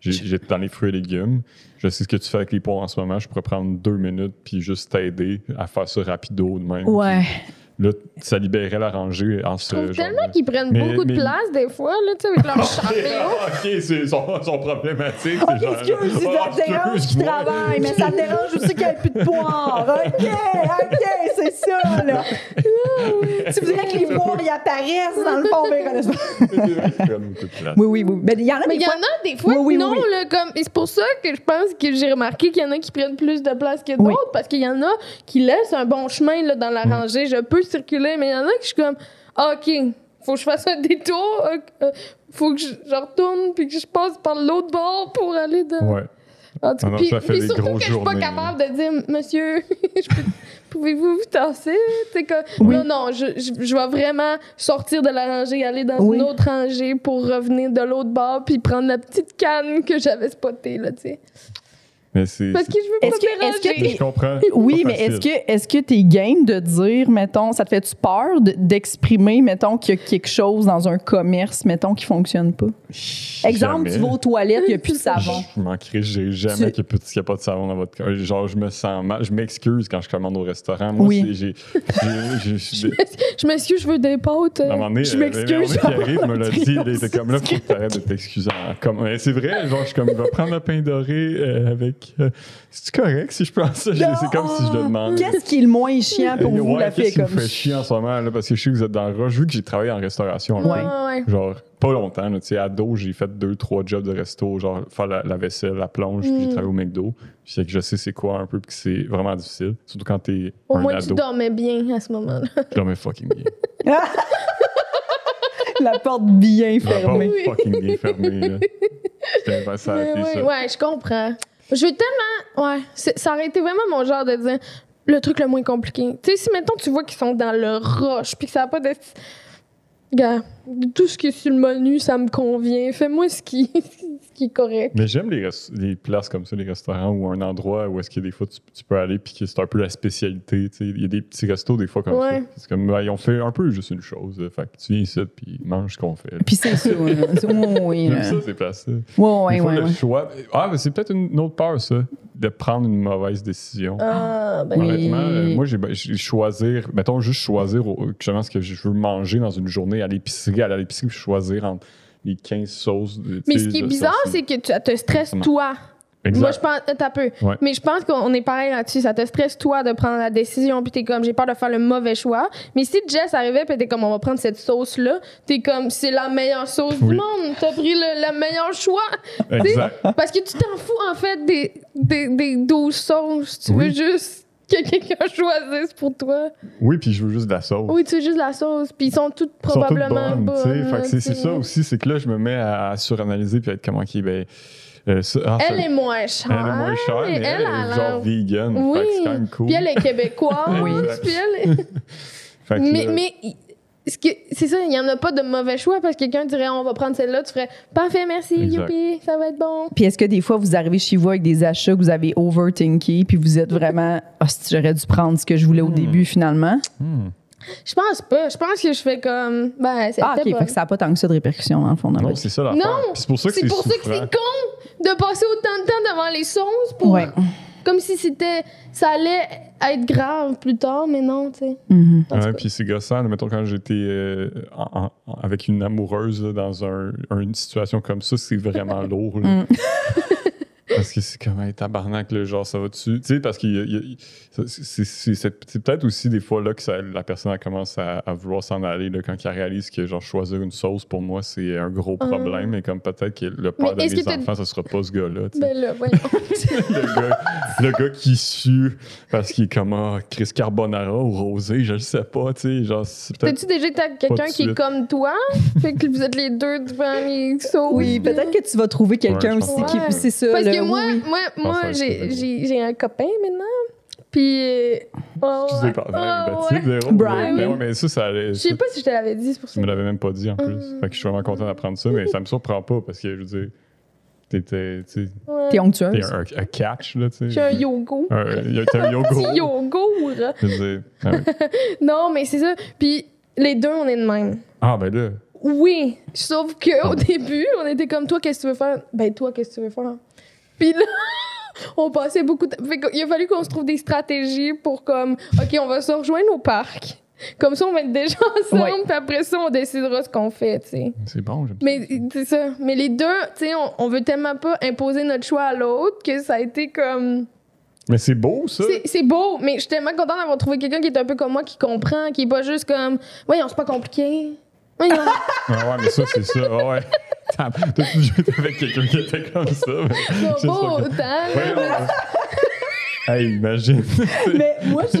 S4: j'ai- j'étais dans les fruits et légumes, je sais ce que tu fais avec les pots en ce moment, je pourrais prendre deux minutes, puis juste t'aider à faire ça rapido de même.
S2: Ouais.
S4: Puis Là, ça libérait la rangée en ce
S3: Je trouve
S4: Euh, genre
S3: tellement
S4: de-
S3: qu'ils prennent
S4: Mais-
S3: beaucoup de
S4: mais-
S3: place des fois, là, tu sais, avec leur
S4: Ah,
S3: chariot.
S4: ok, c'est son, son problématique.
S2: Ok, Oh,
S4: oh,
S2: excuse, si ça te dérange, je travaille, mais ça te dérange aussi qu'il n'y ait plus de poire. OK, OK, c'est ça, là. tu voudrais que les poires y apparaissent dans le fond, mais ils connaissent pas. Oui, oui, oui. Ben, il y en a
S3: Mais
S2: des
S3: il y en
S2: fois-
S3: a des fois,
S2: Oui, oui,
S3: non,
S2: oui,
S3: là, comme. Et c'est pour ça que je pense que j'ai remarqué qu'il y en a qui prennent plus de place que d'autres,
S2: Oui. Mm.
S3: parce qu'il y en a qui laissent un bon chemin, là, dans la rangée. Je peux circuler, mais il y en a que je suis comme, Ah, OK, faut que je fasse un détour, euh, euh, faut que je, je retourne, puis que je passe par l'autre bord pour aller dans.
S4: Ouais.
S3: En tout
S4: Ah
S3: cas,
S4: non,
S3: puis,
S4: ça fait
S3: puis
S4: des
S3: surtout
S4: grosses
S3: que je suis pas
S4: journées,
S3: capable de dire, monsieur, je peux- pouvez-vous vous tasser? Tu sais que,
S2: Oui.
S3: Non, non, je, je, je vais vraiment sortir de la rangée, aller dans
S2: Oui.
S3: une autre rangée pour revenir de l'autre bord, puis prendre la petite canne que j'avais spotée, là, tu sais.
S4: Mais c'est.
S3: Parce que je veux pas
S2: Est-ce que-
S3: me
S2: est-ce que
S3: déranger.
S4: Mais je comprends.
S2: Oui,
S4: C'est pas
S2: mais est-ce
S4: facile.
S2: que est-ce que t'es game de dire, mettons, ça te fait-tu peur de- d'exprimer, mettons, qu'il y a quelque chose dans un commerce, mettons, qui fonctionne pas? Exemple,
S4: Jamais.
S2: tu vas aux toilettes, il n'y a plus de savon.
S4: Je m'en crie, j'ai jamais
S2: Tu-
S4: qu'il n'y a pas de savon dans votre corps. Genre, je me sens mal. Je m'excuse quand je commande au restaurant. Moi,
S2: Oui.
S4: c'est- j'ai. j'ai- j'ai-
S3: Je m'excuse, je veux des pâtes.
S4: À un moment donné,
S2: Je
S4: euh,
S2: m'excuse,
S4: un moment donné qui
S2: genre,
S4: arrive me l'a
S2: tu
S4: dit,
S2: vois,
S4: il était comme là, faut que t'arrêtes de t'excuser. en- Comme, mais c'est vrai, genre, je suis comme, il va prendre le pain doré euh, avec. euh, C'est-tu correct si je prends ça? Je- C'est comme si je le demandais.
S2: Qu'est-ce qui est le moins chiant pour
S4: Euh,
S2: vous,
S4: ouais,
S2: la fille?
S4: qu'est-ce qui
S2: Comme...
S4: vous fait chier en ce moment? Là, parce que je sais que vous êtes dans le rush, vu que j'ai travaillé en restauration. là,
S2: Ouais.
S3: ouais.
S4: Genre, pas longtemps. là, Tu sais, ado, j'ai fait deux, trois jobs de resto, genre faire la, la vaisselle, la plonge, puis j'ai
S3: Mm.
S4: travaillé au McDo. Puis c'est que je sais c'est quoi un peu, puis que c'est vraiment difficile. Surtout quand t'es
S3: Au
S4: un
S3: moins, tu
S4: ado.
S3: dormais bien à ce moment-là.
S4: Je dormais fucking bien.
S2: la porte bien
S4: Je dormais
S2: fermée.
S4: fucking bien fermé. là. C'était ben, ça a
S3: Mais
S4: été
S3: ouais,
S4: ça.
S3: ouais, je comprends. Je veux tellement. Ouais, c'est- ça aurait été vraiment mon genre de dire le truc le moins compliqué. Tu sais, si mettons tu vois qu'ils sont dans le rush puis que ça n'a pas de. Gars, tout ce qui est sur le menu, ça me convient. Fais-moi ce qui, ce qui est correct.
S4: Mais j'aime les, res- les places comme ça, les restaurants ou un endroit où est-ce que des fois tu, tu peux aller puis que c'est un peu la spécialité. tu sais. Il y a des petits restos des fois comme
S3: Ouais.
S4: ça. C'est comme, ben, ils ont fait un peu juste une chose. là. Fait que tu viens ici puis mange ce qu'on fait. là.
S2: Puis c'est ça. là. C'est- Oui, oui,
S4: J'aime
S2: là.
S4: ça, ces places-là.
S2: Ouais, ouais,
S4: Des fois,
S2: ouais,
S4: le
S2: ouais.
S4: choix. Ah, mais c'est peut-être une autre peur, ça, de prendre une mauvaise décision.
S3: Ah, ben.
S2: Oui.
S4: Honnêtement, euh, moi, j'ai j'ai choisir, mettons, juste choisir au- justement ce que je veux manger dans une journée à l'épicerie, aller à l'épicerie, puis choisir entre les 15 sauces. de-
S3: Mais
S4: tu sais,
S3: ce qui est
S4: de
S3: bizarre,
S4: sauce.
S3: c'est que tu- ça te stresse
S4: Exactement.
S3: toi.
S4: Exact.
S3: Moi, je pense. Attends un peu.
S4: Ouais.
S3: Mais je pense qu'on est pareil là-dessus. Ça te stresse, toi, de prendre la décision. Puis t'es comme, j'ai peur de faire le mauvais choix. Mais si Jess arrivait, puis t'es comme, on va prendre cette sauce-là, t'es comme, c'est la meilleure sauce du
S4: Oui.
S3: monde. T'as pris le, le meilleur choix.
S4: Exact.
S3: Parce que tu t'en fous, en fait, des, des, des douze sauces. Tu veux
S4: Oui.
S3: juste que quelqu'un choisisse pour toi.
S4: Oui, puis je veux juste de la sauce.
S3: Oui, tu veux juste la sauce. Puis ils sont toutes
S4: Elles sont toutes
S3: probablement
S4: bonnes, tu sais.
S3: bonnes,
S4: Fait que c'est-
S3: tu
S4: c'est
S3: sais.
S4: ça aussi, c'est que là, je me mets à, à suranalyser puis à être comment qui, ben. euh, ça- ah, ça-
S3: Elle est moins
S4: elle
S3: chère.
S4: est moins chère, mais,
S3: mais
S4: elle,
S3: elle a
S4: est
S3: l'air-
S4: genre vegan.
S3: Oui.
S4: Fait que c'est quand même cool.
S3: Puis elle est québécoise.
S4: Oui.
S3: Puis elle est...
S4: Fait que
S3: Mais,
S4: là-
S3: mais il- ce que- c'est ça, il n'y en a pas de mauvais choix parce que quelqu'un dirait on va prendre celle-là, tu ferais parfait, merci,
S4: Exact.
S3: youpi, ça va être bon.
S2: Puis est-ce que des fois, vous arrivez chez vous avec des achats que vous avez overthinké, puis vous êtes vraiment, ah, si j'aurais dû prendre ce que je voulais au début, finalement?
S4: Hmm.
S3: Je pense pas, je pense que je fais comme ben c'est
S2: Ah, OK,
S3: pas.
S2: fait que ça n'a pas tant que ça de répercussions, dans le fond. dans
S4: Ah Non,
S2: votre-
S4: c'est ça l'affaire.
S3: Non,
S4: Puis c'est pour ça que
S3: C'est
S4: c'est
S3: pour ça que
S4: souffrant.
S3: c'est con de passer autant de temps devant les sauces pour
S2: Ouais.
S3: comme si c'était ça allait être grave plus tard, mais non, tu sais.
S2: Mhm.
S3: En tout
S4: Ouais,
S3: cas.
S4: puis c'est gossant. Mettons, quand j'étais euh, en- en- avec une
S3: Mm.
S4: amoureuse là, dans un- une situation comme ça, c'est vraiment lourd. là. Parce que c'est comme un tabarnak, le genre, ça va dessus. Tu sais, parce que c'est c'est- c'est peut-être aussi des fois là que ça- la personne elle commence à, à vouloir s'en aller, là, quand elle réalise que, genre, choisir une sauce, pour moi, c'est un gros problème. Et comme peut-être que le père de
S3: Mais est-ce
S4: mes
S3: que t'as-
S4: enfants, ce sera pas ce gars-là. tu sais.
S3: Ben là, voyons.
S4: le, gars, le gars qui sue parce qu'il est comme ah, Chris Carbonara ou Rosé, je le sais pas, tu sais. Genre, c'est peut-être.
S3: T'as-tu déjà été avec
S4: Pas
S3: quelqu'un
S4: de
S3: qui est
S4: suite.
S3: comme toi? fait que vous êtes les deux devant les sauces.
S2: Oui, peut-être que tu vas trouver quelqu'un
S4: Ouais, je
S2: aussi
S3: pense
S2: qui.
S3: que-
S2: C'est ça.
S3: Parce
S2: le-
S3: que
S2: oui,
S3: moi,
S2: oui.
S3: moi,
S4: pense
S3: moi
S4: à ça,
S3: j'ai-
S4: c'est
S3: j'ai j'ai un copain maintenant. Puis. euh, oh,
S4: Excusez,
S3: ouais,
S4: pardon,
S3: oh,
S4: Baptiste,
S3: ouais.
S4: Ben, zéro,
S2: Brian.
S4: mais- mais ouais, mais ça, ça allait.
S3: Je sais pas si je te l'avais dit, c'est pour
S4: Tu
S3: ça.
S4: me l'avais même pas dit en plus.
S3: Hum.
S4: Fait que je suis vraiment content d'apprendre ça, mais ça me surprend pas parce que je veux dire, t'étais. tu sais,
S3: Ouais.
S2: T'es onctueuse.
S4: T'es un, un catch, là, tu sais.
S3: J'ai un yogourt.
S4: Un- euh, y a- T'es un yogourt.
S3: Petit yogourt.
S4: Je veux dire, ah, oui.
S3: Non, mais c'est ça. Puis les deux, on est de même.
S4: Ah, ben là.
S3: Oui, sauf que
S4: Ah
S3: au début, on était comme toi, qu'est-ce que tu veux faire Ben toi, qu'est-ce que tu veux faire Puis là, on passait beaucoup. De... Fait qu'il a fallu qu'on se trouve des stratégies pour comme, ok, on va se rejoindre au parc. Comme ça, on va être déjà ensemble.
S2: Ouais.
S3: Puis après ça, on décidera ce qu'on fait, tu sais.
S4: C'est bon, j'aime ça.
S3: Mais c'est ça. Mais les deux, tu sais, on, on veut tellement pas imposer notre choix à l'autre que ça a été comme.
S4: Mais c'est beau, ça.
S3: C'est- C'est beau, mais je suis tellement contente d'avoir trouvé quelqu'un qui est un peu comme moi, qui comprend, qui est pas juste comme, voyons, c'est pas compliqué. Voyons.
S4: Ah ouais, mais ça, c'est ça. Ah ouais. T'as tu joué avec quelqu'un qui était comme ça. mais-
S3: Non,
S4: je sais
S3: pas
S4: que-
S3: autant. là.
S4: Ouais, ouais. hey, imagine.
S2: Mais moi, je,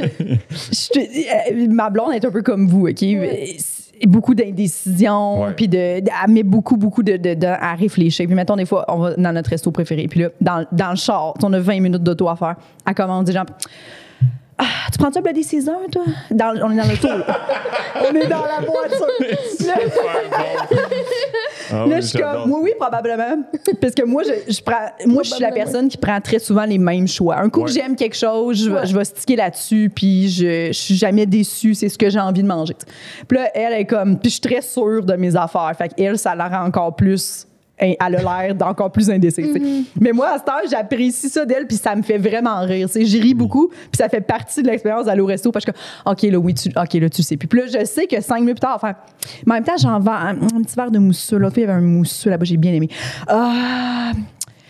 S2: je te dis, euh, ma blonde est un peu comme vous, OK?
S3: Ouais.
S2: C'est Beaucoup d'indécision,
S4: Ouais.
S2: puis de, de- elle met beaucoup, beaucoup de, de- de- à réfléchir. Puis mettons, des fois, on va dans notre resto préféré, puis là, dans, dans le char, tu sais, on a 20 minutes d'auto à faire. Elle commande, des gens. Ah, tu prends-tu un plat des 6 heures, toi? Dans, le- on est dans le tour. on est dans la voiture. Là,
S4: Super bon. Ah
S2: Là,
S4: oui,
S2: je suis
S4: j'adore.
S2: comme, oui, oui, probablement. Parce que moi, je, je prends, moi, je suis la
S3: Probablement.
S2: personne qui prend très souvent les mêmes choix. Un coup
S4: Ouais.
S2: que j'aime quelque chose, je, vais-
S3: Ouais.
S2: je vais sticker là-dessus, puis je, je suis jamais déçue, c'est ce que j'ai envie de manger. tu sais. Puis là, elle est comme, puis je suis très sûre de mes affaires. Fait qu'elle, ça la rend encore plus. Elle a l'air d'encore plus indécis. tu sais. Mais moi, à cette heure, j'apprécie ça d'elle, puis ça me fait vraiment rire. tu sais. J'y ris beaucoup, puis ça fait partie de l'expérience d'aller au resto parce que, OK, là, oui, tu, OK, là, tu le sais. Puis là, je sais que cinq minutes plus tard, enfin, mais en même temps, j'en vends un, un petit verre de mousseux. Là, il y avait un mousseux là-bas, j'ai bien aimé. Ah,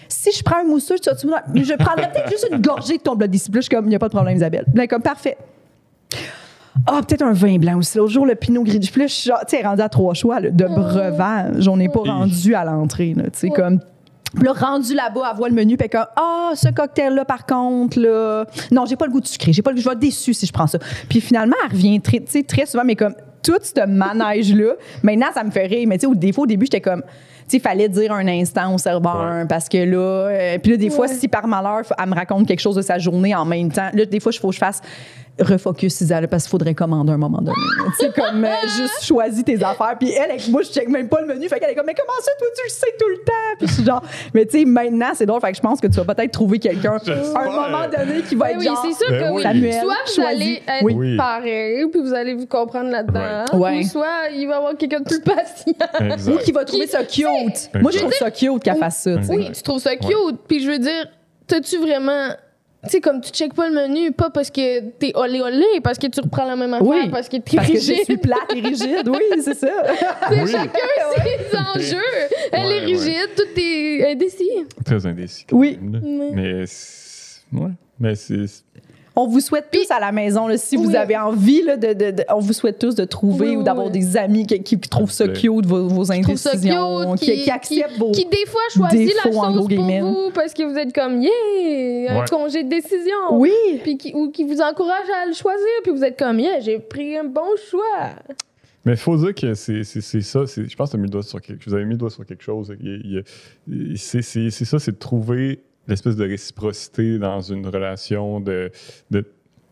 S2: si je prends un mousseux, tu vas-tu me- je prendrais peut-être juste une gorgée de ton blood d'ici. Puis là, je suis comme, il n'y a pas de problème, Isabelle. Puis là, elle est comme, parfait. Ah, peut-être un vin blanc aussi. L'autre jour, le pinot gris. Puis là, je suis genre, tu sais, rendu à trois choix là, de breuvage. On n'est pas
S4: Ouais.
S2: rendu à l'entrée, là, tu sais, comme. Puis là, rendu là-bas, elle voit le menu, puis elle est comme, ah, ce cocktail-là, par contre, là, non, j'ai pas le goût de sucré, j'ai pas le goût, je vais être déçue si je prends ça. Puis finalement, elle revient très, tu sais, très souvent, mais comme, tout ce manège-là, maintenant, ça me fait rire, mais tu sais, au, des fois, au début, j'étais comme, tu sais, il fallait dire un instant au serveur,
S4: Ouais.
S2: parce que là, euh, puis là, des fois,
S3: Ouais.
S2: si par malheur, faut- elle me raconte quelque chose de sa journée en même temps, là, des fois, il faut que je fasse refocus Isabelle parce qu'il faudrait commander à un moment donné. tu sais, comme euh, juste choisis tes affaires. Puis elle, elle- moi, je check même pas le menu. Fait qu'elle est comme, mais comment ça, toi, tu le sais tout le temps? Puis je suis genre, mais tu sais, maintenant, c'est drôle. Fait que je pense que tu vas peut-être trouver quelqu'un à
S4: J'espère.
S2: un moment donné qui va
S3: Ben
S2: être
S3: oui,
S2: genre,
S3: c'est sûr
S4: Ben
S3: que
S4: oui.
S3: oui.
S2: Samuel,
S3: soit vous
S2: choisis.
S3: allez être
S4: Oui.
S3: pareil, puis vous allez vous comprendre là-dedans.
S2: Ouais.
S3: Ou soit il va y avoir quelqu'un de plus patient.
S2: ou
S4: Exact.
S2: qui va trouver ça cute.
S4: Ben,
S2: Moi, je
S4: je veux
S2: trouve ça cute qu'elle fasse ça. tu sais.
S3: Oui, tu trouves ça cute. Puis je veux dire, t'as-tu vraiment. Tu sais, comme tu checkes pas le menu, pas parce que t'es olé olé, parce que tu reprends la même affaire,
S2: Oui.
S3: parce que t'es
S2: Parce que je
S3: rigide.
S2: suis plate et rigide. Oui, c'est ça.
S3: C'est
S4: Oui.
S3: chacun ses enjeux. Elle
S4: Ouais,
S3: est rigide, tout est indécis.
S4: Très indécis. quand
S2: Oui.
S4: même, là.
S3: Oui.
S4: Mais. c'est- Ouais. Mais c'est.
S2: On vous souhaite tous à la maison, là, si vous
S3: Oui.
S2: avez envie, là, de, de- de- on vous souhaite tous de trouver
S3: Oui,
S2: ou
S3: oui,
S2: d'avoir
S3: oui.
S2: des amis qui, qui trouvent ça
S4: Exact.
S2: cute, vos, vos
S3: trouve ça
S2: indécisions,
S3: cute,
S2: qui,
S3: qui-
S2: qui acceptent vos...
S3: Qui, des fois, choisit
S2: Défaut,
S3: la
S2: en
S3: sauce
S2: gros
S3: pour
S2: guillemets.
S3: vous parce que vous êtes comme, yeah, un
S4: Ouais.
S3: congé de décision.
S2: Oui,
S3: Puis qui, ou qui vous encourage à le choisir, puis vous êtes comme, yeah, j'ai pris un bon choix.
S4: Mais il faut dire que c'est c'est- c'est ça. c'est- Je pense que tu mis le doigt sur quelque Vous avez mis le doigt sur quelque chose. Il- il- il- C'est c'est- c'est ça, c'est de trouver l'espèce de réciprocité dans une relation de, de- tu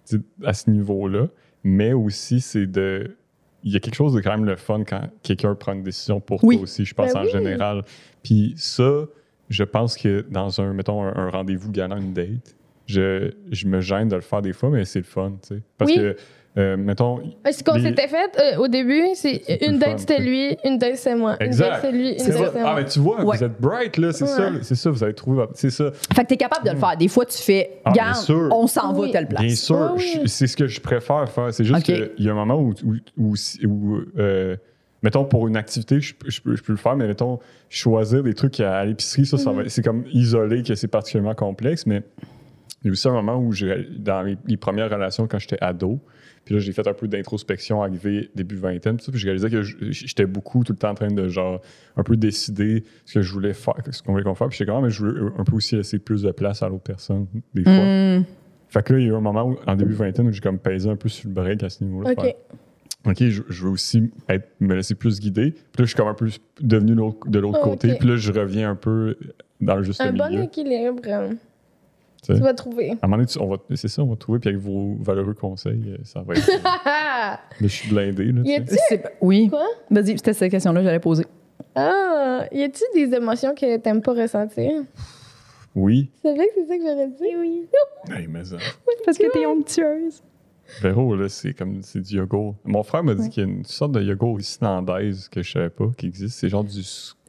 S4: sais, à ce niveau-là. Mais aussi, c'est de. Il y a quelque chose de quand même le fun quand quelqu'un prend une décision pour
S2: Oui.
S4: toi aussi, je pense,
S3: Ben
S4: en
S3: oui.
S4: général. Puis ça, je pense que dans un, mettons, un, un rendez-vous galant, une date, je, je me gêne de le faire des fois, mais c'est le fun, tu sais. Parce
S3: Oui.
S4: que, euh, mettons,
S3: Euh, Ce qu'on
S4: Les-
S3: s'était fait euh, au début, c'est
S4: C'est plus
S3: une
S4: fun,
S3: date c'était
S4: tu sais.
S3: lui, une date c'est moi. Une date
S4: Exact.
S3: c'est lui, une
S4: C'est
S3: date
S4: ça.
S3: c'est
S4: Ah,
S3: moi.
S4: mais tu vois,
S2: Ouais.
S4: vous êtes bright, là, c'est
S3: Ouais.
S4: ça. C'est ça, vous avez trouvé. votre- C'est ça.
S2: fait que t'es capable de le faire. Des fois, tu fais,
S4: Mm. Ah, bien
S2: garde,
S4: sûr.
S2: on s'en va
S3: Oui.
S2: va telle place.
S4: Bien sûr,
S3: Ouais, ouais.
S4: je- c'est ce que je préfère faire. C'est juste
S2: Ok.
S4: qu'il y a un moment où, où, où- où, euh, mettons, pour une activité, je, je peux, je peux le faire, mais mettons, choisir des trucs à, à l'épicerie, ça, ça va- c'est comme isolé que c'est particulièrement complexe, mais il y a aussi un moment où, j'ai- dans mes- les premières relations, quand j'étais ado, puis là, j'ai fait un peu d'introspection, arrivé début vingtaine, tout ça, puis je réalisais que je- j'étais beaucoup tout le temps en train de, genre, un peu décider ce que je voulais faire, ce qu'on voulait qu'on fasse, puis j'étais comme, Ah, mais je veux un peu aussi laisser plus de place à l'autre personne, des fois.
S2: Hmm.
S4: Fait que là, il y a eu un moment, où, en début vingtaine, où j'ai comme pesé un peu sur le break à ce niveau-là.
S3: OK.
S4: Faire, OK, je, je veux aussi être, me laisser plus guider. Puis là, je suis comme un peu devenu l'autre- de l'autre
S3: Oh,
S4: côté.
S3: ok.
S4: Puis là, je reviens un peu dans le juste
S3: Un bon
S4: milieu.
S3: équilibre. euh,
S4: Tu sais.
S3: Tu vas trouver.
S4: À un moment donné, tu- on va- c'est ça, on va trouver. Puis avec vos valeureux conseils, euh, ça va être...
S3: Ah, ah!
S4: Mais je suis blindé, là,
S3: Y
S4: tu sais.
S3: a-t-il
S2: C'est pas- Oui.
S3: Quoi?
S2: Vas-y, c'était cette question-là que j'allais poser.
S3: Ah, y a-tu des émotions que t'aimes pas ressentir?
S4: Oui.
S3: C'est vrai que c'est ça que j'aurais dit? Oui.
S4: Hey, mais ça...
S2: Parce que t'es onctueuse.
S4: Véro, là, c'est comme... C'est du yogourt. Mon frère m'a dit qu'il y a une sorte de yogourt islandaise que je savais pas qui existe. C'est genre du...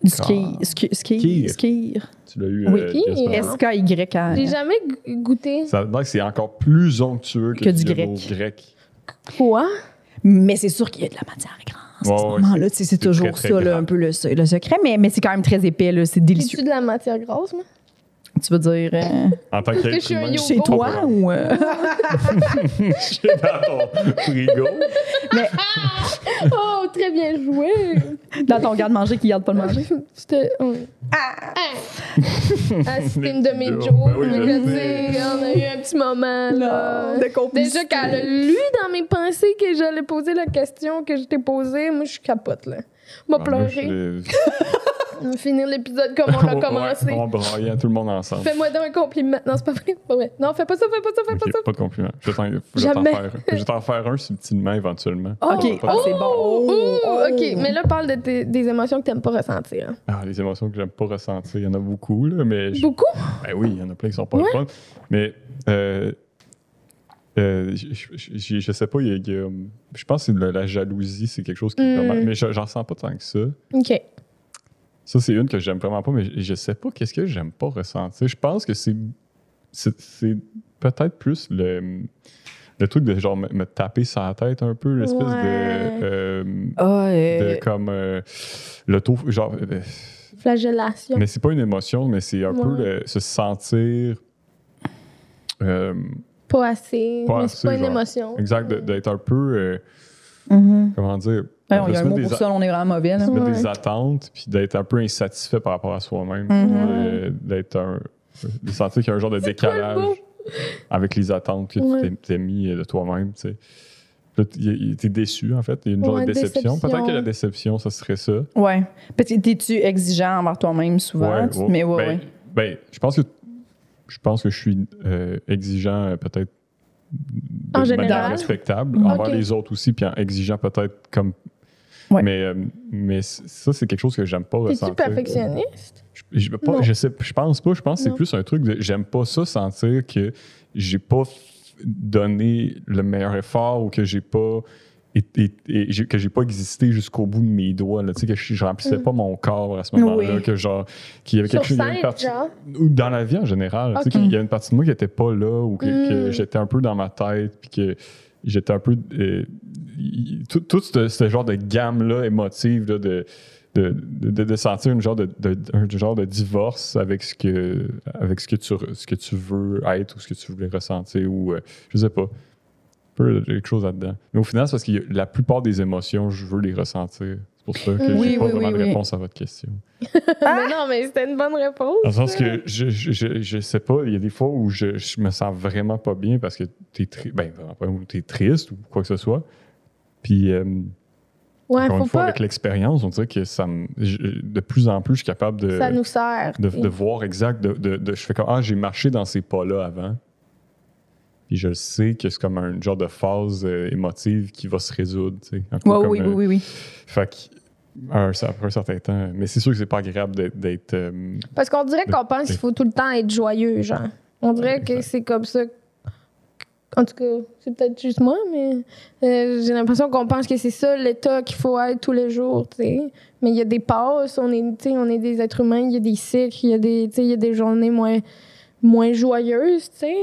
S2: Du
S4: ska.
S2: ski, ski, ski,
S4: Skier.
S2: skier.
S4: Tu l'as eu,
S2: Oui.
S4: euh,
S3: Qui?
S4: Jasper?
S3: Est-ce-
S2: S-K-Y-A.
S3: J'ai jamais go- goûté.
S4: Ça a l'air que c'est encore plus onctueux que,
S2: Que du
S4: yogourt
S2: grec.
S4: grec.
S3: Quoi?
S2: Mais c'est sûr qu'il y a de la matière grasse. à ce
S4: Ouais, ouais,
S2: moment-là, Tu sais, c'est
S4: c'est
S2: toujours
S4: très, très
S2: ça, là,
S4: gras.
S2: un peu le, se- le secret, mais, mais c'est quand même très épais, là, c'est délicieux.
S3: J'ai-tu de la matière grasse, moi?
S2: Tu veux dire euh,
S4: En tant
S3: que je
S4: qu'être
S3: suis un
S4: humain,
S3: yogourt.
S2: chez toi ou. euh,
S4: J'ai dans ton frigo.
S3: Oh, très bien joué!
S2: dans ton garde-manger qui garde pas le manger?
S3: C'était. Ah! Ah, c'était une de mes
S4: Ben
S3: jokes.
S4: oui, je
S3: mais là, tu
S4: sais.
S3: sais, on a eu un petit moment, là.
S2: Non, de complicité.
S3: Déjà, quand elle a lu dans mes pensées que j'allais poser la question que je t'ai posée, moi, je capote, là. M'a pleuré. On va finir l'épisode comme on l'a commencé.
S4: On braillait tout le monde ensemble.
S3: Fais-moi donc un compliment. Non, c'est pas vrai. c'est pas vrai. Non, fais pas ça, fais pas ça, fais
S4: Ok,
S3: pas ça.
S4: pas de compliment. Je vais t'en- je vais t'en
S3: Jamais.
S4: faire, je vais t'en faire un subtilement éventuellement.
S3: Oh,
S2: Ok,
S4: Ah,
S2: ah, c'est bon.
S3: Ouh,
S2: Oh, oh.
S3: OK, mais là, parle de tes- des émotions que t'aimes pas ressentir.
S4: Ah, les émotions que j'aime pas ressentir, il y en a beaucoup, là, mais je-
S3: Beaucoup?
S4: ben oui, il y en a plein qui sont pas
S3: Ouais.
S4: le fun. Mais euh, euh, je, je- je- je sais pas, il y a- il y a- je pense que c'est de la, la jalousie, c'est quelque chose qui est
S3: Hmm.
S4: vraiment- Mais je- j'en sens pas tant que ça.
S3: OK.
S4: Ça, c'est une que j'aime vraiment pas, mais je- je sais pas qu'est-ce que j'aime pas ressentir. Je pense que c'est c'est- c'est peut-être plus le, le truc de genre me, me taper sur la tête un peu, l'espèce
S3: Ouais.
S4: de, euh,
S2: Ah, euh,
S4: de comme euh, l'auto. Genre, euh,
S3: Flagellation.
S4: mais c'est pas une émotion, mais c'est un
S3: Ouais.
S4: peu le- se sentir. euh,
S3: Pas assez.
S4: Pas
S3: mais c'est
S4: assez,
S3: pas une
S4: genre.
S3: émotion.
S4: exact, de- d'être un peu. euh,
S3: Mm-hmm.
S2: mhm.
S4: comment dire
S2: Ouais, on
S4: de
S2: y
S4: se
S2: a un
S4: mettre
S2: mot
S4: des
S2: pour
S4: a-
S2: ça, là, on est vraiment mauvais.
S4: de
S2: là.
S4: se mettre
S3: Ouais.
S4: des attentes, puis d'être un peu insatisfait par rapport à soi-même.
S2: Mhm.
S4: Euh, d'être un. de sentir qu'il y a un genre de
S3: quoi le
S4: décalage
S3: mot?
S4: avec les attentes que
S3: Ouais.
S4: tu t'es- t'es mis euh, de toi-même, tu sais. Là, t- y- y- T'es déçu, en fait. Il y a une genre
S3: Ouais,
S4: de déception.
S3: déception.
S4: Peut-être que la déception, ça serait ça.
S2: Ouais. Parce que t'es-tu exigeant envers toi-même souvent?
S4: Ouais,
S2: Tu-
S4: ouais.
S2: Mais ouais,
S4: ben,
S2: ouais.
S4: ben, je pense que je pense que je suis euh, exigeant euh, peut-être de
S3: En
S4: manière
S3: général?
S4: respectable
S2: Mhm.
S4: envers
S3: Ok.
S4: les autres aussi, puis en exigeant peut-être comme.
S2: Ouais.
S4: Mais, euh, mais c- ça, c'est quelque chose que j'aime pas
S3: T'es-tu
S4: ressentir.
S3: perfectionniste?
S4: Je, je, veux pas,
S3: Non.
S4: je, sais, je pense pas. Je pense que c'est
S3: Non.
S4: plus un truc de j'aime pas ça sentir que j'ai pas f- donné le meilleur effort ou que j'ai pas et- et- et j'ai- que j'ai pas existé jusqu'au bout de mes doigts là, tu sais que je, je remplissais
S3: Mm.
S4: pas mon corps à ce moment-là
S2: Oui.
S4: que genre qu'il y avait
S3: Sur
S4: quelque chose il y avait une
S3: scène,
S4: partie-
S3: genre?
S4: ou dans la vie en général tu sais,
S3: Ok.
S4: qu'il y a une partie de moi qui était pas là ou que, que
S3: Mm.
S4: j'étais un peu dans ma tête puis que j'étais un peu euh, y- tout, tout ce, ce genre de gamme là émotive là, de de, de, de- de sentir une genre de, de- un genre de divorce avec ce que avec ce que tu re- ce que tu veux être ou ce que tu voulais ressentir ou euh, je sais pas un peu quelque chose là-dedans mais au final c'est parce que la plupart des émotions je veux les ressentir c'est pour ça que
S2: Mm. Oui,
S4: j'ai pas
S2: oui,
S4: vraiment
S2: oui,
S4: de
S2: oui.
S4: réponse à votre question
S3: Mais non, mais c'était une bonne réponse.
S4: dans le sens que je, je, je, je sais pas, il y a des fois où je, je me sens vraiment pas bien parce que t'es tri ben, vraiment pas, ou t'es triste ou quoi que ce soit. Puis, euh,
S3: Ouais,
S4: encore
S3: faut
S4: une fois,
S3: pas.
S4: avec l'expérience, on dirait que ça me, je- de plus en plus, je suis capable de,
S3: Ça nous sert.
S4: euh, de, de voir exact. De, de- de- je fais comme, ah, j'ai marché dans ces pas-là avant. Puis je le sais que c'est comme un genre de phase euh, émotive qui va se résoudre. tu sais. Un peu
S2: Ouais,
S4: comme,
S2: oui,
S4: euh,
S2: oui, oui, oui.
S4: Fait que, un- après un certain temps, mais c'est sûr que c'est pas agréable d'être- d'être. euh,
S3: Parce qu'on dirait qu'on pense
S4: de-
S3: qu'il faut tout le temps être joyeux, genre. On dirait que
S4: Exact.
S3: c'est comme ça. En tout cas, c'est peut-être juste moi, mais euh, j'ai l'impression qu'on pense que c'est ça l'état qu'il faut être tous les jours, tu sais. Mais il y a des passes, on est, tu sais, on est des êtres humains, il y a des cycles, il y a des, tu sais, il y a des journées moins, moins joyeuses, tu sais.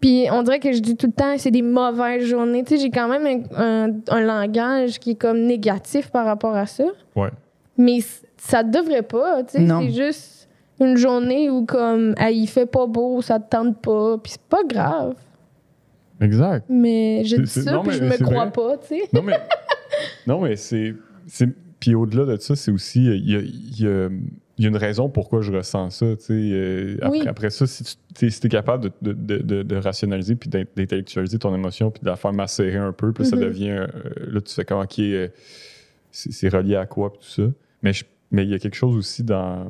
S3: Puis on dirait que je dis tout le temps, c'est des mauvaises journées. Tu sais, j'ai quand même un, un- un langage qui est comme négatif par rapport à ça.
S4: Ouais.
S3: Mais c- ça devrait pas, tu sais.
S2: Non.
S3: C'est juste une journée où comme, ah, il fait pas beau, ça te tente pas, puis c'est pas grave.
S4: Exact.
S3: Mais je
S4: C'est-
S3: dis
S4: c'est-
S3: ça,
S4: non,
S3: puis
S4: mais
S3: je me
S4: c'est
S3: crois
S4: vrai.
S3: pas, tu sais.
S4: Non, mais, non, mais c'est. c'est- Puis au-delà de ça, c'est aussi. euh, Il y a, il y a- il y a une raison pourquoi je ressens ça. tu sais, euh, après,
S3: Oui.
S4: après ça, si tu es, capable de, de- de- de- de rationaliser puis d'in- d'intellectualiser ton émotion puis de la faire macérer un peu, puis là,
S3: Mhm.
S4: ça devient. euh, là, tu fais comment qui est. c'est c'est relié à quoi puis tout ça. Mais je- mais il y a quelque chose aussi dans.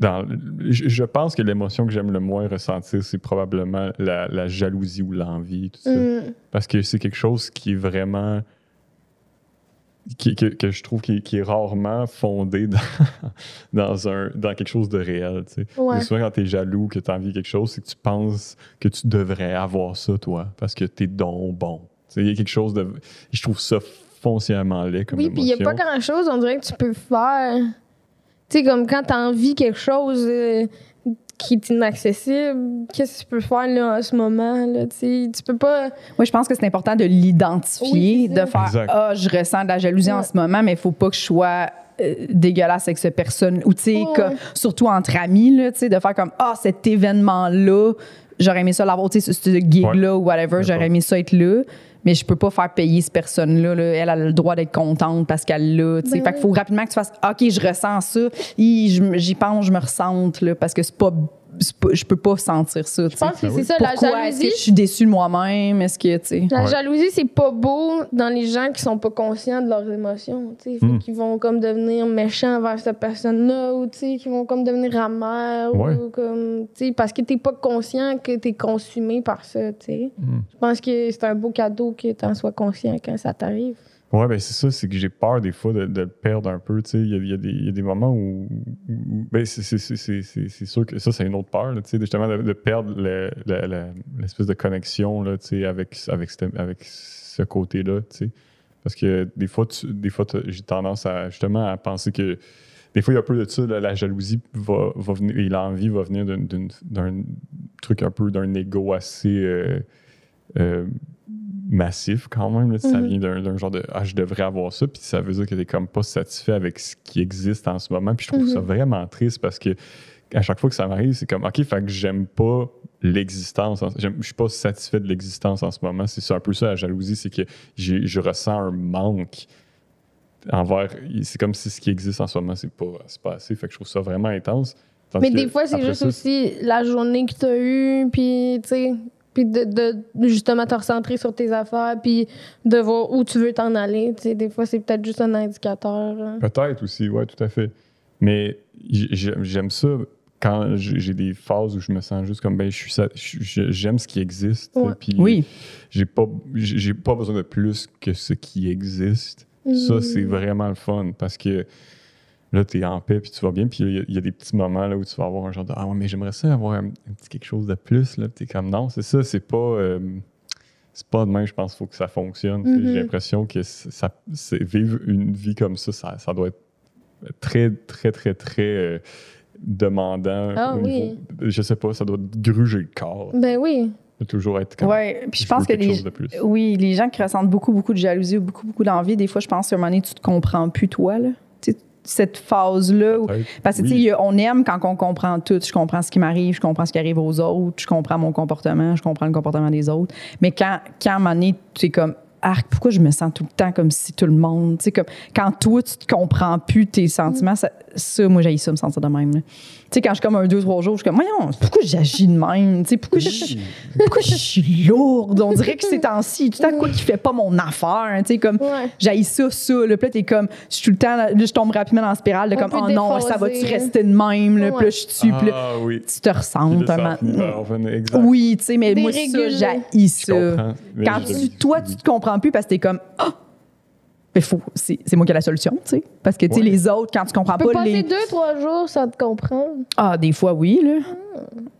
S4: dans je, je pense que l'émotion que j'aime le moins ressentir, c'est probablement la, la jalousie ou l'envie, tout ça
S3: Mm.
S4: parce que c'est quelque chose qui est vraiment qui- que, que je trouve qui, est- qui est rarement fondé dans, dans, un, dans quelque chose de réel. Tu sais.
S3: Ouais.
S4: Mais Souvent, quand tu es jaloux, que tu envie quelque chose, c'est que tu penses que tu devrais avoir ça, toi, parce que tu es donc bon. Tu sais, Il y a quelque chose de. Je trouve ça foncièrement laid comme
S3: Oui, puis il n'y a pas
S4: émotion.
S3: grand-chose, on dirait que tu peux faire. Tu sais, comme quand tu envie quelque chose euh, qui est inaccessible, qu'est-ce que tu peux faire là, en ce moment? Là, tu sais? tu peux pas.
S2: Oui, je pense que c'est important de l'identifier,
S3: Oui, c'est ça.
S2: de faire
S4: Exact.
S2: Ah, je ressens de la jalousie en
S3: Ouais.
S2: ce moment, mais il faut pas que je sois euh, dégueulasse avec cette personne. Ou, tu sais,
S3: Ouais,
S2: comme-
S3: ouais.
S2: surtout entre amis, là, tu sais, de faire comme Ah, cet événement-là, j'aurais aimé ça l'avoir, tu sais, ce, ce gig-là ou whatever,
S4: D'accord.
S2: j'aurais aimé ça être là. Mais je peux pas faire payer cette personne-là. là. Elle a le droit d'être contente parce qu'elle l'a. tu sais.
S3: Ben
S2: fait qu'il faut rapidement que tu fasses OK, je ressens ça. Hi, je m- J'y pense, je me ressente là, parce que c'est pas, c'est pas- je peux pas sentir ça. tu
S3: Je
S2: sais.
S3: pense que
S4: Ben
S3: c'est
S4: oui.
S3: ça, la
S2: Pourquoi? Est-ce que
S3: jalousie.
S2: je suis déçue de moi-même? Est-ce que, tu sais.
S3: La
S4: Ouais.
S3: jalousie, c'est pas beau dans les gens qui sont pas conscients de leurs émotions. Tu sais, Fait
S4: Mm.
S3: qu'ils vont comme devenir méchants envers cette personne-là, ou tu sais, qu'ils vont comme devenir amers,
S4: Ouais.
S3: ou comme. tu sais, Parce que t'es pas conscient que t'es consumé par ça, tu sais.
S4: Mm.
S3: Je pense que c'est un beau cadeau que t'en sois conscient quand ça t'arrive.
S4: Ouais, ben c'est ça, c'est que j'ai peur des fois de, de le perdre un peu. tu sais. Il y a, il y a des- il y a des moments où. où- ben c'est- c'est- c'est- c'est c'est- c'est sûr que ça, c'est une autre peur, là, tu sais, justement, de, de perdre le- le- le- l'espèce de connexion là, tu sais, avec, avec, cette- avec ce côté-là. tu sais. Parce que des fois, tu- des fois t'as- j'ai tendance à justement à penser que. Des fois, il y a un peu de ça, la, la jalousie va, va venir, et l'envie va venir d'une- d'une- d'un truc un peu, d'un ego assez. euh, euh, massif quand même. là. Ça
S3: Mhm.
S4: vient d'un d'un genre de Ah, je devrais avoir ça. Puis ça veut dire que t'es comme pas satisfait avec ce qui existe en ce moment. Puis je trouve ça vraiment triste parce que à chaque fois que ça m'arrive, c'est comme OK, fait que j'aime pas l'existence. en- j'aime- Je suis pas satisfait de l'existence en ce moment. C'est ça, un peu ça la jalousie, c'est que j'ai- je ressens un manque envers. C'est comme si ce qui existe en ce moment, c'est pas, c'est pas assez. Fait que je trouve ça vraiment intense. Tandis
S3: Mais des
S4: que
S3: fois, c'est
S4: après
S3: juste
S4: ça,
S3: aussi la journée que t'as eue, puis tu sais, puis de, de justement te recentrer sur tes affaires, puis de voir où tu veux t'en aller. Tu sais, des fois, c'est peut-être juste un indicateur. hein.
S4: Peut-être aussi, ouais, tout à fait. Mais j- j'aime j'aime ça quand j'ai j'ai des phases où je me sens juste comme ben je suis sa- je- je- j'aime ce qui existe
S3: Ouais.
S4: puis
S2: Oui.
S4: j'ai pas j'ai j'ai pas besoin de plus que ce qui existe
S3: Mhm.
S4: ça c'est vraiment le fun parce que là t'es en paix puis tu vas bien puis il y a- il y, a des petits moments là où tu vas avoir un genre de ah ouais mais j'aimerais ça avoir un, un petit quelque chose de plus là Puis t'es comme non c'est ça c'est pas euh, c'est pas demain je pense faut que ça fonctionne Tu sais,
S3: Mhm.
S4: j'ai l'impression que c- ça c'est- vivre une vie comme ça ça, ça doit être très très très très euh, demandant
S3: Ah
S4: au
S3: oui.
S4: niveau- je sais pas ça doit gruger le corps
S3: Ben oui.
S4: de toujours être comme
S2: Ouais, puis je
S4: veux
S2: pense que
S4: quelque
S2: les,
S4: chose de plus.
S2: oui, les gens qui ressentent beaucoup, beaucoup de jalousie ou beaucoup, beaucoup d'envie, des fois, je pense qu'à un moment donné, tu te comprends plus, toi, là. Tu sais, cette phase-là. où-
S4: Peut-être,
S2: Parce que,
S4: oui.
S2: tu sais, il y a- on aime quand on comprend tout. Je comprends ce qui m'arrive, je comprends ce qui arrive aux autres, je comprends mon comportement, je comprends le comportement des autres. Mais quand, quand à un moment donné, tu es comme, arc, pourquoi je me sens tout le temps comme si tout le monde, tu sais, comme, quand toi, tu te comprends plus tes sentiments, ça, ça, moi, j'ai ça me sentir de même, là. Tu sais, quand je suis comme un, deux, trois jours, je suis comme, voyons, pourquoi j'agis de même? Tu sais, pourquoi je, pourquoi je suis lourde? On dirait que ces temps-ci, tout à quoi qui fait pas mon affaire, hein, tu sais, comme,
S3: Ouais.
S2: j'haïs ça, ça. Là, puis là, t'es comme, je suis tout le temps, là, je tombe rapidement dans la spirale de
S3: Un
S2: comme,
S3: peu
S2: oh non,
S3: déphasé.
S2: ça va-tu rester de même, là, puis là,
S3: Ouais.
S2: je tue, puis là,
S4: Ah oui.
S2: tu te
S4: Puis là,
S2: ressentes
S4: ça
S2: un moment.
S4: en finit par revenir, exact.
S2: Oui, tu sais, mais moi, ça,
S3: Dérégulé.
S2: j'haïs ça.
S4: Je comprends. Mais
S2: Quand
S4: je-
S2: tu, toi, tu te comprends plus parce que t'es comme, ah, mais faut, c'est c'est moi qui ai la solution, tu sais. Parce que, tu sais,
S4: Ouais.
S2: les autres, quand tu comprends
S3: Tu peux
S2: pas
S3: passer
S2: les.
S3: deux, trois jours sans te comprendre.
S2: Ah, des fois, oui, là.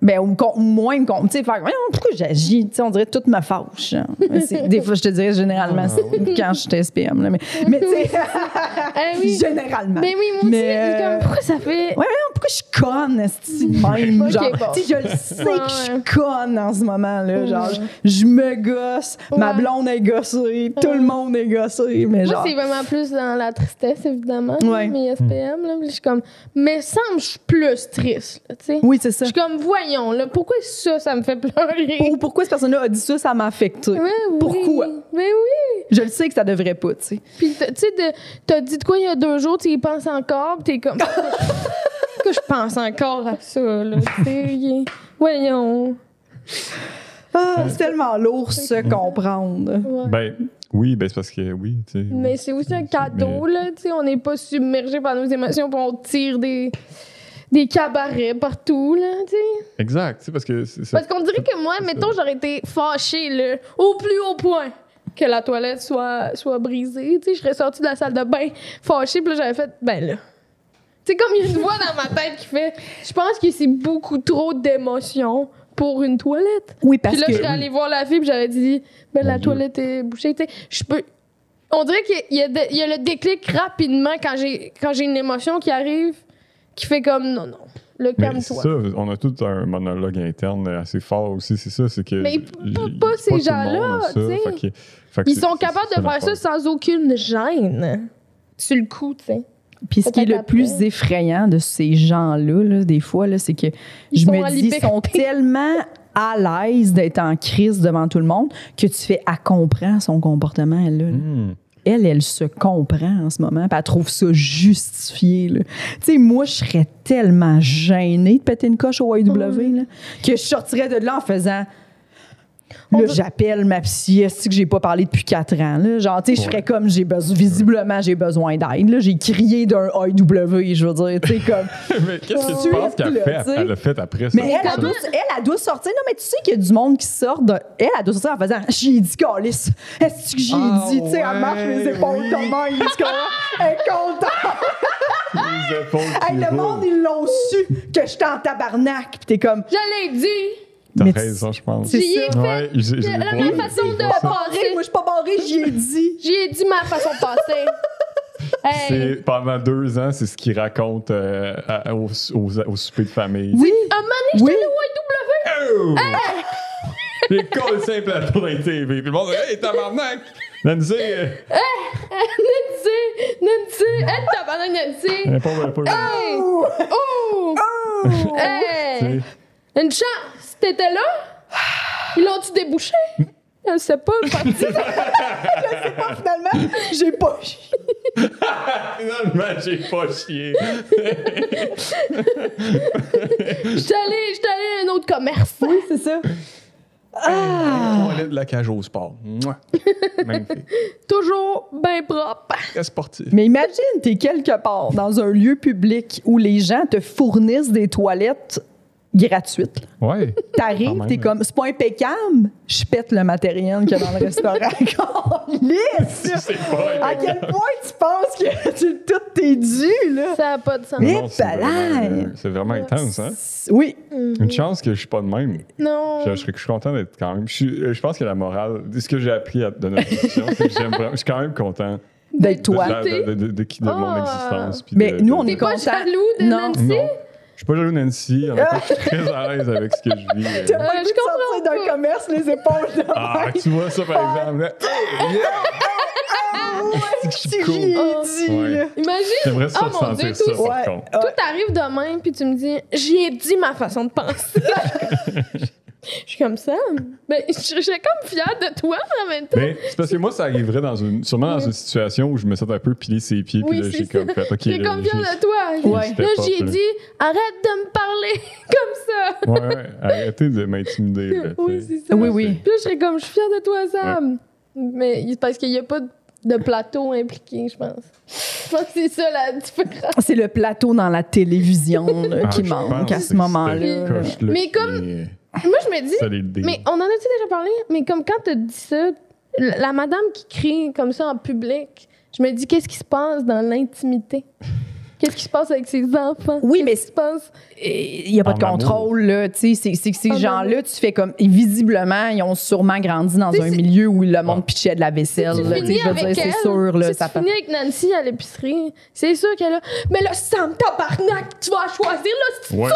S2: Ben, ou, con- ou moins me con- Tu sais, faire, voyons, pourquoi j'agis? Tu sais, on dirait toute ma fâche. hein. Mais c'est- des fois, je te dirais généralement
S4: Ah,
S2: c'est quand je suis SPM, là. Mais, mais tu sais,
S3: Ah oui.
S2: généralement.
S3: Mais oui, moi aussi,
S2: Mais,
S3: je suis
S2: euh,
S3: comme, pourquoi ça fait.
S2: Ouais, voyons, pourquoi je suis conne, esti, de même,
S3: Ok,
S2: genre,
S3: bon.
S2: tu sais, je le sais
S3: Ouais,
S2: que je
S3: ouais.
S2: suis conne en ce moment, là, genre,
S3: Mm.
S2: je, je me gosse, ma
S3: Ouais.
S2: blonde est gossée, tout le
S3: Mm.
S2: monde est gossé, mais
S3: Moi,
S2: genre,
S3: c'est vraiment plus dans la tristesse, évidemment,
S2: Ouais.
S3: mes SPM. Là, Puis je suis comme, mais semble, je suis plus triste. là, tu sais.
S2: oui, c'est ça.
S3: Je suis comme, voyons, là, pourquoi ça, ça me fait pleurer?
S2: Ou pourquoi cette personne-là a dit ça, ça m'a affecté.
S3: Ouais, oui.
S2: Pourquoi?
S3: Mais oui.
S2: Je le sais que ça devrait pas, tu sais.
S3: Puis, t- tu sais, de- t'as dit de quoi il y a deux jours, tu y penses encore, puis t'es comme. que je pense encore à ça, là. tu sais, il est- Voyons.
S2: Ah, c'est tellement lourd se comprendre.
S3: Ouais.
S4: Ben, oui, ben c'est parce que oui, tu sais. oui.
S3: Mais c'est aussi un cadeau, là. Tu sais, on n'est pas submergé par nos émotions, puis on tire des, des cabarets partout, là, tu sais.
S4: Exact, tu sais, parce que c'est- c'est-
S3: Parce qu'on dirait que moi,
S4: c'est ça.
S3: mettons, j'aurais été fâchée, là, au plus haut point que la toilette soit, soit brisée, tu sais. Je serais sortie de la salle de bain fâchée, puis là, j'avais fait, ben là. Tu sais, comme il y a une voix dans ma tête qui fait, je pense que c'est beaucoup trop d'émotions pour une toilette.
S2: Oui, parce
S3: Puis là,
S2: que.
S3: j'étais allée voir la fille, puis j'avais dit, ben,
S4: Mon
S3: la
S4: Dieu.
S3: toilette est bouchée, tu sais. Je peux. On dirait qu'il y, a de- il y a le déclic rapidement quand j'ai quand j'ai une émotion qui arrive, qui fait comme, non, non, le
S4: mais c'est
S3: calme-toi.
S4: ça, on a tout un monologue interne assez fort aussi, c'est ça, c'est que...
S3: Mais
S4: j-
S3: pas-
S4: j-
S3: pas
S4: tout
S3: ces
S4: le monde a
S3: gens-là,
S4: ça,
S3: tu sais.
S4: fait que- fait que
S3: Ils
S4: c'est-
S3: sont
S4: c'est-
S3: capables
S4: c'est
S3: de faire ça
S4: l'affaire.
S3: sans aucune gêne. Sur le coup, tu sais.
S2: Puis ce qui est
S3: Peut-être
S2: le
S3: après.
S2: plus effrayant de ces gens-là, là, des fois, là, c'est que
S3: Ils
S2: je
S3: sont
S2: me
S3: en
S2: dis, ils sont
S3: liberté.
S2: tellement à l'aise d'être en crise devant tout le monde que tu fais, à comprendre son comportement, elle, là.
S4: Hmm.
S2: Elle, elle se comprend en ce moment, puis elle trouve ça justifié, là. Tu sais, moi, je serais tellement gênée de péter une coche au IW, là, que je sortirais de là en faisant...
S3: On
S2: Là,
S3: peut-
S2: j'appelle ma psy, est-ce que j'ai pas parlé depuis quatre ans? Là? Genre, tu sais, je
S4: Ouais.
S2: ferais comme j'ai besoin, visiblement, j'ai besoin d'aide. là. J'ai crié d'un IW, je veux dire, tu sais, comme.
S4: mais qu'est-ce que tu
S2: Suite,
S4: penses qu'elle
S2: là,
S4: fait,
S2: tu sais.
S4: elle a fait après ça?
S2: Mais elle, elle, doit, elle, elle doit sortir. Non, mais tu sais qu'il y a du monde qui sort de. Elle, elle doit sortir en faisant J'ai dit, Calice. Est-ce que j'ai
S4: Ah
S2: dit? Tu sais, elle marche
S4: ouais,
S2: les épaules
S4: oui.
S2: de même. tu comprends? Elle est contente.
S4: Les épaules qui
S2: Hey, le
S4: roulent.
S2: monde, ils l'ont su que j'étais en tabarnak. Puis t'es comme.
S3: Je l'ai dit.
S4: T'as
S2: Mais
S4: raison, je pense.
S2: c'est
S3: J'y ai
S2: ça.
S3: fait.
S4: Ouais, j'ai- j'ai
S3: la
S4: les
S3: même
S4: épaules.
S3: façon de
S2: Pas barré,
S3: passer.
S2: moi, je suis pas barré, j'y ai dit.
S3: J'y ai dit ma façon de passer. hey.
S4: C'est- Pendant deux ans, c'est ce qu'il raconte euh, à- au, au- au souper de famille.
S2: Oui.
S3: Un moment donné,
S2: Oui.
S3: j'étais le
S4: Oh! J'ai collé ça un plateau dans les TV. Puis le monde dit Hey, tabarnak! Nancy! euh,
S3: YW. Nancy, Nancy, elle t'abandonne, Nancy.
S4: elle est pas elle est pas-
S3: Hey.
S2: Oh!
S3: Oh.
S4: Ah,
S2: Oh!
S3: Hey.
S4: tu
S3: Une chance. T'étais là? Ils l'ont-tu débouché? Je sais pas. je pense-
S2: Ah, Finalement, j'ai pas.
S4: sais. Finalement, j'ai pas chié.
S3: J'étais allée, j'étais allée à un autre commerce.
S2: Oui, c'est ça. Ah!
S4: Toilette de la cage au sport. Mouah. Magnifique.
S3: Toujours bien propre.
S4: Très sportif.
S2: Mais imagine, t'es quelque part dans un lieu public où les gens te fournissent des toilettes gratuites.
S4: Ouais. Quand
S2: T'arrives,
S4: même,
S2: t'es
S4: hein.
S2: comme, c'est pas impeccable, je pète le matériel qu'il y a dans le restaurant. Lisse!
S4: C'est pas.
S2: À quel point tu penses que tu- tout t'est dû, là?
S3: Ça n'a pas de sens.
S2: Mais-
S4: Non, c'est vraiment, euh, c'est vraiment intense, hein?
S2: Oui,
S4: Une chance que je suis pas de même.
S3: Non.
S4: Je, je serais- je suis content d'être quand même. Je, suis- euh, je pense que la morale, ce que j'ai appris à- de notre émission, c'est que j'aime vraiment- je suis quand même content
S2: d'être
S4: de,
S2: toi.
S4: la- de, de, de- de qui- de mon
S3: Ah.
S4: existence. puis
S2: Mais
S4: de-
S2: nous, on
S4: de-
S2: est
S3: T'es pas
S2: content.
S3: jaloux de
S2: Non.
S3: Nancy?
S4: Non. Je suis pas jaloux, de Nancy. En même temps, je suis très à l'aise avec ce que je vis. euh.
S2: T'as pas le
S3: Euh,
S2: goût
S3: je
S2: de sortir
S3: comprends
S2: d'un
S3: pas.
S2: commerce les épaules de
S4: Ah,
S2: même.
S4: tu vois ça, par
S3: Ah!
S4: exemple. là. Hey, yeah!
S2: Si
S4: c'est
S2: j'y
S4: cool.
S2: ai
S3: Ah.
S2: dit,
S4: Ouais.
S2: là.
S3: Imagine,
S4: J'aimerais ça
S2: Ah,
S3: Oh, mon Dieu,
S4: ressentir ça,
S3: tout-
S4: par
S2: Ouais.
S4: contre.
S2: Ah.
S3: tout arrive demain, puis tu me dis, j'y ai dit ma façon de penser. Je suis comme ça. Ben, je je suis comme fière de toi mais en même temps.
S4: Mais c'est parce que moi, ça arriverait dans une, sûrement dans une situation où je me sens un peu pilé ses pieds, puis
S3: Oui,
S4: là,
S3: c'est
S4: j'ai
S3: ça.
S4: comme fait, OK,
S3: J'ai
S4: là,
S3: comme
S4: j'ai-
S3: fière de toi.
S4: Ouais.
S3: Là,
S4: Step
S3: j'y ai
S4: up, là.
S3: dit, arrête de me parler comme ça.
S4: Ouais, ouais, arrêtez de m'intimider. là, tu
S3: Oui,
S4: sais.
S3: c'est ça.
S2: Oui, oui.
S3: Puis là, je serais comme, je suis fière de toi, Sam. Mais c'est parce qu'il n'y a pas de- de plateau impliqué, je pense. Je pense que c'est ça la différence.
S2: C'est le plateau dans la télévision là,
S4: Ah,
S2: qui
S4: je
S2: manque
S4: pense
S2: à
S4: que
S2: ce
S4: c'est
S2: moment-là.
S4: cette coche-là
S3: Mais
S4: qui
S3: comme-
S4: est
S3: Moi, je me dis,
S4: solide des-
S3: Mais on en a-tu déjà parlé? Mais comme quand tu dis ça, la, la madame qui crie comme ça en public, je Je me dis, qu'est-ce qui se passe dans l'intimité? Qu'est-ce qui se passe avec ses enfants?
S2: Oui,
S3: Qu'est-ce
S2: mais-
S3: qui se passe?
S2: il n'y a pas
S4: En
S2: de contrôle, là. Tu sais, c'est c'est que ces
S3: En
S2: gens-là, tu fais comme. et visiblement, ils ont sûrement grandi dans
S3: Tu sais,
S2: un
S3: c'est-
S2: milieu où le monde
S4: Ouais.
S2: pitchait de la vaisselle,
S3: Si tu
S2: là. Tu sais,
S3: finis
S2: je veux dire,
S3: avec
S2: c'est
S3: elle,
S2: sûr, là.
S3: si
S2: ça
S3: tu finis avec Nancy à l'épicerie, c'est sûr qu'elle a. Mais là, Sam, tabarnak, tu vas choisir, là, si tu
S4: Ouais.
S2: fait-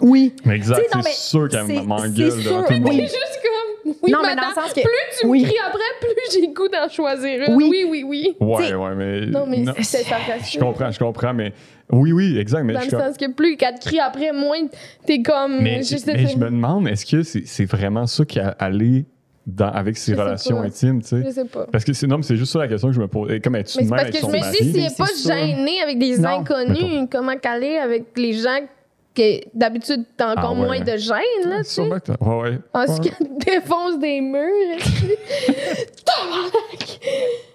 S2: Oui.
S4: Mais exact,
S2: Tu sais, non,
S4: c'est
S2: mais
S4: sûr qu'elle
S2: c'est-
S4: m'engueule
S2: c'est
S4: devant
S2: sûr,
S4: tout le monde.
S2: oui.
S3: T'es juste comme. Oui,
S2: Non, mais
S3: madame.
S2: dans le sens que-
S3: Plus tu
S2: oui.
S3: me cries après, plus j'ai le goût d'en choisir une.
S2: Oui.
S3: Oui, oui, oui.
S4: Ouais,
S2: T'sais,
S4: ouais, mais.
S3: Non, mais
S4: Euh, non,
S3: c'est
S4: je
S3: sarcastique.
S4: comprends, je comprends, mais. Oui, oui, exact, mais
S3: Dans
S4: je
S3: le
S4: com-
S3: sens que plus qu'elle te crie après, moins t'es comme.
S4: Mais,
S3: je sais
S4: mais
S3: pas.
S4: je me demande, est-ce que c'est c'est vraiment ça qui a allé dans, avec ses
S3: Je sais
S4: relations
S3: pas. hein.
S4: intimes, tu sais?
S3: Je sais pas.
S4: Parce que c'est non, mais c'est juste ça la question que je me pose. Et Comme es-tu
S3: Mais
S4: de
S3: c'est
S4: même
S3: parce
S4: avec
S3: que je
S4: son
S3: me dis,
S4: mari?
S3: s'il
S2: c'est
S3: n'est pas
S2: sûr.
S3: gêné avec des
S2: Non.
S4: Mettons.
S3: inconnus, comment caler avec les gens que d'habitude t'as encore
S4: Ah ouais.
S3: moins de gêne, là, tu sais?
S4: Sûrement que t'as- Ouais, ouais.
S3: En
S4: Ouais.
S3: ce qui défonce des murs.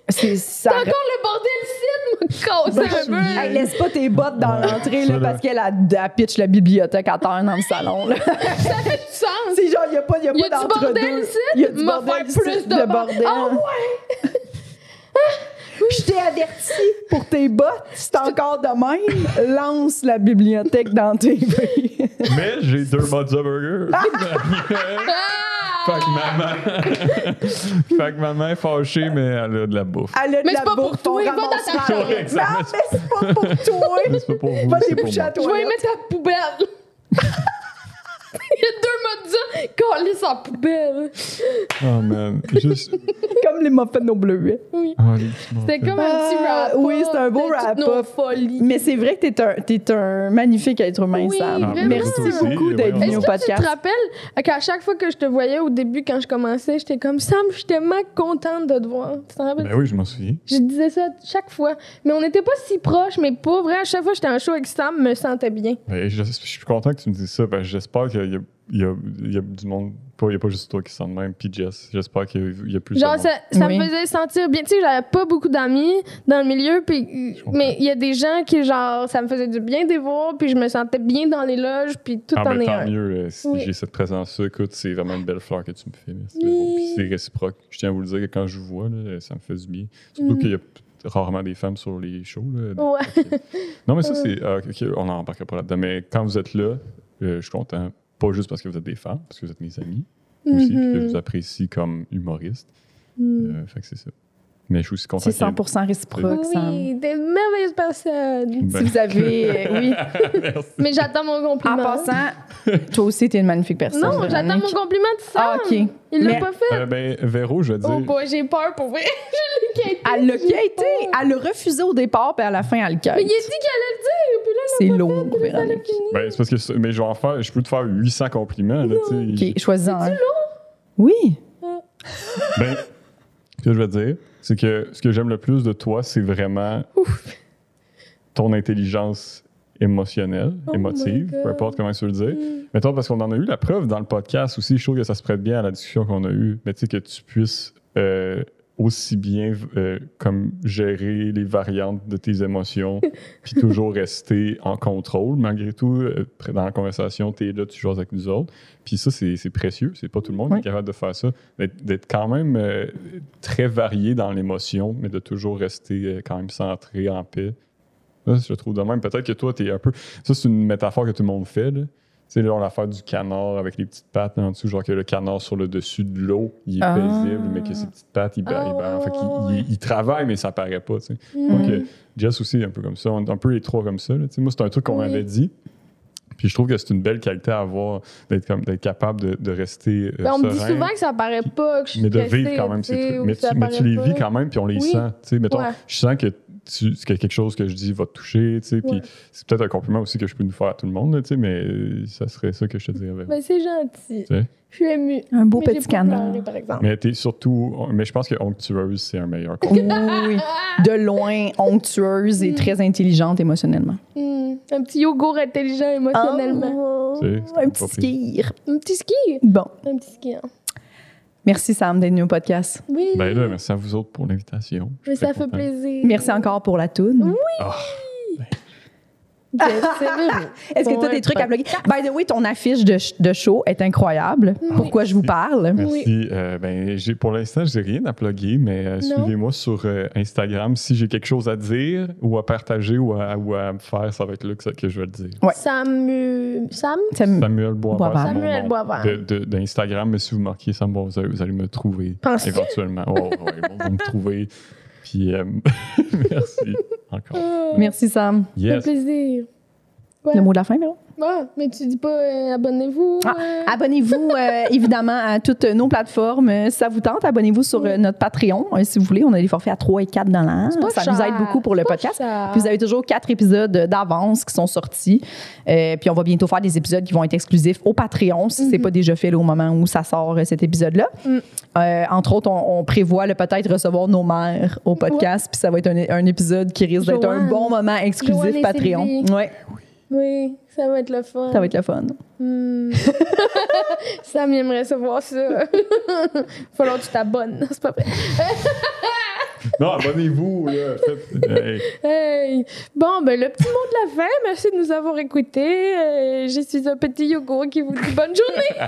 S2: C'est ça.
S3: T'as encore le bordel ici, me casse un mur.
S2: Hey, laisse pas tes bottes dans
S4: Ouais,
S2: l'entrée,
S4: ça,
S2: là,
S4: là.
S2: parce qu'elle a, elle pitch la bibliothèque à terre dans le salon, là.
S3: Ça fait du sens.
S2: C'est genre, il n'y a pas, y a
S3: Y a
S2: pas
S3: du
S2: d'entre-deux.
S3: bordel ici?
S2: Y a du
S3: Me
S2: bordel
S3: faire
S2: ici,
S3: plus de bord- Ah
S2: ouais! Je t'ai averti pour tes bottes. C'est encore de même. Lance la bibliothèque dans tes vies.
S4: Mais j'ai deux Mozza Burger.
S3: Ah!
S4: fait que maman. fait que maman est fâchée, mais elle a de la bouffe.
S2: Elle a de
S3: Mais
S2: la
S3: c'est pas pour
S2: bouffe,
S3: toi,
S2: on
S3: va dans ta
S2: ramassera
S3: chambre.
S2: la règle. Non, mais c'est pas pour toi.
S4: Mais C'est pas pour vous.
S2: Va
S4: c'est pour
S2: déboucher à
S4: moi.
S2: toi.
S3: Je vais y mettre à poubelle. Il y a deux modes de sa poubelle.
S4: Oh man. Juste.
S2: Comme les muffins au bleuet.
S3: Oui.
S4: Oh, les petits
S3: C'était
S4: morceaux.
S3: comme un petit
S2: Ah,
S3: wrap-up.
S2: oui, c'est un beau
S3: de toutes
S2: wrap-up.
S3: nos folies.
S2: Mais c'est vrai que t'es un, t'es un magnifique être humain,
S3: Oui,
S2: Sam.
S3: vraiment.
S2: Merci
S4: Toi aussi,
S2: beaucoup d'être
S4: voyons.
S2: venu
S4: Est-ce
S2: au
S4: que
S2: podcast.
S3: Tu te rappelles qu'à chaque fois que je te voyais au début, quand je commençais, j'étais comme Sam, je suis tellement contente de te voir. Tu t'en rappelles?
S4: Ben oui, je m'en souviens.
S3: Je disais ça chaque fois. Mais on n'était pas si proches, mais pas vrai. À chaque fois que j'étais en show avec Sam, je me sentais bien.
S4: Ben, je, je suis content que tu me dises ça. parce que J'espère qu'il y a, il y a- il y a du monde. pas- Il n'y a pas juste toi qui sent de même. Puis Jess, j'espère qu'il y a- il y a plus
S3: Genre,
S4: de monde.
S3: ça, ça
S2: Oui.
S3: me faisait sentir bien. Tu sais, j'avais pas beaucoup d'amis dans le milieu, puis,
S4: comprends.
S3: mais il y a des gens qui, genre, ça me faisait du bien de les voir, puis je me sentais bien dans les loges, puis tout
S4: Ah,
S3: en
S4: ben,
S3: est
S4: tant
S3: un.
S4: mieux. euh, si
S3: Oui.
S4: j'ai cette présence-là, écoute, c'est vraiment une belle fleur que tu me fais. merci.
S3: Oui.
S4: Puis C'est réciproque. Je tiens à vous le dire que quand je vous vois, là, ça me fait du bien. Surtout
S3: Mm.
S4: qu'il y a p- rarement des femmes sur les shows. là.
S3: Ouais.
S4: Non, mais
S3: Euh.
S4: ça, c'est. ah, ok, ok, on n'en embarquera pas là-dedans. Mais quand vous êtes là, euh, je suis content. Pas juste parce que vous êtes des femmes, parce que vous êtes mes amis aussi, puis que je vous
S3: Mhm.
S4: apprécie comme humoriste.
S3: Mhm.
S4: Euh, fait que c'est ça. Mais je suis aussi content.
S2: C'est
S4: qu'il y ait-
S2: 100% réciproque, Sam.
S3: Oui, des merveilleuses personnes.
S4: Ben,
S2: Si vous avez.
S3: euh,
S2: Oui.
S4: merci.
S3: Mais j'attends mon compliment.
S2: En passant, toi aussi, t'es une magnifique personne.
S3: non, j'attends
S2: Véronique.
S3: mon compliment de Sam.
S2: Ah, OK.
S3: Il
S2: Mais-
S3: l'a pas fait.
S4: Euh, ben, Véro, je vais te
S3: Oh
S4: dire.
S3: boy, j'ai peur pour vrai. je l'ai quitté.
S2: Elle l'a quitté. Elle l'a refusé au départ, puis à la fin, elle le quitte.
S3: Mais il a dit qu'il allait le dire, puis là, il
S2: C'est
S3: l'a pas
S2: lourd,
S3: fait, puis là, ça l'a
S2: Véronique.
S3: fini.
S4: Ben, c'est parce que. c'est- Mais je vais en faire. Je peux te faire 800 compliments. Là, tu sais.
S2: OK, choisis-en un. Oui.
S4: Ben, ce que je vais te dire, c'est que ce que j'aime le plus de toi, c'est vraiment ton intelligence émotionnelle,
S3: Oh my
S4: émotive, peu
S3: God.
S4: importe comment tu veux le dire.
S3: Mm.
S4: Mettons, parce qu'on en a eu la preuve dans le podcast aussi, je trouve que ça se prête bien à la discussion qu'on a eue, mais tu sais, que tu puisses euh, aussi bien euh, comme gérer les variantes de tes émotions, puis toujours rester en contrôle. Malgré tout, euh, dans la conversation, tu es là, tu joues avec nous autres. Puis ça, c'est c'est précieux. C'est pas tout le monde
S2: Oui.
S4: qui est capable de faire ça. D'être d'être quand même euh, très varié dans l'émotion, mais de toujours rester euh, quand même centré, en paix. Là, je trouve de même. Peut-être que toi, tu es un peu. Ça, c'est une métaphore que tout le monde fait. Là. Tu sais, là, on a l'affaire du canard avec les petites pattes en dessous, genre que le canard sur le dessus de l'eau, il est
S2: Ah.
S4: paisible, mais que ses petites pattes, il, ba- il ba-
S3: Ah,
S4: fait qu'il-
S3: ouais, ouais.
S4: il- il travaille, mais ça paraît pas. tu sais.
S3: Mm.
S4: Donc, euh, Jess aussi est un peu comme ça. On est un peu les trois comme ça. là. Tu sais, Moi, c'est un truc qu'on
S3: Oui.
S4: avait dit. Puis je trouve que c'est une belle qualité à avoir, d'être comme- d'être capable de, de rester euh,
S3: Ben, on me dit
S4: serein,
S3: souvent que ça paraît pas, que je suis
S4: mais de
S3: stressée,
S4: vivre quand même ces
S3: tu sais,
S4: trucs.
S3: ou
S4: Mais
S3: que
S4: tu,
S3: ça
S4: mais tu
S3: paraît
S4: les vis
S3: pas.
S4: quand même, puis on les
S3: Oui.
S4: sent. Tu sais, mettons,
S3: Ouais.
S4: je sens que, tu, que quelque chose que je dis va te toucher, tu sais, puis
S3: Ouais.
S4: c'est peut-être un compliment aussi que je peux nous faire à tout le monde, là, tu sais, mais euh, ça serait ça que je te dirais.
S3: Ben, c'est gentil.
S4: Tu sais.
S3: Je suis émue.
S2: Un beau
S3: Mais j'ai
S2: petit
S3: pas
S2: canard.
S3: pleuré, par exemple.
S4: Mais t'es surtout. Mais je pense que onctueuse, c'est un meilleur compliment.
S2: Oui, oui. De loin, onctueuse et très intelligente émotionnellement.
S3: Mm. Un petit yogourt intelligent émotionnellement.
S2: Oh,
S4: C'est- c'est
S2: un
S4: pas
S2: petit
S4: pire.
S2: skir.
S3: Un petit ski.
S2: Bon.
S3: Un petit ski. hein.
S2: Merci, Sam, d'être venu au podcast.
S3: Oui.
S4: Ben là, merci à vous autres pour l'invitation. Je
S3: Mais
S4: suis
S3: ça
S4: très
S3: fait
S4: content.
S3: plaisir.
S2: Merci encore pour la toune.
S4: Ah,
S2: Est-ce que tu as des trucs à bloguer? By the way, ton affiche de, ch- de show est incroyable. Pourquoi je vous parle?
S4: Merci. Euh, ben, j'ai- pour l'instant, j'ai rien à plugger, mais euh,
S3: Non.
S4: suivez-moi sur euh, Instagram. Si j'ai quelque chose à dire ou à partager ou à, ou à faire, ça va être là que, ça- que je vais le dire.
S2: Ouais.
S3: Samu... Sam?
S2: Ça me-
S4: Samuel Boisvert.
S2: Boisvert.
S4: c'est mon
S3: Samuel
S4: nom
S3: Boisvert.
S4: de- de- D'Instagram, mais si vous marquez Sam Boisvert, vous allez me trouver
S3: Penses-tu?
S4: éventuellement. Oh, ouais, ils vont me trouver. Puis, euh, merci encore.
S2: Merci, Sam.
S3: C'est
S4: Yes.
S3: plaisir. Ouais.
S2: Le mot de la fin, Véro?
S3: Ah, mais tu dis pas euh, abonnez-vous.
S2: Ah,
S3: euh,
S2: Abonnez-vous euh, évidemment à toutes nos plateformes. Euh, Si ça vous tente, abonnez-vous sur euh, notre Patreon euh, si vous voulez. On a des forfaits à 3 et 4 dollars.
S3: c'est pas
S2: Ça
S3: cher.
S2: nous aide beaucoup pour le
S3: C'est pas
S2: podcast.
S3: cher.
S2: Puis vous avez toujours quatre épisodes euh, d'avance qui sont sortis. Euh, puis on va bientôt faire des épisodes qui vont être exclusifs au Patreon si c'est pas déjà fait là, au moment où ça sort euh, cet épisode-là.
S3: Mhm. Mm.
S2: Euh, entre autres, on, on prévoit le peut-être recevoir nos mères au podcast. Puis ça va être un, un épisode qui risque d'être un
S3: Joanne.
S2: bon moment exclusif
S3: Joanne et
S2: Patreon.
S3: Sylvie.
S2: Ouais,
S3: Oui, ça va être le fun.
S2: ça va être le fun.
S3: Hmm. Sam il aimerait savoir ça. Falloir que tu t'abonnes. Non, C'est pas vrai.
S4: Non, abonnez-vous. là, faites- euh, hey.
S3: Hey. Bon, ben le petit mot de la fin. Merci de nous avoir écoutés. Euh, je suis un petit yogourt qui vous dit bonne journée.